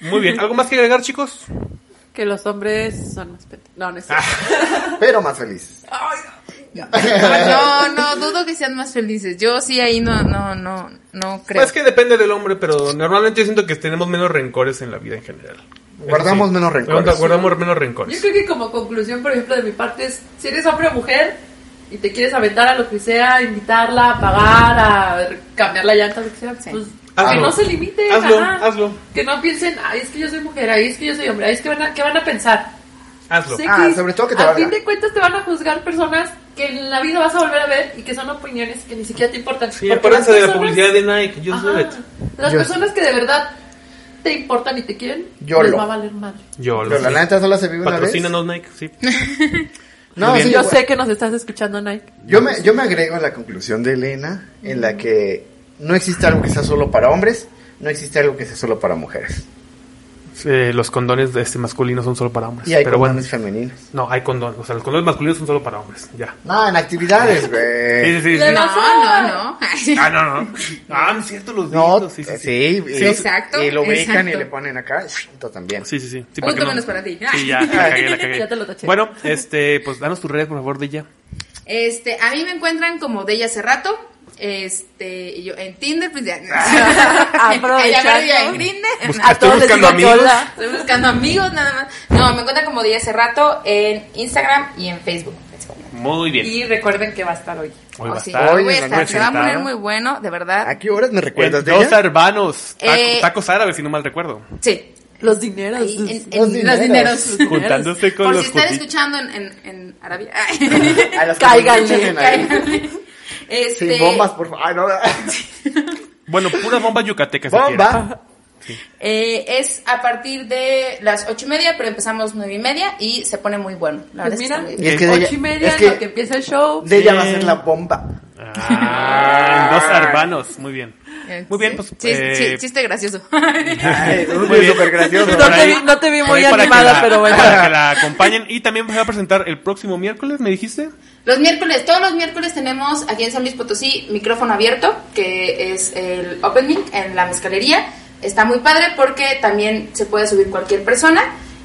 F: Muy bien. ¿Algo más que agregar, chicos?
B: *laughs* Que los hombres son más pendejos. No, no es
C: Pero más feliz.
D: No, no, dudo que sean más felices. Yo sí ahí no, no, no, no creo.
F: Es Pues que depende del hombre, pero normalmente yo siento que tenemos menos rencores en la vida en general.
C: Guardamos
F: Sí.
C: menos rencores.
F: Guarda- Guardamos menos
E: Yo
F: rencores.
E: creo que como conclusión, por ejemplo, de mi parte es, si eres hombre o mujer y te quieres aventar a lo que sea, invitarla a pagar, a cambiar la llanta, lo que sea, pues que
F: Hazlo.
E: no se limite.
F: Hazlo,
E: ajá.
F: hazlo.
E: Que no piensen, ay, es que yo soy mujer, ay, es que yo soy hombre, ay, es que van a, ¿qué van a pensar.
F: Hazlo.
E: Sé
C: Ah, sobre todo que te
E: a
C: valga.
E: fin de cuentas te van a juzgar personas que en la vida vas a volver a ver y que son opiniones que ni siquiera te importan.
F: Sí,
E: Porque
F: acuérdense
E: las
F: de la
E: personas-
F: publicidad de Nike. Yo soy
E: Ajá. Las
C: Yo-
E: personas que de verdad te importan y te quieren,
C: Yo
E: les
C: lo.
E: va a valer madre.
F: Yo
C: Pero la neta solo se vive una vez.
F: Patrocínanos Nike, sí.
C: No,
F: Muy
C: sí,
E: Yo
C: güey.
E: sé que nos estás escuchando, Nike.
C: Yo me, yo me agrego a la conclusión de Elena en la que no existe algo que sea solo para hombres, no existe algo que sea solo para mujeres.
F: *laughs* eh, los condones de este masculino son solo para hombres.
C: Y hay
F: pero bueno,
C: condones femeninos.
F: no, hay condones. O sea, los condones masculinos son solo para hombres. Ya.
C: No, en actividades,
F: Sí,
C: güey.
F: sí, sí, sí.
D: No, no, no.
F: Ah, no, no. Ah, no es cierto, los
C: No,
F: dildos,
C: sí,
F: sí, sí, sí.
C: y-
D: Sí, exacto,
C: Y lo ubican
D: exacto.
C: y le ponen acá. esto también.
F: Sí, sí, sí. sí
D: Punto
F: porque no.
D: menos para ti.
E: *laughs*
F: Sí, ya, la cagué, la cagué.
E: Ya te lo taché.
F: Bueno, este, pues danos tus redes, por favor, de ella.
D: *laughs* Este, a mí me encuentran como de ella hace rato. Este, y yo en Tinder, pues ya.
C: *laughs*
D: *laughs*
E: Aprovechando.
D: ya en Grindr.
F: Busca- estoy
E: les
F: buscando
E: digo que
F: amigos.
E: hola.
D: *laughs* Estoy buscando amigos nada más. No, me encuentran como de ella hace rato en Instagram y en Facebook.
F: Muy bien.
E: Y recuerden que va a estar hoy.
F: Hoy
D: Oh,
F: va a
D: sí,
F: estar.
D: hoy voy a
C: en la
D: estar.
C: noche
D: Se va a poner
F: sentada.
D: muy bueno, de
C: ¿A
D: verdad.
C: qué horas me recuerdas
F: En
C: de
F: Dos
C: ella?
F: hermanos. Taco-
D: Eh,
F: tacos árabes, si no mal
E: *laughs*
F: recuerdo.
D: Sí.
E: Los dineros.
D: Ahí, en- en-
C: los
D: los
C: dineros.
D: dineros.
F: Juntándose con
D: Por
F: los
D: si están
F: judíos.
D: escuchando en, en, en Arabia.
C: A
D: *laughs*
C: las que
E: Cáiganle,
C: nos escuchen ahí.
D: Cáiganle. Este,
C: Sin bombas, por favor. Ay, no. *laughs*
F: Bueno, pura bomba yucateca. se quiere.
C: Bomba.
D: eh, es a partir de las ocho y media, pero empezamos nueve y media y se pone muy bueno. La
E: Pues
D: verdad
E: mira,
D: es
C: Y
D: que está muy
C: es que de
E: ocho
C: ella-
E: y media
C: es
E: en
C: que-
E: lo que empieza el show.
C: De ella va a ser la bomba.
F: Ah, en dos hermanos. Muy bien.
D: bien.
F: Muy bien, pues.
D: Sí,
F: eh,
D: sí, chiste gracioso.
C: *laughs* Ay,
F: Muy
C: uy,
F: bien.
C: súper gracioso.
E: No
F: Por
E: te,
F: ahí-
E: vi, no te vi
F: por
E: muy
F: ahí para que
E: animada,
F: la-
E: pero bueno.
F: Para que la acompañen. Y también se va a presentar el próximo miércoles, ¿me dijiste?
D: *laughs* Los miércoles, todos los miércoles tenemos aquí en San Luis Potosí micrófono abierto, que es el Open Mic en la mezcalería. Está muy padre porque también se puede subir cualquier persona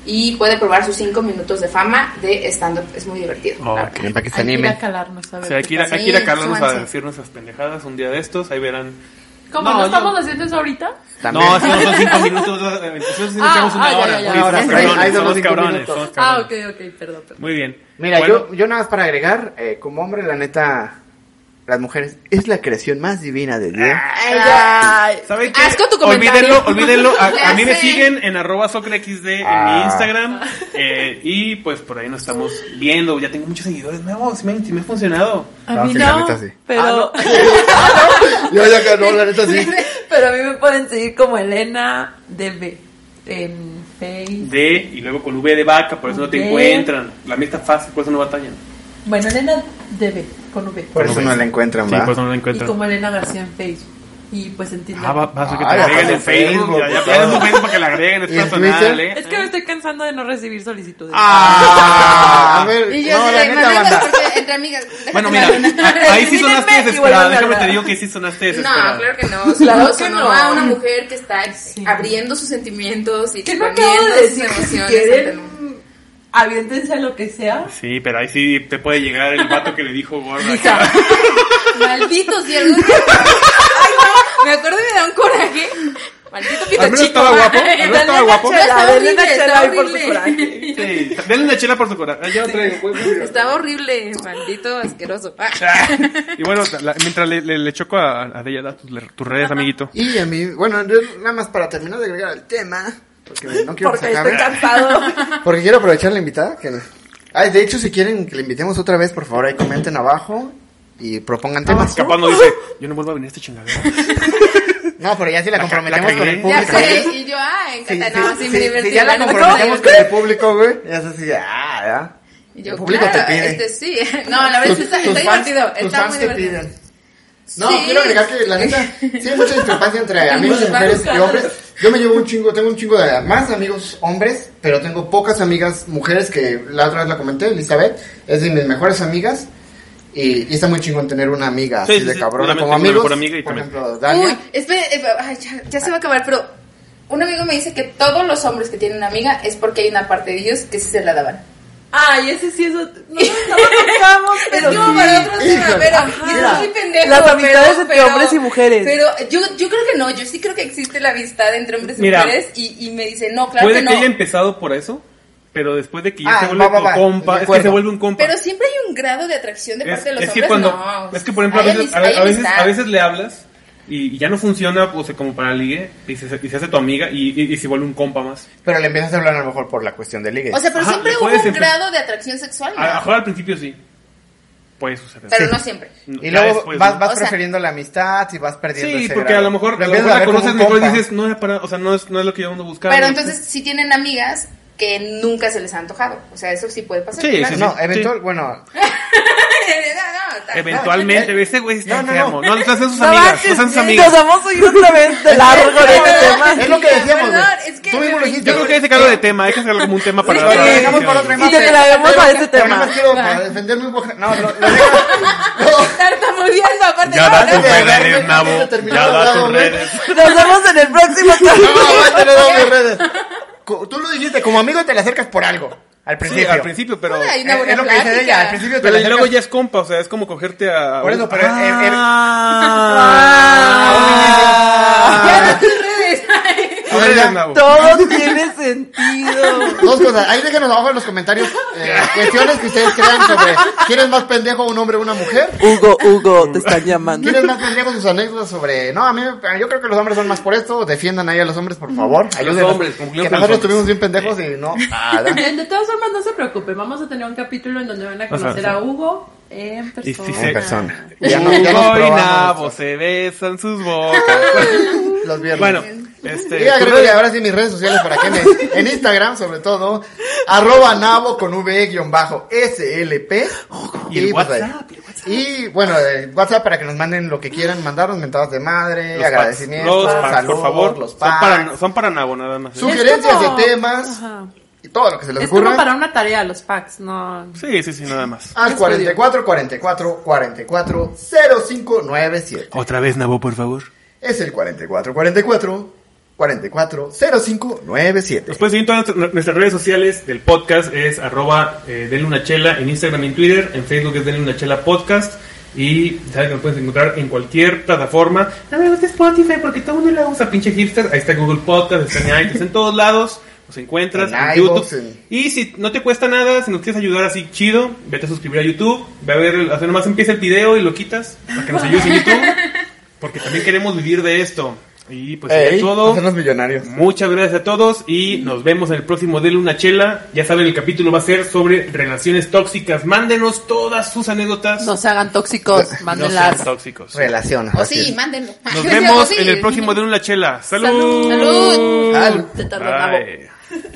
D: y puede probar sus cinco minutos de fama de stand-up. Es muy divertido.
F: Oh.
D: la verdad.
C: Para que se
M: Hay que ir a
C: anime.
M: calarnos, a
F: O
M: ver
F: sea, hay
M: qué
F: que ir a,
D: pasa.
F: hay que ir a
D: Sí,
F: Carlos a
D: súbanse.
F: decir nuestras pendejadas un día de estos. Ahí verán.
M: ¿Cómo
F: No,
M: no,
F: yo-
M: estamos haciendo eso ahorita?
C: También.
F: No, si no
E: *laughs*
F: son cinco minutos. eh, Nosotros sí nos
E: Ah,
F: echamos una
E: ah, ya,
F: hora.
E: ya, ya.
F: Sí,
C: Ahora,
F: somos
C: ahí- ahí
F: cabrones,
C: son los
F: somos
C: cinco
F: cabrones,
C: minutos.
F: somos
E: Ah,
F: cabrones.
E: ok, ok, perdón, perdón.
F: Muy bien.
C: Mira,
F: Bueno,
C: yo, yo nada más para agregar, eh, como hombre, la neta, las mujeres es la creación más divina de Dios.
F: ¿Saben qué?
D: Asco tu comentario.
F: olvídenlo, olvídenlo. A,
D: Ya
F: a mí me
D: sé.
F: siguen en arroba socrexd en
C: Ah.
F: mi Instagram. eh, y pues por ahí nos estamos viendo. Ya tengo muchos seguidores nuevos. Me, sí me ha funcionado.
E: A
C: No,
E: mí
C: sí, la
E: no,
C: neta sí.
D: Ah,
E: pero, *laughs*
C: *laughs* Yo ya ganó, la neta sí.
E: pero a mí me pueden seguir como Elena DB en Facebook.
F: D y luego con V de vaca. Por eso no te
E: Ok.
F: encuentran. La mía está fácil. Por eso no batallan.
E: Bueno, Elena DB, con V.
C: Por eso Pues, no la encuentran,
F: Sí,
C: ¿va?
F: por eso no la
E: Y
F: encuentran.
E: como Elena García en Facebook. Y pues en Tinder.
F: Ah, va, va a ser que te
C: Ah,
F: agreguen
C: hasta
F: en Facebook.
C: Facebook,
F: Ya, ya,
C: todo.
F: ya en tu Facebook para
A: *laughs*
F: que la agreguen. Es
C: ¿Y en
F: personal,
C: Twitter?
F: ¿eh?
E: Es que me estoy cansando de no recibir solicitudes.
C: Ah, a ver,
D: Y yo
C: no,
D: así
C: la
D: de,
C: neta,
D: "Mandanos
C: banda.
D: porque entre amigas. déjate
F: Bueno,
D: la
F: mira,
D: luna".
F: a- ahí sí
E: Díganme
F: sonaste
E: y
F: desesperada.
E: vuelvan a
F: Déjame te
E: hablar.
F: digo que sí sonaste
D: No,
F: desesperada.
D: claro que no.
E: Claro
D: Claro que
E: que
D: no.
E: no.
D: A una mujer que está
E: Sí.
D: abriendo sus sentimientos y
E: Que no
D: exponiendo
E: acabo de
D: sus
E: decir que si
D: emociones. ante el mundo.
E: quieren, aviéntense a lo que sea.
F: Sí, pero ahí sí te puede llegar el vato que le dijo
D: *laughs*
F: gorda.
C: *laughs*
D: Malditos y algún- Ay, no, Me acuerdo y me da un coraje. Maldito pito
F: Al menos
D: chico.
F: estaba
E: *laughs*
F: guapo, al menos estaba guapo.
D: Chela,
E: Chela, Elena
D: está horrible,
E: Chela
D: está
E: ahí por su
D: horrible.
E: coraje.
F: Sí, denle una chela por su corazón. Yo traigo. pues, mira.
D: Estaba horrible, maldito asqueroso. Ah,
C: *laughs*
F: Y bueno, la- mientras le, le, le choco a, a Deya, da tus, le- tus redes, amiguito.
C: Y a mí, bueno, yo nada más para terminar de agregar el tema, porque no quiero que se
E: Porque estoy
C: acabe.
E: cansado.
C: Porque quiero aprovechar la invitada. Que... Ay, de hecho, si quieren que la invitemos otra vez, por favor, ahí comenten abajo y propongan temas.
F: Capaz no dice, yo no vuelvo a venir a este chingadero.
C: No, pero ya si la comprometemos
F: la
C: con el
F: cagué.
C: público.
D: Ya sé,
C: ¿eh?
D: y yo, ay,
C: Sí,
D: encanta,
C: sí,
D: no, sí,
C: sí,
D: me
C: sí,
D: divertí.
C: ya la
D: bueno,
C: comprometemos
D: ¿cómo?
C: con el público, güey. Ya es así, ah, ya.
D: Y yo,
C: el público
D: claro,
C: te pide.
D: este sí. *laughs* No, la verdad es que está,
C: Tus- tus
D: está
C: fans-
D: divertido.
C: tus
D: Está
C: fans
D: muy
C: te
D: divertido.
C: piden. No,
D: Sí.
C: quiero agregar que la neta, sí hay mucha discrepancia
D: *laughs*
C: entre amigos de mujeres y hombres. Yo me llevo un chingo, tengo un chingo de más amigos hombres, pero tengo pocas amigas mujeres que la otra vez la comenté, Elizabeth, es de mis mejores amigas. Y, y está muy chingón tener una amiga
F: Sí,
C: así
F: sí,
C: de
F: sí,
C: cabrona
F: yo
C: como
F: también tengo una
C: amigos.
F: mejor amiga y
C: por
F: también-
C: ejemplo, Dania.
D: Uy, espera, eh, ay, ya, ya se va a acabar, pero un amigo me dice que todos los hombres que tienen una amiga es porque hay una parte de ellos que sí se la daban.
E: *laughs* Ay, ese sí, eso. No, no lo tocamos,
D: Es
E: pero
D: como
E: sí.
D: para otro tema,
C: híjole,
D: pero
E: ajá.
D: yo soy pendejo.
E: Las amistades
D: pero-
E: entre
D: pero-
E: hombres y mujeres.
D: Pero yo, yo creo que no, yo sí creo que existe la amistad entre hombres y
F: Mira,
D: mujeres y, y me dice, no, claro
F: Puede
D: que
F: que,
D: no.
F: haya empezado por eso, pero después de que ya
C: Ah,
F: se vuelve
C: va, va,
F: un
C: va, de
F: compa, es que
C: acuerdo.
F: se vuelve un
C: *laughs*
F: compa.
D: Pero siempre hay un grado de atracción de
F: es,
D: parte de los
F: es que
D: hombres.
F: cuando,
D: no.
F: es que por ejemplo, a
D: Hay
F: veces, a,
D: amis- hay
F: a veces,
D: amistad.
F: a veces le hablas y, y ya no funciona, o sea, como para ligue, y se, y se hace tu amiga y, y- y se vuelve un compa más.
C: Pero le empiezas a hablar a lo mejor por la cuestión de ligue.
D: O sea, pero
F: Ajá,
D: siempre
F: le
D: hubo un
F: puedes Ah, empe-
D: grado de atracción sexual. ¿no?
F: A a lo mejor al principio sí. Puede suceder.
D: pero
C: sí.
D: no siempre.
F: No,
C: y
F: ya
C: luego
F: después,
C: vas,
F: ¿no?
C: vas
D: O sea-
C: prefiriendo la amistad y vas perdiendo
F: Sí,
C: ese
F: porque
C: grado.
F: a lo mejor, a
C: Lo
F: lo mejor
C: empiezas a
F: la
C: ver como
F: conoces
C: un
F: mejor y
C: compa.
F: dices, no, era para, o sea, no es, no es lo que yo ando buscando.
D: Pero entonces si tienen amigas que nunca se les ha antojado. O sea, eso sí puede pasar.
F: Sí,
D: claro.
F: sí, sí.
C: No, eventual, bueno,
D: *laughs* No, no,
F: Eventualmente,
C: no,
F: ese güey
C: no,
F: está
C: no,
F: enfermo.
C: no.
F: No, no sean sus amigas, no sean sus amigas.
N: Nos vamos a ir otra vez de largo de
E: *laughs*
N: este tema.
C: Es lo que decíamos, güey.
D: Perdón, es que
C: Tú mismo lo dijiste.
F: Yo creo que hay que sacarlo de tema, hay que sacarlo como un tema para...
C: *laughs* Pero lo dejamos para otra
N: Y te traemos a este
C: Pero nada
N: tema.
C: más quiero para defender mi boca. No, lo, lo
D: *laughs*
C: dejo. No,
D: tartamudeando, aparte.
F: Ya da
D: no, no,
F: tus
C: tu-
D: no,
F: redes, Nabo. Ya da tus redes.
N: Nos vemos en el
E: *laughs*
N: próximo
C: no, no,
N: tema.
C: no, te le doy mis redes. Co- Tú lo dijiste, como amigo te le acercas por algo. Al
F: Sí,
C: principio. Eh,
F: al principio, pero...
D: Ay,
C: Es, es lo que dice ella, al principio te
F: Pero
C: le
F: y luego
C: acercas.
F: ya es compa, o sea, es como cogerte a...
C: Por eso, pero
F: Ah.
C: er- er-
E: Ah.
D: Ya da tus redes.
F: Tú eres
C: Ahora ya-
F: Nabo.
N: Todo tiene sentido.
C: Dos cosas, ahí déjenos abajo en los comentarios eh, cuestiones que ustedes crean sobre quién es más pendejo, un hombre o una mujer.
N: Hugo, Hugo, te están llamando.
C: ¿Quién es más pendejo sus anécdotas sobre.? No, a mí me- yo creo que los hombres son más por esto. Defiendan ahí a los hombres, por favor. Ayúdenos.
F: hombres, concluyo
C: que
F: con los
C: nosotros
F: hombres. Ah,
C: estuvimos bien pendejos y no. nada.
E: De todas formas, no se preocupen. Vamos a tener un capítulo en donde van a conocer a Hugo en persona.
F: sí se- En
C: persona. Ya no, ya nos
F: Hugo y
C: probamos
F: Nabo se besan sus bocas.
C: *laughs* los viernes.
F: Bueno, este...
C: Y agrégale ahora sí mis redes sociales para que me.
F: *laughs*
C: En Instagram, sobre todo. Arroba nabo con v-slp.
F: Y el
C: pues,
F: WhatsApp,
C: ahí. Y bueno, eh, WhatsApp para que nos manden lo que quieran, mandarnos mentadas de madre,
F: Los packs,
C: agradecimientos,
F: los packs,
C: saludos,
F: por favor.
C: los
F: son,
C: packs,
F: para, son para Nabo, nada más. ¿eh?
C: sugerencias
E: como-
C: de temas y todo lo que se les
E: Es como
C: ocurra.
E: para una tarea los packs, no.
F: Sí, sí, sí, nada más.
C: al 44 44 44 0597.
F: Otra vez, Nabo, por favor.
C: Es el 44 44 44 0597.
F: Nos pueden seguir en todas nuestras redes sociales del podcast. Es arroba eh, denle una chela en Instagram y en Twitter. En Facebook es denle una chela podcast. Y saben que nos pueden encontrar en cualquier plataforma. No me gusta Spotify porque todo el mundo la usa, pinche hipster. Ahí está Google Podcast, está en iTunes, en todos lados. Nos encuentras
C: En
F: en,
C: iVoox,
F: YouTube.
C: en-
F: Y si no te cuesta nada, si nos quieres ayudar así chido, vete a suscribir a YouTube. Ve a ver, hace nomás empieza el video y lo quitas para que nos ayudes en YouTube. Porque también queremos vivir de esto. Y pues sería
C: Ey,
F: todo.
C: hacernos millonarios.
F: Muchas gracias a todos y nos vemos en el próximo de Luna Chela. Ya saben, el capítulo va a ser sobre relaciones tóxicas. Mándenos todas sus anécdotas.
E: No se hagan tóxicos,
F: *laughs* No
E: mándenlas.
F: sean tóxicos.
C: Relaciona.
D: O
C: así
D: sí,
C: es.
D: mándenlo. *laughs*
F: Nos vemos
D: O sí,
F: en el próximo de Luna Chela. ¡Salud!
D: Salud.
C: Al-
E: Te tardó,
F: Bye.
E: Nabo.